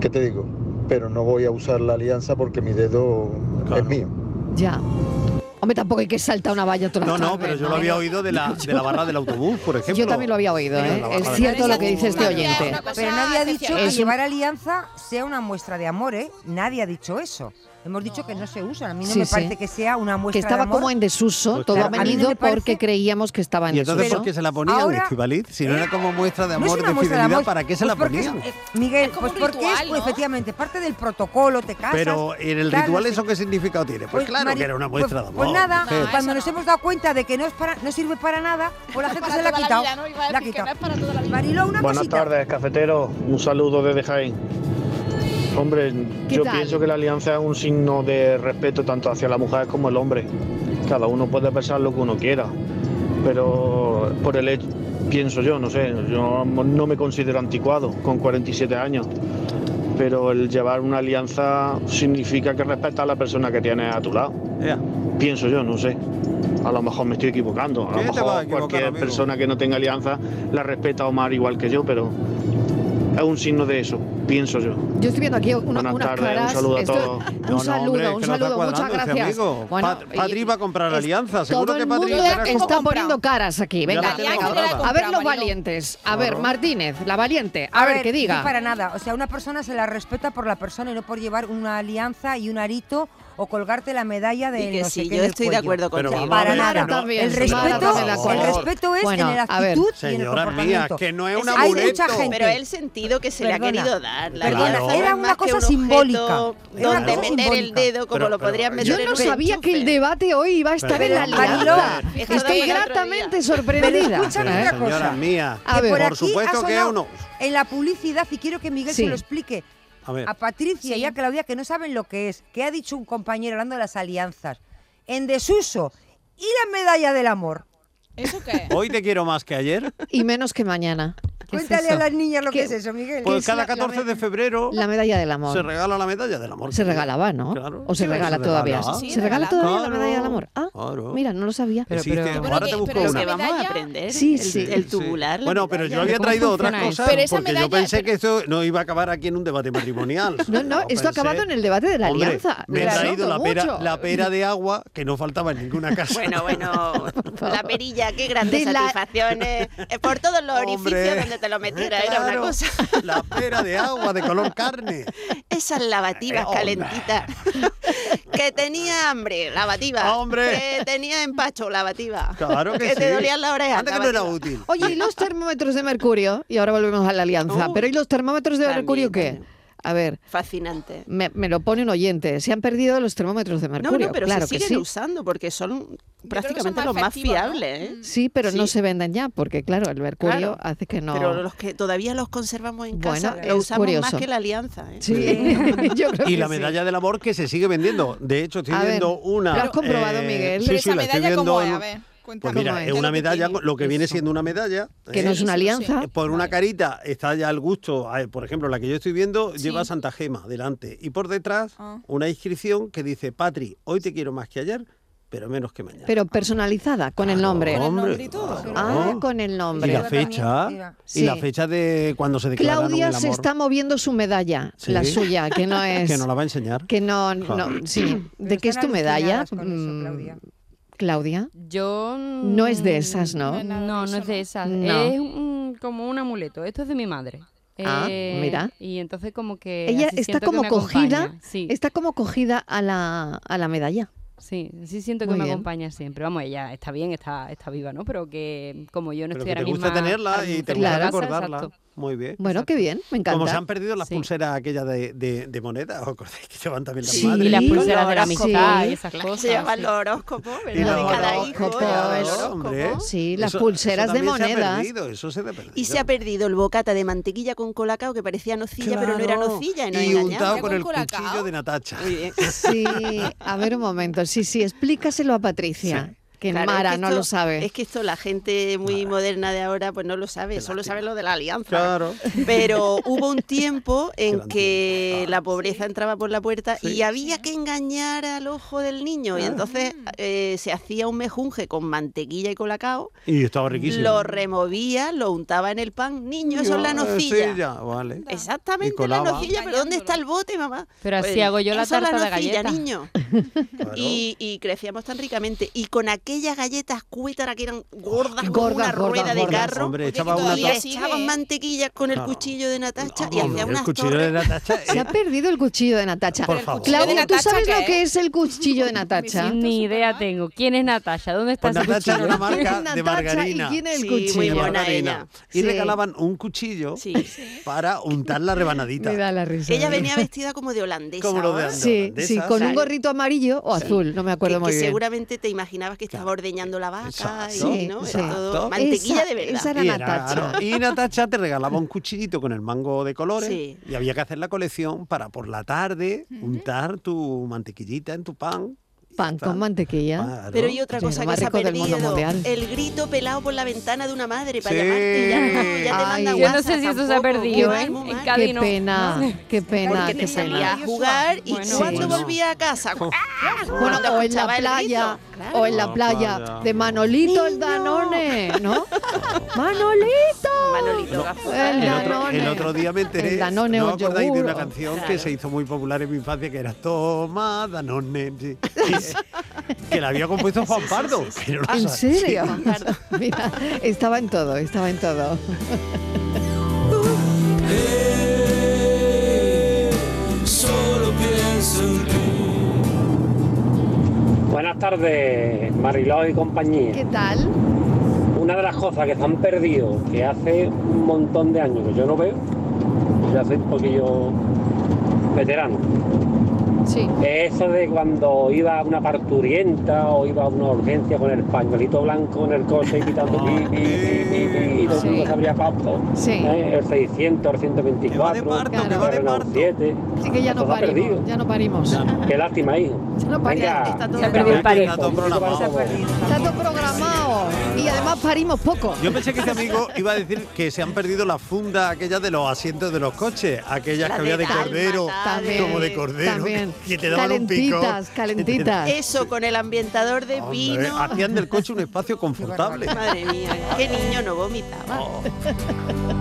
[SPEAKER 25] ¿Qué te digo? Pero no voy a usar la alianza porque mi dedo es mío.
[SPEAKER 1] Ya. Hombre, tampoco hay que saltar una valla toda la
[SPEAKER 2] No, no,
[SPEAKER 1] tarde,
[SPEAKER 2] pero yo lo había oído de la, de la barra del autobús, por ejemplo.
[SPEAKER 1] Yo también lo había oído,
[SPEAKER 2] Sí,
[SPEAKER 1] ¿eh?
[SPEAKER 2] la barra
[SPEAKER 1] Es
[SPEAKER 2] del
[SPEAKER 1] cierto lo que
[SPEAKER 2] autobús.
[SPEAKER 1] dice este oyente.
[SPEAKER 3] Pero nadie ha dicho que
[SPEAKER 1] Es un-
[SPEAKER 3] llevar alianza sea una muestra de amor, ¿eh? Nadie ha dicho eso. Hemos dicho que no se usan. A mí no
[SPEAKER 1] Sí,
[SPEAKER 3] me
[SPEAKER 1] sí.
[SPEAKER 3] parece que sea una
[SPEAKER 1] que
[SPEAKER 3] muestra de
[SPEAKER 1] estaba
[SPEAKER 3] amor.
[SPEAKER 1] como en desuso,
[SPEAKER 3] Pues
[SPEAKER 1] todo
[SPEAKER 3] claro,
[SPEAKER 1] ha
[SPEAKER 3] a mí
[SPEAKER 1] venido
[SPEAKER 3] me parece-
[SPEAKER 1] porque creíamos que estaba en
[SPEAKER 2] Y entonces,
[SPEAKER 1] desuso.
[SPEAKER 2] ¿por qué se la ponían,
[SPEAKER 3] ahora-
[SPEAKER 2] Estivaliz? Si ¿Eh? no era como muestra de
[SPEAKER 3] No es
[SPEAKER 2] amor,
[SPEAKER 3] una
[SPEAKER 2] de
[SPEAKER 3] muestra de
[SPEAKER 2] fidelidad,
[SPEAKER 3] amor,
[SPEAKER 2] ¿para qué se la
[SPEAKER 3] pues porque es-
[SPEAKER 2] ponían?
[SPEAKER 3] eh, Miguel,
[SPEAKER 15] como
[SPEAKER 3] pues
[SPEAKER 15] un
[SPEAKER 3] porque
[SPEAKER 15] ritual,
[SPEAKER 3] es pues,
[SPEAKER 15] ¿no?
[SPEAKER 3] efectivamente parte del protocolo, te casas.
[SPEAKER 2] Pero en el
[SPEAKER 3] tal,
[SPEAKER 2] ritual,
[SPEAKER 3] no sé
[SPEAKER 2] ¿eso qué significado tiene? Pues, claro
[SPEAKER 3] Mari-
[SPEAKER 2] que era una muestra
[SPEAKER 3] pues-
[SPEAKER 2] de amor.
[SPEAKER 3] Pues nada,
[SPEAKER 2] mujer.
[SPEAKER 3] cuando nos hemos dado cuenta de que no, es para, no sirve para nada, pues la gente
[SPEAKER 15] para
[SPEAKER 3] se la ha
[SPEAKER 15] toda la
[SPEAKER 3] quitado.
[SPEAKER 15] vida, ¿no? Iba a
[SPEAKER 3] la ha
[SPEAKER 15] decir que
[SPEAKER 3] quitado.
[SPEAKER 15] no es para toda la vida.
[SPEAKER 3] Mariló, una
[SPEAKER 26] Buenas
[SPEAKER 3] cosita.
[SPEAKER 26] tardes, cafetero. Un saludo desde Jaén. Hombre,
[SPEAKER 3] ¿Qué
[SPEAKER 26] yo
[SPEAKER 3] tal?
[SPEAKER 26] pienso que la alianza es un signo de respeto tanto hacia la mujer como el hombre. Cada uno puede pensar lo que uno quiera, pero por el hecho, pienso yo, no sé, yo no me considero anticuado con 47 años, pero el llevar una alianza significa que respetas a la persona que tienes a tu lado. Pienso yo, no sé. A lo mejor me estoy equivocando. A lo
[SPEAKER 2] ¿Qué te vas a
[SPEAKER 26] mejor
[SPEAKER 2] equivocar,
[SPEAKER 26] cualquier
[SPEAKER 2] amigo?
[SPEAKER 26] persona que no tenga alianza la respeta Omar igual que yo, pero es un signo de eso, pienso yo.
[SPEAKER 1] Yo estoy viendo aquí una-
[SPEAKER 26] Buenas
[SPEAKER 1] unas
[SPEAKER 26] tardes, un
[SPEAKER 1] claras.
[SPEAKER 26] saludo a
[SPEAKER 1] esto-
[SPEAKER 26] todos.
[SPEAKER 1] un
[SPEAKER 26] No, no,
[SPEAKER 1] saludo,
[SPEAKER 26] hombre, es
[SPEAKER 1] un
[SPEAKER 26] que no está
[SPEAKER 1] saludo, muchas
[SPEAKER 26] cuadrando este
[SPEAKER 1] gracias.
[SPEAKER 26] amigo.
[SPEAKER 2] Pat-
[SPEAKER 1] y-
[SPEAKER 2] Patri va a comprar la alianza, seguro
[SPEAKER 1] todo
[SPEAKER 2] que
[SPEAKER 1] el
[SPEAKER 2] Patri
[SPEAKER 1] mundo
[SPEAKER 2] estará
[SPEAKER 1] está
[SPEAKER 2] comprando.
[SPEAKER 1] poniendo caras aquí.
[SPEAKER 2] Ya
[SPEAKER 1] Venga,
[SPEAKER 2] la tengo
[SPEAKER 1] venga,
[SPEAKER 2] comprada.
[SPEAKER 1] a ver los
[SPEAKER 3] Comprado, Mariló.
[SPEAKER 1] valientes. A ver,
[SPEAKER 3] Claro.
[SPEAKER 1] Martínez, la valiente. A, ver, que
[SPEAKER 3] No
[SPEAKER 1] diga.
[SPEAKER 3] para nada. O sea, una persona se la respeta por la persona y no por llevar una alianza y un arito o colgarte la medalla de
[SPEAKER 5] Y que
[SPEAKER 3] no sé
[SPEAKER 5] sí,
[SPEAKER 3] qué
[SPEAKER 5] yo
[SPEAKER 3] en el
[SPEAKER 5] estoy de
[SPEAKER 3] cuello.
[SPEAKER 5] acuerdo
[SPEAKER 3] Pero
[SPEAKER 5] contigo.
[SPEAKER 3] vamos a Para ver,
[SPEAKER 2] nada.
[SPEAKER 3] no, El respeto, el respeto es en la
[SPEAKER 5] ver.
[SPEAKER 3] actitud y en el
[SPEAKER 2] Señora mía,
[SPEAKER 3] comportamiento.
[SPEAKER 2] que no es
[SPEAKER 3] Ese-
[SPEAKER 2] una
[SPEAKER 3] Hay mucha gente.
[SPEAKER 5] Pero el sentido que se le
[SPEAKER 3] Perdona.
[SPEAKER 5] ha querido dar. La
[SPEAKER 3] Perdona,
[SPEAKER 5] alianza no
[SPEAKER 3] era
[SPEAKER 5] es
[SPEAKER 3] una
[SPEAKER 5] más que
[SPEAKER 3] cosa
[SPEAKER 5] un objeto
[SPEAKER 3] simbólica. Era una
[SPEAKER 5] Donde meter
[SPEAKER 3] cosa
[SPEAKER 5] el
[SPEAKER 3] simbólica.
[SPEAKER 5] dedo como
[SPEAKER 3] Pero-
[SPEAKER 5] lo
[SPEAKER 3] pero-
[SPEAKER 5] podrías meter
[SPEAKER 1] Yo
[SPEAKER 5] en
[SPEAKER 1] no
[SPEAKER 5] un
[SPEAKER 1] sabía que el debate hoy iba a estar
[SPEAKER 5] Pero-
[SPEAKER 1] en la
[SPEAKER 5] Mariló,
[SPEAKER 1] alianza.
[SPEAKER 5] esto
[SPEAKER 1] Estoy
[SPEAKER 5] de ir al otro
[SPEAKER 1] gratamente sorprendida.
[SPEAKER 3] escúchame una cosa.
[SPEAKER 2] ¿eh? Señora mía,
[SPEAKER 3] que por,
[SPEAKER 2] por
[SPEAKER 3] aquí ha
[SPEAKER 2] supuesto que es
[SPEAKER 3] sonado
[SPEAKER 2] uno.
[SPEAKER 3] En la publicidad, y quiero que Miguel
[SPEAKER 2] Sí.
[SPEAKER 3] se lo explique.
[SPEAKER 2] A ver.
[SPEAKER 3] A Patricia y a Claudia, que no saben lo que es, que ha dicho un compañero hablando de las alianzas. En desuso. Y la medalla del amor.
[SPEAKER 2] Hoy te quiero más que
[SPEAKER 1] [laughs]
[SPEAKER 2] ayer.
[SPEAKER 1] Y menos que mañana.
[SPEAKER 3] Cuéntale a las niñas lo que es eso, Miguel.
[SPEAKER 2] Pues cada 14 de febrero
[SPEAKER 1] La medalla del amor.
[SPEAKER 2] se regala la medalla del amor.
[SPEAKER 1] Se regalaba, ¿no? O se
[SPEAKER 2] Sí,
[SPEAKER 1] regala
[SPEAKER 2] se
[SPEAKER 1] todavía.
[SPEAKER 2] regala. Sí,
[SPEAKER 1] se regala
[SPEAKER 2] regala.
[SPEAKER 1] todavía la
[SPEAKER 2] Claro.
[SPEAKER 1] medalla del amor. Ah,
[SPEAKER 2] Claro.
[SPEAKER 1] mira, no lo sabía.
[SPEAKER 2] Pero, Existe, pero- ahora te busco
[SPEAKER 5] Pero
[SPEAKER 2] una.
[SPEAKER 5] que vamos a aprender.
[SPEAKER 1] Sí,
[SPEAKER 5] el-
[SPEAKER 1] sí.
[SPEAKER 5] El tubular. la
[SPEAKER 2] Bueno, pero yo
[SPEAKER 5] medalla.
[SPEAKER 2] había traído otra
[SPEAKER 5] funciona
[SPEAKER 2] cosa
[SPEAKER 5] eso? Pero esa
[SPEAKER 2] porque yo
[SPEAKER 5] medalla-
[SPEAKER 2] pensé
[SPEAKER 5] [laughs]
[SPEAKER 2] que esto no iba a acabar aquí en un debate matrimonial.
[SPEAKER 1] [laughs] No, no, esto ha acabado en el debate de la
[SPEAKER 2] Hombre,
[SPEAKER 1] alianza.
[SPEAKER 2] me he
[SPEAKER 1] Lo
[SPEAKER 2] traído la
[SPEAKER 1] siento
[SPEAKER 2] pera,
[SPEAKER 1] mucho.
[SPEAKER 2] la pera de agua que no faltaba en
[SPEAKER 1] [laughs]
[SPEAKER 2] ninguna casa.
[SPEAKER 5] Bueno, bueno, la perilla, qué grandes
[SPEAKER 2] De la-
[SPEAKER 5] satisfacciones. Eh, Por todos los orificios donde te lo metiera, era una
[SPEAKER 2] claro.
[SPEAKER 5] cosa.
[SPEAKER 2] La pera de agua de color carne. Eh,
[SPEAKER 5] Esas lavativas
[SPEAKER 2] [laughs]
[SPEAKER 5] calentitas. que tenía hambre, lavativa.
[SPEAKER 2] Hombre.
[SPEAKER 5] Que tenía empacho, lavativa.
[SPEAKER 2] Claro que
[SPEAKER 5] te
[SPEAKER 2] sí.
[SPEAKER 5] dolían las orejas.
[SPEAKER 2] Anda que no era útil.
[SPEAKER 1] Oye, ¿y los termómetros de mercurio? Y ahora volvemos a la alianza. Pero ¿y los termómetros de mercurio qué? A ver,
[SPEAKER 5] Fascinante.
[SPEAKER 1] me, me lo pone un oyente. Se han perdido los termómetros de
[SPEAKER 5] No,
[SPEAKER 1] mercurio.
[SPEAKER 5] no, pero
[SPEAKER 1] claro
[SPEAKER 5] se
[SPEAKER 1] que
[SPEAKER 5] siguen
[SPEAKER 1] sí.
[SPEAKER 5] usando porque son prácticamente
[SPEAKER 1] más
[SPEAKER 5] los más
[SPEAKER 1] efectivos, ¿no?
[SPEAKER 5] fiables. ¿eh?
[SPEAKER 1] Sí, pero no
[SPEAKER 5] Sí.
[SPEAKER 1] se venden ya, porque claro, el mercurio
[SPEAKER 5] Claro.
[SPEAKER 1] hace que no.
[SPEAKER 5] Pero los que todavía los conservamos en
[SPEAKER 1] Bueno,
[SPEAKER 5] casa,
[SPEAKER 1] es
[SPEAKER 5] los usamos
[SPEAKER 1] curioso.
[SPEAKER 5] más que la alianza. ¿eh?
[SPEAKER 1] Sí, yo
[SPEAKER 2] [laughs]
[SPEAKER 1] creo
[SPEAKER 2] y
[SPEAKER 1] que
[SPEAKER 2] la
[SPEAKER 1] sí.
[SPEAKER 2] medalla del amor que se sigue vendiendo. De hecho, estoy
[SPEAKER 1] A ver,
[SPEAKER 2] viendo una.
[SPEAKER 1] ¿lo has comprobado,
[SPEAKER 2] eh,
[SPEAKER 1] Miguel?
[SPEAKER 2] Sí,
[SPEAKER 1] Pero
[SPEAKER 2] sí,
[SPEAKER 1] esa
[SPEAKER 2] la estoy
[SPEAKER 1] medalla,
[SPEAKER 2] viendo
[SPEAKER 1] ¿cómo es?
[SPEAKER 2] en-
[SPEAKER 1] A ver,
[SPEAKER 2] Pues
[SPEAKER 1] cuéntame.
[SPEAKER 2] mira,
[SPEAKER 1] ¿Cómo
[SPEAKER 2] es
[SPEAKER 1] es?
[SPEAKER 2] una medalla, lo que viene siendo una medalla. ¿eh?
[SPEAKER 1] Que no es una alianza.
[SPEAKER 2] Por una carita está ya al gusto. Ah, Por ejemplo, la que yo estoy viendo lleva Santa Gema delante. Y por detrás,
[SPEAKER 1] Ah.
[SPEAKER 2] una inscripción que dice: Patri, hoy te quiero más que ayer, pero menos que mañana.
[SPEAKER 1] Pero personalizada, con el nombre.
[SPEAKER 2] Con el nombre y todo.
[SPEAKER 1] Ah,
[SPEAKER 2] Claro.
[SPEAKER 1] con el nombre.
[SPEAKER 2] Y la fecha. Y
[SPEAKER 1] Sí.
[SPEAKER 2] la fecha de cuando se declararon
[SPEAKER 1] Claudia
[SPEAKER 2] el amor.
[SPEAKER 1] se está moviendo su medalla,
[SPEAKER 2] Sí.
[SPEAKER 1] la suya, que no es.
[SPEAKER 2] [laughs] Que nos la va a enseñar.
[SPEAKER 1] que no- no-
[SPEAKER 2] Claro.
[SPEAKER 1] sí. ¿De qué es tu medalla? Mm, Claudia.
[SPEAKER 4] Yo.
[SPEAKER 1] No es de esas, ¿no?
[SPEAKER 4] No, no es de esas.
[SPEAKER 1] No.
[SPEAKER 4] Es un- como un amuleto. Esto es de mi madre. Eh,
[SPEAKER 1] Ah, mira.
[SPEAKER 4] Y entonces como que...
[SPEAKER 1] Ella
[SPEAKER 4] así
[SPEAKER 1] está
[SPEAKER 4] siento que
[SPEAKER 1] como
[SPEAKER 4] me acompaña.
[SPEAKER 1] cogida,
[SPEAKER 4] Sí,
[SPEAKER 1] está como cogida a la, a la medalla.
[SPEAKER 4] sí, sí siento que
[SPEAKER 1] Muy
[SPEAKER 4] me
[SPEAKER 1] bien.
[SPEAKER 4] acompaña siempre. Vamos, ella está bien, está, está viva, ¿no? Pero que como yo no
[SPEAKER 2] Pero
[SPEAKER 4] estoy
[SPEAKER 2] que
[SPEAKER 4] ahora
[SPEAKER 2] te gusta
[SPEAKER 4] misma
[SPEAKER 2] tenerla y te
[SPEAKER 4] en
[SPEAKER 2] gusta
[SPEAKER 4] casa,
[SPEAKER 2] recordarla.
[SPEAKER 4] exacto.
[SPEAKER 2] Muy bien.
[SPEAKER 1] Bueno, qué bien, me encanta.
[SPEAKER 2] Como se han perdido las pulseras aquellas de, de, de moneda, ¿os acordáis que llevan también las
[SPEAKER 4] Sí,
[SPEAKER 2] madres?
[SPEAKER 4] y las pulseras de la
[SPEAKER 2] Sí.
[SPEAKER 4] amistad y esas
[SPEAKER 5] Las
[SPEAKER 4] cosas.
[SPEAKER 5] que se llaman
[SPEAKER 4] sí.
[SPEAKER 5] los horóscopos, ¿verdad?
[SPEAKER 2] Y los
[SPEAKER 5] de cada hijo.
[SPEAKER 2] horóscopos,
[SPEAKER 5] cada
[SPEAKER 2] eso,
[SPEAKER 5] horóscopo.
[SPEAKER 2] hombre.
[SPEAKER 1] Sí, las
[SPEAKER 2] Eso-
[SPEAKER 1] pulseras
[SPEAKER 2] eso
[SPEAKER 1] de
[SPEAKER 2] también se ha
[SPEAKER 1] monedas.
[SPEAKER 2] perdido, eso se ha perdido.
[SPEAKER 5] Y se ha perdido el bocata de mantequilla con colacao que parecía nocilla, pero no era
[SPEAKER 2] Claro.
[SPEAKER 5] nocilla. Y, nos
[SPEAKER 2] Y
[SPEAKER 5] engañamos.
[SPEAKER 2] untado con el cuchillo de Natacha. [laughs]
[SPEAKER 1] Sí, Eh, a ver un momento. Sí, sí, explícaselo a Patricia, que
[SPEAKER 5] Claro,
[SPEAKER 1] Mara
[SPEAKER 5] es que
[SPEAKER 1] no
[SPEAKER 5] esto-
[SPEAKER 1] lo sabe.
[SPEAKER 5] Es que esto la gente muy moderna de ahora pues no lo sabe, solo sabe lo de la alianza.
[SPEAKER 1] Claro.
[SPEAKER 5] Pero hubo
[SPEAKER 2] [laughs]
[SPEAKER 5] un tiempo en que la pobreza entraba por la puerta y había que engañar al ojo del niño
[SPEAKER 1] Ah.
[SPEAKER 5] y entonces eh, se hacía un mejunje con mantequilla y colacao,
[SPEAKER 2] Y estaba riquísimo.
[SPEAKER 5] lo removía, lo untaba en el pan, niño, eso es la
[SPEAKER 2] Ah,
[SPEAKER 5] nocilla.
[SPEAKER 2] sí, ya, vale. Y
[SPEAKER 5] Exactamente, la
[SPEAKER 2] colaba.
[SPEAKER 5] nocilla, pero ¿dónde está el bote, mamá?
[SPEAKER 4] Pero así hago yo la
[SPEAKER 5] eso es
[SPEAKER 4] tarta de
[SPEAKER 1] [laughs]
[SPEAKER 5] nocilla,
[SPEAKER 4] galleta.
[SPEAKER 5] niño. Y, y crecíamos tan ricamente. Y con aquel aquellas galletas cuétara que eran gordas como una
[SPEAKER 1] Gordas, gordas,
[SPEAKER 5] rueda de
[SPEAKER 1] gordas.
[SPEAKER 5] carro.
[SPEAKER 2] Oh, Hombre, echaba
[SPEAKER 5] y
[SPEAKER 2] una
[SPEAKER 5] le
[SPEAKER 2] ta-
[SPEAKER 5] echaban mantequilla con el
[SPEAKER 2] Claro.
[SPEAKER 5] cuchillo de Natacha y
[SPEAKER 2] Hombre,
[SPEAKER 5] hacía unas
[SPEAKER 2] el cuchillo de Natacha.
[SPEAKER 1] Se ha perdido el cuchillo de Natacha.
[SPEAKER 2] eh, Por favor.
[SPEAKER 1] Claudio,
[SPEAKER 4] ¿El cuchillo de
[SPEAKER 1] ¿tú
[SPEAKER 4] Natacha
[SPEAKER 1] sabes
[SPEAKER 4] qué
[SPEAKER 1] lo
[SPEAKER 4] es?
[SPEAKER 1] que es el cuchillo de Natacha?
[SPEAKER 4] [laughs] Ni idea tengo. ¿Quién es Natasha? ¿Dónde está
[SPEAKER 2] Pues
[SPEAKER 4] ese
[SPEAKER 2] Natacha era
[SPEAKER 4] cuchillo?
[SPEAKER 2] una marca de margarina.
[SPEAKER 1] quién es el Sí,
[SPEAKER 4] cuchillo?
[SPEAKER 1] muy
[SPEAKER 2] De
[SPEAKER 1] buena
[SPEAKER 2] margarina.
[SPEAKER 1] ella.
[SPEAKER 2] Y
[SPEAKER 1] Sí.
[SPEAKER 2] regalaban un cuchillo para untar la rebanadita.
[SPEAKER 1] la risa. eh.
[SPEAKER 5] Ella venía vestida como de holandesa.
[SPEAKER 2] Como lo de
[SPEAKER 5] ¿no?
[SPEAKER 2] antes.
[SPEAKER 1] Sí,
[SPEAKER 2] de
[SPEAKER 1] sí,
[SPEAKER 2] esas.
[SPEAKER 1] con un
[SPEAKER 2] Claro.
[SPEAKER 1] gorrito amarillo o azul, no me acuerdo
[SPEAKER 5] que
[SPEAKER 1] muy bien.
[SPEAKER 5] seguramente te imaginabas que estaba ordeñando la vaca
[SPEAKER 2] Exacto,
[SPEAKER 5] y ¿no?
[SPEAKER 2] exacto.
[SPEAKER 5] era todo mantequilla de verdad.
[SPEAKER 2] Y claro, Y Natacha te regalaba un cuchillito con el mango de colores
[SPEAKER 5] Sí.
[SPEAKER 2] y había que hacer la colección para por la tarde untar tu mantequillita en tu pan.
[SPEAKER 1] Pan con mantequilla.
[SPEAKER 5] Pero y otra
[SPEAKER 1] Era lo
[SPEAKER 5] cosa que
[SPEAKER 1] más
[SPEAKER 5] se ha
[SPEAKER 1] rico del mundo
[SPEAKER 5] perdido,
[SPEAKER 1] mundial.
[SPEAKER 5] el grito pelado por la ventana de una madre para
[SPEAKER 1] Sí.
[SPEAKER 5] llamarte. Ya, no, ya te manda
[SPEAKER 4] Yo no
[SPEAKER 5] WhatsApp
[SPEAKER 4] sé si eso se ha
[SPEAKER 5] tampoco.
[SPEAKER 4] perdido,
[SPEAKER 5] Muy
[SPEAKER 4] ¿eh?
[SPEAKER 5] mal, muy
[SPEAKER 4] En
[SPEAKER 5] mal.
[SPEAKER 4] Cádiz
[SPEAKER 1] Qué
[SPEAKER 4] no.
[SPEAKER 1] pena, qué pena,
[SPEAKER 5] Porque
[SPEAKER 1] qué
[SPEAKER 5] te salía
[SPEAKER 1] pena.
[SPEAKER 5] a jugar y
[SPEAKER 1] Bueno.
[SPEAKER 5] cuando
[SPEAKER 1] Bueno.
[SPEAKER 5] volvía a casa. ¡ah!
[SPEAKER 1] [laughs] Bueno,
[SPEAKER 5] Cuando
[SPEAKER 1] o en la
[SPEAKER 5] escuchaba el
[SPEAKER 1] playa,
[SPEAKER 5] grito.
[SPEAKER 1] o en la
[SPEAKER 5] No,
[SPEAKER 1] Ah, playa,
[SPEAKER 5] playa,
[SPEAKER 1] de Manolito el Danone, ¿no? ¡Manolito!
[SPEAKER 5] Manolito Gafola.
[SPEAKER 1] El
[SPEAKER 2] El otro,
[SPEAKER 1] Danone.
[SPEAKER 2] el otro día me enteré,
[SPEAKER 1] El Danone
[SPEAKER 2] ¿no
[SPEAKER 1] o
[SPEAKER 2] os acordáis de una
[SPEAKER 1] yogur,
[SPEAKER 2] canción
[SPEAKER 1] claro.
[SPEAKER 2] que se hizo muy popular en mi infancia que era Toma Danone? sí. Y- que la había compuesto Juan Pardo. pero no
[SPEAKER 1] ¿En
[SPEAKER 2] sabía.
[SPEAKER 1] serio? [laughs] Mira, estaba en todo, estaba en todo.
[SPEAKER 6] Solo pienso en ti.
[SPEAKER 27] Buenas tardes, Mariló y compañía.
[SPEAKER 1] ¿Qué tal?
[SPEAKER 27] Una de las cosas que se han perdido, que hace un montón de años que yo no veo, ya soy un poquillo veterano.
[SPEAKER 1] Sí.
[SPEAKER 27] Eso de cuando iba a una parturienta o iba a una urgencia con el pañuelito blanco en el coche y quitando pi, pi, pi, pi, pi, y todo el mundo sabría papo. ¿eh? El 600, el 124, el 7.
[SPEAKER 1] Así que ya no parimos, ya no parimos.
[SPEAKER 27] Qué lástima, hijo.
[SPEAKER 1] no parimos.
[SPEAKER 27] Venga,
[SPEAKER 1] Está todo
[SPEAKER 27] venga,
[SPEAKER 1] perdido el
[SPEAKER 27] vete,
[SPEAKER 1] parejo.
[SPEAKER 27] todo programado.
[SPEAKER 1] Está todo programado y además parimos poco.
[SPEAKER 2] Yo pensé que este amigo iba a decir que se han perdido las fundas aquellas de los asientos de los coches, aquellas
[SPEAKER 5] La
[SPEAKER 2] que había
[SPEAKER 5] de
[SPEAKER 2] de cordero,
[SPEAKER 5] También,
[SPEAKER 2] como de cordero,
[SPEAKER 5] también.
[SPEAKER 2] que te daban un pico.
[SPEAKER 1] Calentitas, calentitas.
[SPEAKER 5] Eso con el ambientador de
[SPEAKER 2] Hombre,
[SPEAKER 5] vino.
[SPEAKER 2] hacían del coche un espacio confortable.
[SPEAKER 5] Madre mía, eh. qué niño no vomitaba.
[SPEAKER 2] Oh.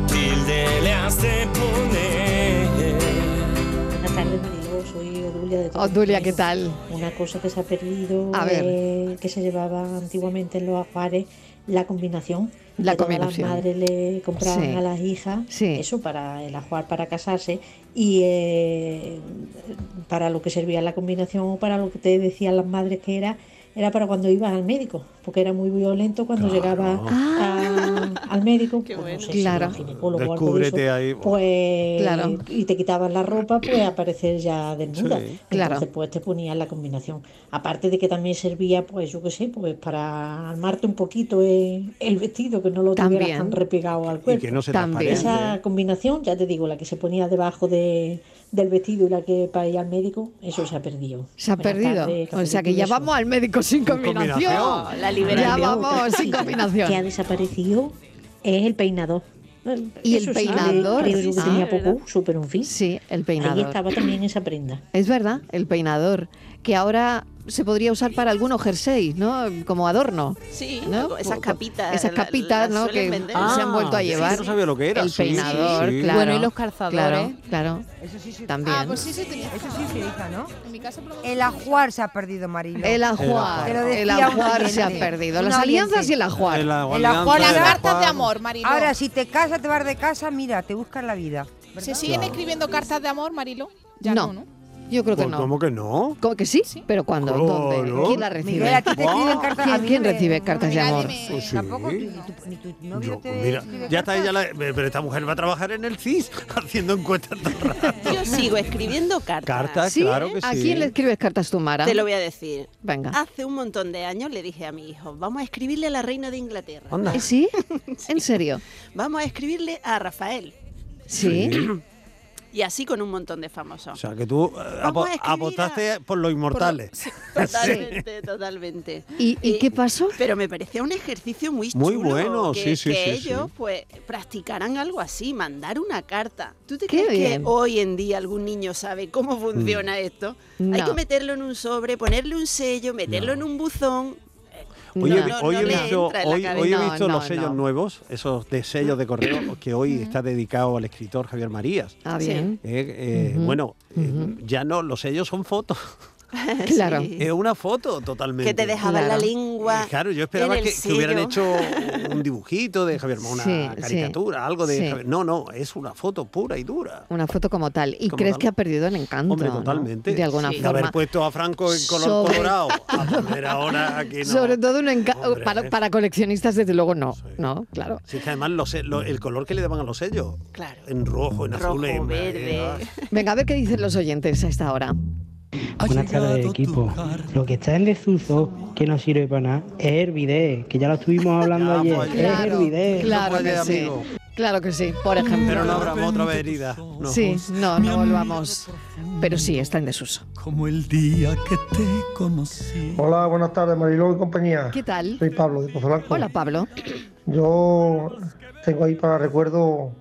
[SPEAKER 6] Tilde le has de poner.
[SPEAKER 28] Buenas tardes, Mariló. Soy Odulia de Torremolinos.
[SPEAKER 1] Odulia, ¿qué tal?
[SPEAKER 28] Una cosa que se ha perdido,
[SPEAKER 1] A ver.
[SPEAKER 28] eh, que se llevaba antiguamente en los afares, la combinación.
[SPEAKER 1] La
[SPEAKER 28] que todas
[SPEAKER 1] combinación.
[SPEAKER 28] Las madres le compraban
[SPEAKER 1] Sí.
[SPEAKER 28] a las hijas eso para el ajuar, para casarse. Y eh, para lo que servía la combinación o para lo que te decían las madres que era, era para cuando ibas al médico, porque era muy violento cuando llegaba a- al médico. pues, no sé si
[SPEAKER 1] Ah. Claro.
[SPEAKER 28] al ginecólogo o algo de
[SPEAKER 2] Descúbrete
[SPEAKER 28] eso,
[SPEAKER 2] ahí,
[SPEAKER 28] Pues,
[SPEAKER 1] Claro.
[SPEAKER 28] y te quitaban la ropa, pues aparecer ya desnuda.
[SPEAKER 1] Sí.
[SPEAKER 28] Entonces,
[SPEAKER 1] Claro.
[SPEAKER 28] pues te ponían la combinación. Aparte de que también servía, pues yo qué sé, pues para armarte un poquito eh, el vestido, que no lo
[SPEAKER 1] También.
[SPEAKER 28] tuvieras tan repegado al cuerpo.
[SPEAKER 1] Pues
[SPEAKER 2] que no se También. transparente.
[SPEAKER 28] Esa combinación, ya te digo, la que se ponía debajo de, del vestido y la que para ir al médico, eso se ha perdido.
[SPEAKER 1] Se ha
[SPEAKER 28] Buenas
[SPEAKER 1] perdido.
[SPEAKER 28] tardes,
[SPEAKER 1] o sea que ya
[SPEAKER 28] cafeteros.
[SPEAKER 1] vamos al médico sin combinación.
[SPEAKER 28] Combinación.
[SPEAKER 1] ya vamos sin
[SPEAKER 28] Que ha
[SPEAKER 1] combinación.
[SPEAKER 28] desaparecido es el peinador.
[SPEAKER 1] Y el
[SPEAKER 28] Eso
[SPEAKER 1] peinador,
[SPEAKER 28] Sí, creo yo que
[SPEAKER 1] sí,
[SPEAKER 2] Ah.
[SPEAKER 28] tenía
[SPEAKER 1] sí,
[SPEAKER 28] poco uso, pero en fin.
[SPEAKER 1] Sí, el
[SPEAKER 28] Ahí
[SPEAKER 1] peinador.
[SPEAKER 28] estaba también esa prenda.
[SPEAKER 1] Es verdad, el peinador, que ahora se podría usar para algunos jerseys, ¿no? Como adorno.
[SPEAKER 5] Sí,
[SPEAKER 1] ¿no?
[SPEAKER 5] esas capitas.
[SPEAKER 1] Esas
[SPEAKER 5] la- las
[SPEAKER 1] capitas, ¿no?
[SPEAKER 5] suelen
[SPEAKER 1] Que
[SPEAKER 5] vender. Ah,
[SPEAKER 1] se han vuelto a
[SPEAKER 2] sí,
[SPEAKER 1] llevar.
[SPEAKER 2] no sabía lo que era,
[SPEAKER 1] El
[SPEAKER 2] sí,
[SPEAKER 1] peinador,
[SPEAKER 2] sí, sí.
[SPEAKER 1] claro.
[SPEAKER 2] Bueno, y
[SPEAKER 4] los
[SPEAKER 1] ¿eh?
[SPEAKER 4] calzadores.
[SPEAKER 1] Claro, claro. También.
[SPEAKER 3] Ah, pues sí
[SPEAKER 15] se utiliza.
[SPEAKER 3] Eso sí se utiliza, ¿no?
[SPEAKER 15] En mi casa, por lo menos,
[SPEAKER 3] El ajuar se ha perdido, Marilo.
[SPEAKER 1] El ajuar,
[SPEAKER 3] Te lo decía
[SPEAKER 1] el
[SPEAKER 3] un
[SPEAKER 1] ajuar se ha
[SPEAKER 3] oyente.
[SPEAKER 1] perdido.
[SPEAKER 3] Un
[SPEAKER 1] Las alianzas y
[SPEAKER 3] oyente.
[SPEAKER 1] el ajuar.
[SPEAKER 2] El ajuar,
[SPEAKER 3] El ajuar,
[SPEAKER 15] Las
[SPEAKER 3] el
[SPEAKER 15] cartas de
[SPEAKER 3] ajuar.
[SPEAKER 15] amor, Mariló.
[SPEAKER 3] Ahora, si te casas, te vas de casa, mira, te buscas la vida.
[SPEAKER 15] ¿Se siguen
[SPEAKER 3] Claro.
[SPEAKER 15] escribiendo cartas de amor, Marilo?
[SPEAKER 1] no, yo creo que
[SPEAKER 2] Pues,
[SPEAKER 1] no.
[SPEAKER 2] ¿Cómo que no?
[SPEAKER 1] ¿Cómo que sí? ¿Pero cuándo? ¿Dónde?
[SPEAKER 2] Claro.
[SPEAKER 1] ¿Quién la recibe?
[SPEAKER 3] Miguel, a ti te escriben cartas. a
[SPEAKER 1] ¿Quién,
[SPEAKER 3] mí
[SPEAKER 1] quién
[SPEAKER 3] me-
[SPEAKER 1] recibe cartas de amor?
[SPEAKER 2] Pues sí.
[SPEAKER 3] Ni tu novio
[SPEAKER 2] Yo,
[SPEAKER 3] te
[SPEAKER 2] mira,
[SPEAKER 3] escribe
[SPEAKER 2] ya está ella, la- pero esta mujer va a trabajar en el CIS [laughs] haciendo encuestas todo el rato.
[SPEAKER 5] Yo sigo escribiendo cartas.
[SPEAKER 2] Cartas, claro que sí.
[SPEAKER 1] ¿A quién le escribes cartas tú, Mara?
[SPEAKER 5] Te lo voy a decir.
[SPEAKER 1] Venga.
[SPEAKER 5] Hace un montón de años le dije a mi hijo, vamos a escribirle a la reina de Inglaterra.
[SPEAKER 1] ¿Eh, ¿Sí? ¿En serio?
[SPEAKER 5] Vamos a escribirle a Rafael.
[SPEAKER 1] ¿Sí?
[SPEAKER 5] [clears throat] Y así con un montón de famosos.
[SPEAKER 2] O sea, que tú eh, apo-
[SPEAKER 5] a escribir a-
[SPEAKER 2] apostaste por los
[SPEAKER 5] [laughs]
[SPEAKER 2] inmortales.
[SPEAKER 5] Totalmente, totalmente. Eh,
[SPEAKER 1] ¿Y, y qué pasó?
[SPEAKER 5] Pero me parecía un ejercicio muy chulo.
[SPEAKER 2] Muy bueno, sí,
[SPEAKER 5] que,
[SPEAKER 2] sí,
[SPEAKER 5] que
[SPEAKER 2] sí, sí.
[SPEAKER 5] ellos, pues, practicaran algo así, mandar una carta. ¿Tú te
[SPEAKER 1] Qué
[SPEAKER 5] crees
[SPEAKER 1] bien.
[SPEAKER 5] que hoy en día algún niño sabe
[SPEAKER 2] Mm.
[SPEAKER 5] cómo funciona esto? Hay
[SPEAKER 1] No.
[SPEAKER 5] que meterlo en un sobre, ponerle un sello, meterlo en un buzón.
[SPEAKER 2] Hoy, he-
[SPEAKER 5] No, no,
[SPEAKER 2] hoy
[SPEAKER 5] no
[SPEAKER 2] he
[SPEAKER 5] le
[SPEAKER 2] visto,
[SPEAKER 5] entra en la
[SPEAKER 2] hoy,
[SPEAKER 5] cabeza.
[SPEAKER 2] hoy he
[SPEAKER 5] No,
[SPEAKER 2] visto
[SPEAKER 5] no,
[SPEAKER 2] los sellos
[SPEAKER 5] no.
[SPEAKER 2] nuevos, esos de sellos de
[SPEAKER 5] [laughs]
[SPEAKER 2] correo que hoy está dedicado al escritor Javier Marías.
[SPEAKER 1] Ah, bien.
[SPEAKER 2] Eh, eh,
[SPEAKER 5] [laughs]
[SPEAKER 1] Ujú.
[SPEAKER 2] Bueno, eh, ya no, los sellos son fotos.
[SPEAKER 1] Claro.
[SPEAKER 2] Es una foto totalmente.
[SPEAKER 5] Que te dejaban la lengua.
[SPEAKER 2] Claro, yo
[SPEAKER 5] en
[SPEAKER 2] esperaba
[SPEAKER 5] el
[SPEAKER 2] que, que hubieran
[SPEAKER 5] sello.
[SPEAKER 2] hecho un dibujito de Javier,
[SPEAKER 5] [laughs]
[SPEAKER 2] Mo, una
[SPEAKER 1] Sí, sí.
[SPEAKER 2] caricatura, algo de
[SPEAKER 1] Sí.
[SPEAKER 2] Javier. No, no, es una foto pura y dura.
[SPEAKER 1] Una foto como tal. Y
[SPEAKER 2] Como
[SPEAKER 1] crees
[SPEAKER 2] tal.
[SPEAKER 1] que ha perdido el encanto.
[SPEAKER 2] Hombre,
[SPEAKER 1] ¿no?
[SPEAKER 2] totalmente.
[SPEAKER 1] De alguna
[SPEAKER 2] De
[SPEAKER 1] forma.
[SPEAKER 2] haber puesto a pues, Franco en color
[SPEAKER 1] Sobre- [laughs]
[SPEAKER 2] colorado. A poner ahora aquí eh, no.
[SPEAKER 1] Sobre todo un enca- para, para coleccionistas, desde luego, no. No, claro.
[SPEAKER 2] Sí, que además los se- lo- el color que le daban a los sellos.
[SPEAKER 5] Claro.
[SPEAKER 2] En rojo, en azul, en verde.
[SPEAKER 1] Venga, a ver qué dicen los oyentes a esta hora.
[SPEAKER 29] Buenas tardes, equipo. Lo que está en desuso, que no sirve para nada, es el bidet, que ya lo estuvimos
[SPEAKER 1] [laughs]
[SPEAKER 29] hablando ayer.
[SPEAKER 1] pues,
[SPEAKER 29] Es el
[SPEAKER 1] claro,
[SPEAKER 29] bidet.
[SPEAKER 1] claro que sí. Claro que sí, por ejemplo.
[SPEAKER 2] Pero no abramos otra vez herida. No.
[SPEAKER 1] Sí, no, no volvamos. Pero sí, está en desuso.
[SPEAKER 30] Como el día que te conocí.
[SPEAKER 31] Hola, buenas tardes, Mariló y compañía.
[SPEAKER 1] ¿Qué tal?
[SPEAKER 31] Soy Pablo de Pozo Blanco.
[SPEAKER 1] Hola, Pablo.
[SPEAKER 31] Yo tengo ahí para recuerdo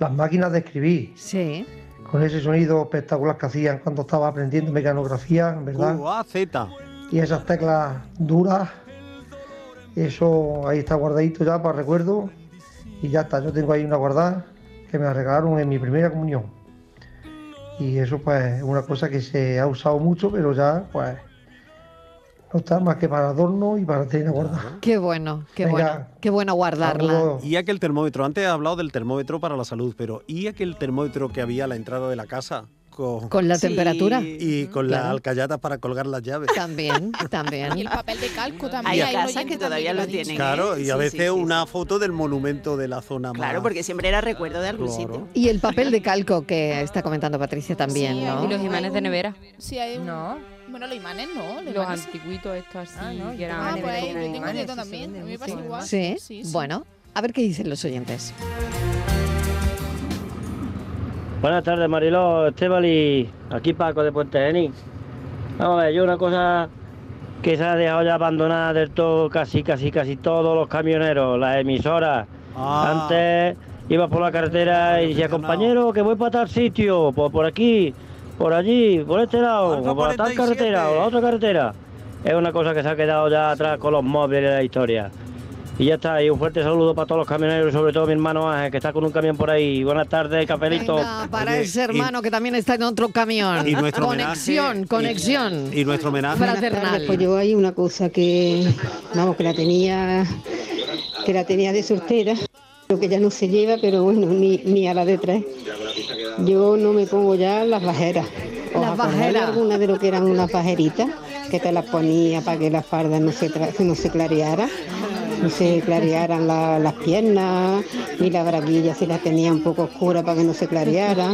[SPEAKER 31] las máquinas de escribir.
[SPEAKER 1] Sí.
[SPEAKER 31] Con ese sonido espectacular que hacían cuando estaba aprendiendo mecanografía, ¿verdad?
[SPEAKER 2] Q, A, Z.
[SPEAKER 31] Y esas teclas duras. Eso ahí está guardadito ya para recuerdo. Y ya está, yo tengo ahí una guardada que me regalaron en mi primera comunión. Y eso pues es una cosa que se ha usado mucho, pero ya pues no está más que para adorno y para tener guardada.
[SPEAKER 1] Qué bueno, qué
[SPEAKER 31] Venga.
[SPEAKER 1] bueno. Qué bueno guardarla.
[SPEAKER 2] Y aquel termómetro. Antes he hablado del termómetro para la salud, pero ¿y aquel termómetro que había a la entrada de la casa? Con,
[SPEAKER 1] Con la Sí. temperatura.
[SPEAKER 2] Y con las alcayatas para colgar las llaves.
[SPEAKER 1] También, también.
[SPEAKER 15] Y el papel de calco también.
[SPEAKER 5] Hay
[SPEAKER 15] hay un
[SPEAKER 5] casas
[SPEAKER 15] oyente
[SPEAKER 5] que todavía
[SPEAKER 15] también
[SPEAKER 5] lo
[SPEAKER 15] que ha dicho.
[SPEAKER 5] tienen.
[SPEAKER 2] Claro,
[SPEAKER 5] ¿eh?
[SPEAKER 2] y a
[SPEAKER 5] Sí,
[SPEAKER 2] veces
[SPEAKER 5] sí, sí.
[SPEAKER 2] una foto del monumento de la zona más.
[SPEAKER 1] Ah,
[SPEAKER 5] Claro, porque siempre era recuerdo de algún sitio.
[SPEAKER 1] Y el papel de calco que está comentando Patricia también, ¿no?
[SPEAKER 4] Y los imanes de nevera.
[SPEAKER 15] Sí, hay un... Bueno, los imanes no. Los,
[SPEAKER 4] Los
[SPEAKER 15] imanes-
[SPEAKER 4] antiguitos estos pues así,
[SPEAKER 15] yo
[SPEAKER 4] que eran...
[SPEAKER 15] tengo Ah, pues,
[SPEAKER 4] como-
[SPEAKER 15] yo tengo un nieto también. A mí me pasa igual.
[SPEAKER 1] Sí, bueno, a ver qué dicen los oyentes.
[SPEAKER 17] Buenas tardes, Mariló, Esteban y aquí Paco de Puente Eni. Vamos a ver, yo una cosa que se ha dejado ya abandonada del todo, casi, casi, casi todos los camioneros, las emisoras. Antes ibas por la carretera y decías, compañero, que voy para tal sitio, por, por aquí, por allí, por este lado, o por tal carretera o la otra carretera. Es una cosa que se ha quedado ya atrás con los móviles de la historia. Y ya está, y un fuerte saludo para todos los camioneros y sobre todo mi hermano Ángel, que está con un camión por ahí. Buenas tardes, cafelito.
[SPEAKER 1] Venga, para ese hermano que también está en otro camión.
[SPEAKER 17] y nuestro
[SPEAKER 1] conexión, conexión.
[SPEAKER 2] Y nuestro homenaje.
[SPEAKER 1] Buenas
[SPEAKER 32] Buenas
[SPEAKER 1] fraternal.
[SPEAKER 32] tardes, Pues yo hay una cosa que, vamos, que la tenía, que la tenía de soltera, lo que ya no se lleva, pero bueno, ni, ni a la de tres. Yo no me pongo ya las bajeras. ¿Os
[SPEAKER 1] Las
[SPEAKER 32] acordáis
[SPEAKER 1] bajeras.
[SPEAKER 32] alguna de lo que eran unas bajeritas? Que te las ponía para que la farda no se, tra- no se clareara, no se clarearan la- las piernas, ni la braguilla si la tenía un poco oscura para que no se clareara.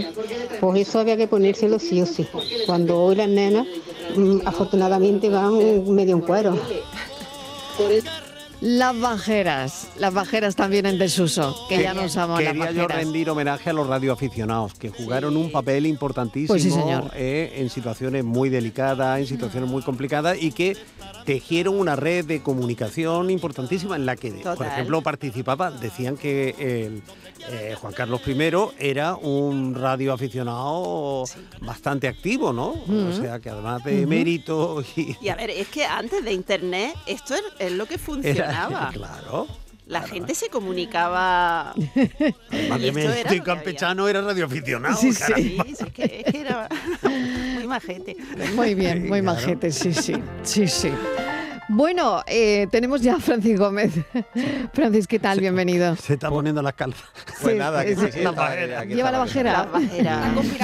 [SPEAKER 32] Pues eso había que ponérselo sí o sí. Cuando hoy las nenas, mm, afortunadamente, van medio en cuero.
[SPEAKER 1] Las bajeras, las bajeras también en desuso, que ya no usamos las
[SPEAKER 2] Quería yo
[SPEAKER 1] bajeras.
[SPEAKER 2] rendir homenaje a los radioaficionados que jugaron un papel importantísimo
[SPEAKER 1] Pues sí, señor.
[SPEAKER 2] eh, en situaciones muy delicadas, en situaciones muy complicadas y que tejieron una red de comunicación importantísima en la que, por
[SPEAKER 5] Total.
[SPEAKER 2] ejemplo, participaba, decían que el, eh, Juan Carlos I era un radioaficionado bastante activo, ¿no? O
[SPEAKER 5] Mm.
[SPEAKER 2] sea, que además de
[SPEAKER 5] Ujú.
[SPEAKER 2] mérito y...
[SPEAKER 5] Y a ver, es que antes de internet esto es, es lo que
[SPEAKER 1] [laughs]
[SPEAKER 5] funcionaba.
[SPEAKER 2] [laughs] claro.
[SPEAKER 5] La gente se comunicaba.
[SPEAKER 2] Además de
[SPEAKER 5] esto era lo
[SPEAKER 2] mérito y
[SPEAKER 5] que había.
[SPEAKER 2] campechano era radioaficionado.
[SPEAKER 5] Sí,
[SPEAKER 2] caramba.
[SPEAKER 5] sí, sí, es que, es que era [laughs] muy majete.
[SPEAKER 1] Muy [laughs]
[SPEAKER 5] [laughs]
[SPEAKER 1] bien, muy majete, sí, sí, sí, sí. Bueno, eh, tenemos ya a Francis Gómez. [laughs] Francis, ¿qué tal? Bienvenido.
[SPEAKER 2] Se está poniendo las calzas. Pues nada, que
[SPEAKER 1] es-
[SPEAKER 2] sí, sí,
[SPEAKER 1] la
[SPEAKER 2] está
[SPEAKER 1] bajera.
[SPEAKER 2] bien, aquí
[SPEAKER 1] Lleva la
[SPEAKER 2] está
[SPEAKER 1] bajera. [laughs]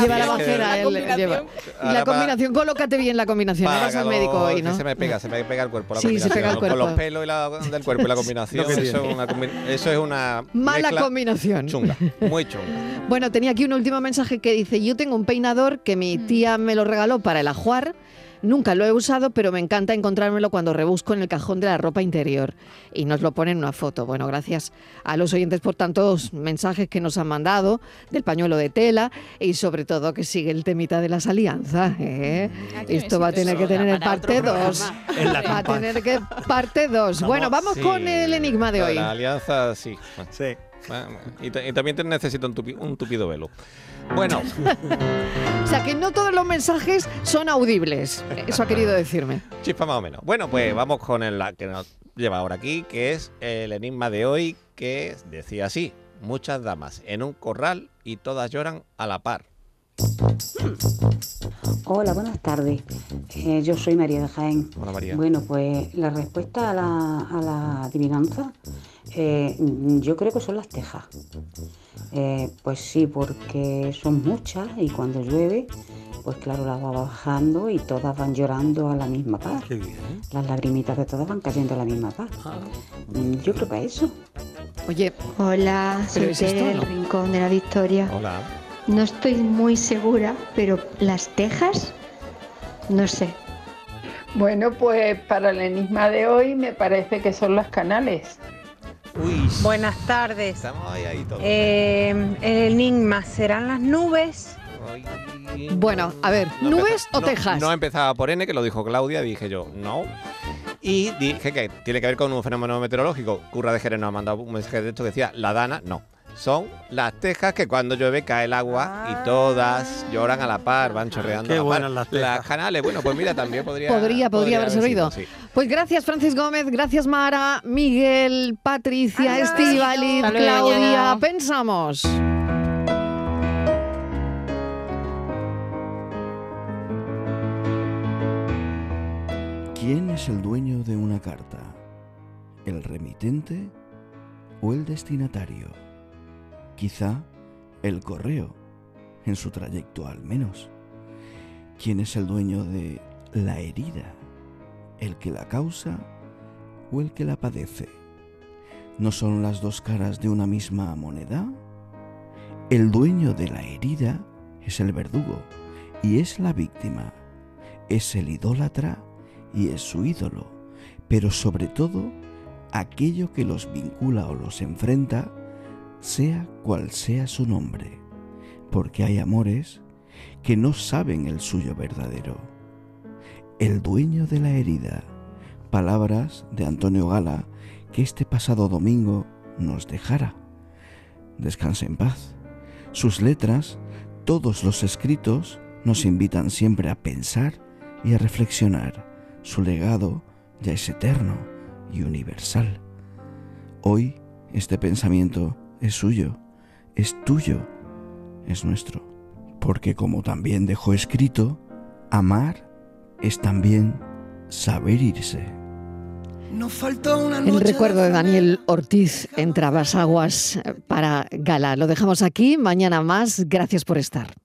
[SPEAKER 1] Lleva la bajera.
[SPEAKER 33] La
[SPEAKER 1] él lleva. Y la
[SPEAKER 33] Ahora va-
[SPEAKER 1] combinación, colócate bien la combinación.
[SPEAKER 33] Para
[SPEAKER 1] Eres
[SPEAKER 33] que
[SPEAKER 1] al
[SPEAKER 33] lo-
[SPEAKER 1] médico hoy,
[SPEAKER 33] que
[SPEAKER 1] ¿no?
[SPEAKER 33] Se me pega, se me pega el cuerpo. La
[SPEAKER 1] Sí, se pega
[SPEAKER 33] combinación,
[SPEAKER 1] el
[SPEAKER 33] Con
[SPEAKER 1] cuerpo.
[SPEAKER 33] los pelos y la, del cuerpo
[SPEAKER 1] [laughs]
[SPEAKER 33] y la combinación.
[SPEAKER 1] Lo
[SPEAKER 33] eso,
[SPEAKER 1] que tiene.
[SPEAKER 33] es una combi- eso es una.
[SPEAKER 1] Mala
[SPEAKER 33] mezcla
[SPEAKER 1] combinación.
[SPEAKER 33] Chunga, muy
[SPEAKER 1] [laughs]
[SPEAKER 33] chunga.
[SPEAKER 1] Bueno, tenía aquí un último mensaje que dice, yo tengo un peinador que mi tía me lo regaló para el ajuar, nunca lo he usado, pero me encanta encontrármelo cuando rebusco en el cajón de la ropa interior y nos lo pone en una foto. Bueno, gracias a los oyentes por tantos mensajes que nos han mandado del pañuelo de tela y sobre todo que sigue el temita de las alianzas. ¿eh? Esto va a tener que tener el parte 2.
[SPEAKER 33] En la
[SPEAKER 1] Va a
[SPEAKER 33] campaña.
[SPEAKER 1] tener que parte 2. Bueno, vamos
[SPEAKER 33] Sí,
[SPEAKER 1] con el enigma de hoy.
[SPEAKER 33] La alianza, sí. Bueno. Bueno, Y, ta- y también te necesito un, tupi- un tupido velo.
[SPEAKER 1] [laughs]
[SPEAKER 33] Bueno,
[SPEAKER 1] O sea que no todos los mensajes son audibles. Eso ha querido decirme.
[SPEAKER 33] chispa más o menos. Bueno, pues vamos con el la que nos lleva ahora aquí, que es el enigma de hoy, que decía así: muchas damas en un corral y todas lloran a la par.
[SPEAKER 32] Hola, buenas tardes. Eh, yo soy María de Jaén.
[SPEAKER 33] Hola, María.
[SPEAKER 32] Bueno, pues la respuesta a la, a la adivinanza, eh, yo creo que son las tejas. Eh, pues sí, porque son muchas y cuando llueve, pues claro, las va bajando y todas van llorando a la misma par. Las lagrimitas de todas van cayendo a la misma par.
[SPEAKER 33] Ah.
[SPEAKER 32] Mm, Yo creo que eso.
[SPEAKER 1] Oye.
[SPEAKER 28] Hola,
[SPEAKER 32] Pero
[SPEAKER 28] soy
[SPEAKER 32] es esto,
[SPEAKER 28] Tere del
[SPEAKER 32] ¿no?
[SPEAKER 28] Rincón de la
[SPEAKER 1] Oh.
[SPEAKER 28] Victoria.
[SPEAKER 33] Hola.
[SPEAKER 28] No estoy muy segura, pero las tejas, no sé.
[SPEAKER 34] Bueno, pues para el enigma de hoy me parece que son las canales.
[SPEAKER 35] Buenas tardes.
[SPEAKER 33] Ay, ahí todo.
[SPEAKER 35] Eh, el enigma serán las nubes.
[SPEAKER 1] Bueno, a ver,
[SPEAKER 33] No empeza-
[SPEAKER 1] ¿nubes o
[SPEAKER 33] no-
[SPEAKER 1] tejas?
[SPEAKER 33] No em- empezaba por N, que lo dijo Claudia, dije yo, no. Y dije que tiene que ver con un fenómeno meteorológico. Curra de Jerez nos ha mandado un mensaje de esto que decía, la dana, no. Son las tejas que cuando llueve cae el agua
[SPEAKER 1] Ah.
[SPEAKER 33] y todas lloran a la par, van chorreando.
[SPEAKER 36] Qué
[SPEAKER 33] a la par.
[SPEAKER 36] buenas las tejas.
[SPEAKER 33] canales, bueno, pues mira, también podría.
[SPEAKER 1] Podría, podría haber servido.
[SPEAKER 33] sido, sí.
[SPEAKER 1] Pues gracias, Francis Gómez, gracias, Mara, Miguel, Patricia, Estivali,
[SPEAKER 26] Hasta luego,
[SPEAKER 1] Claudia.
[SPEAKER 26] mañana.
[SPEAKER 1] Pensamos.
[SPEAKER 37] ¿Quién es el dueño de una carta? ¿El remitente o el destinatario? Quizá el correo, en su trayecto al menos. ¿Quién es el dueño de la herida? ¿El que la causa o el que la padece? ¿No son las dos caras de una misma moneda? El dueño de la herida es el verdugo y es la víctima. Es el idólatra y es su ídolo, pero sobre todo aquello que los vincula o los enfrenta, sea cual sea su nombre, porque hay amores que no saben el suyo verdadero. El dueño de la herida, palabras de Antonio Gala que este pasado domingo nos dejara. Descanse en paz. Sus letras, todos los escritos, nos invitan siempre a pensar y a reflexionar. Su legado ya es eterno y universal. Hoy este pensamiento es suyo, es tuyo, es nuestro. Porque como también dejó escrito, amar es también saber irse.
[SPEAKER 1] Nos faltó El recuerdo de Daniel Ortiz en Trabasaguas para Gala. Lo dejamos aquí. Mañana más. Gracias por estar.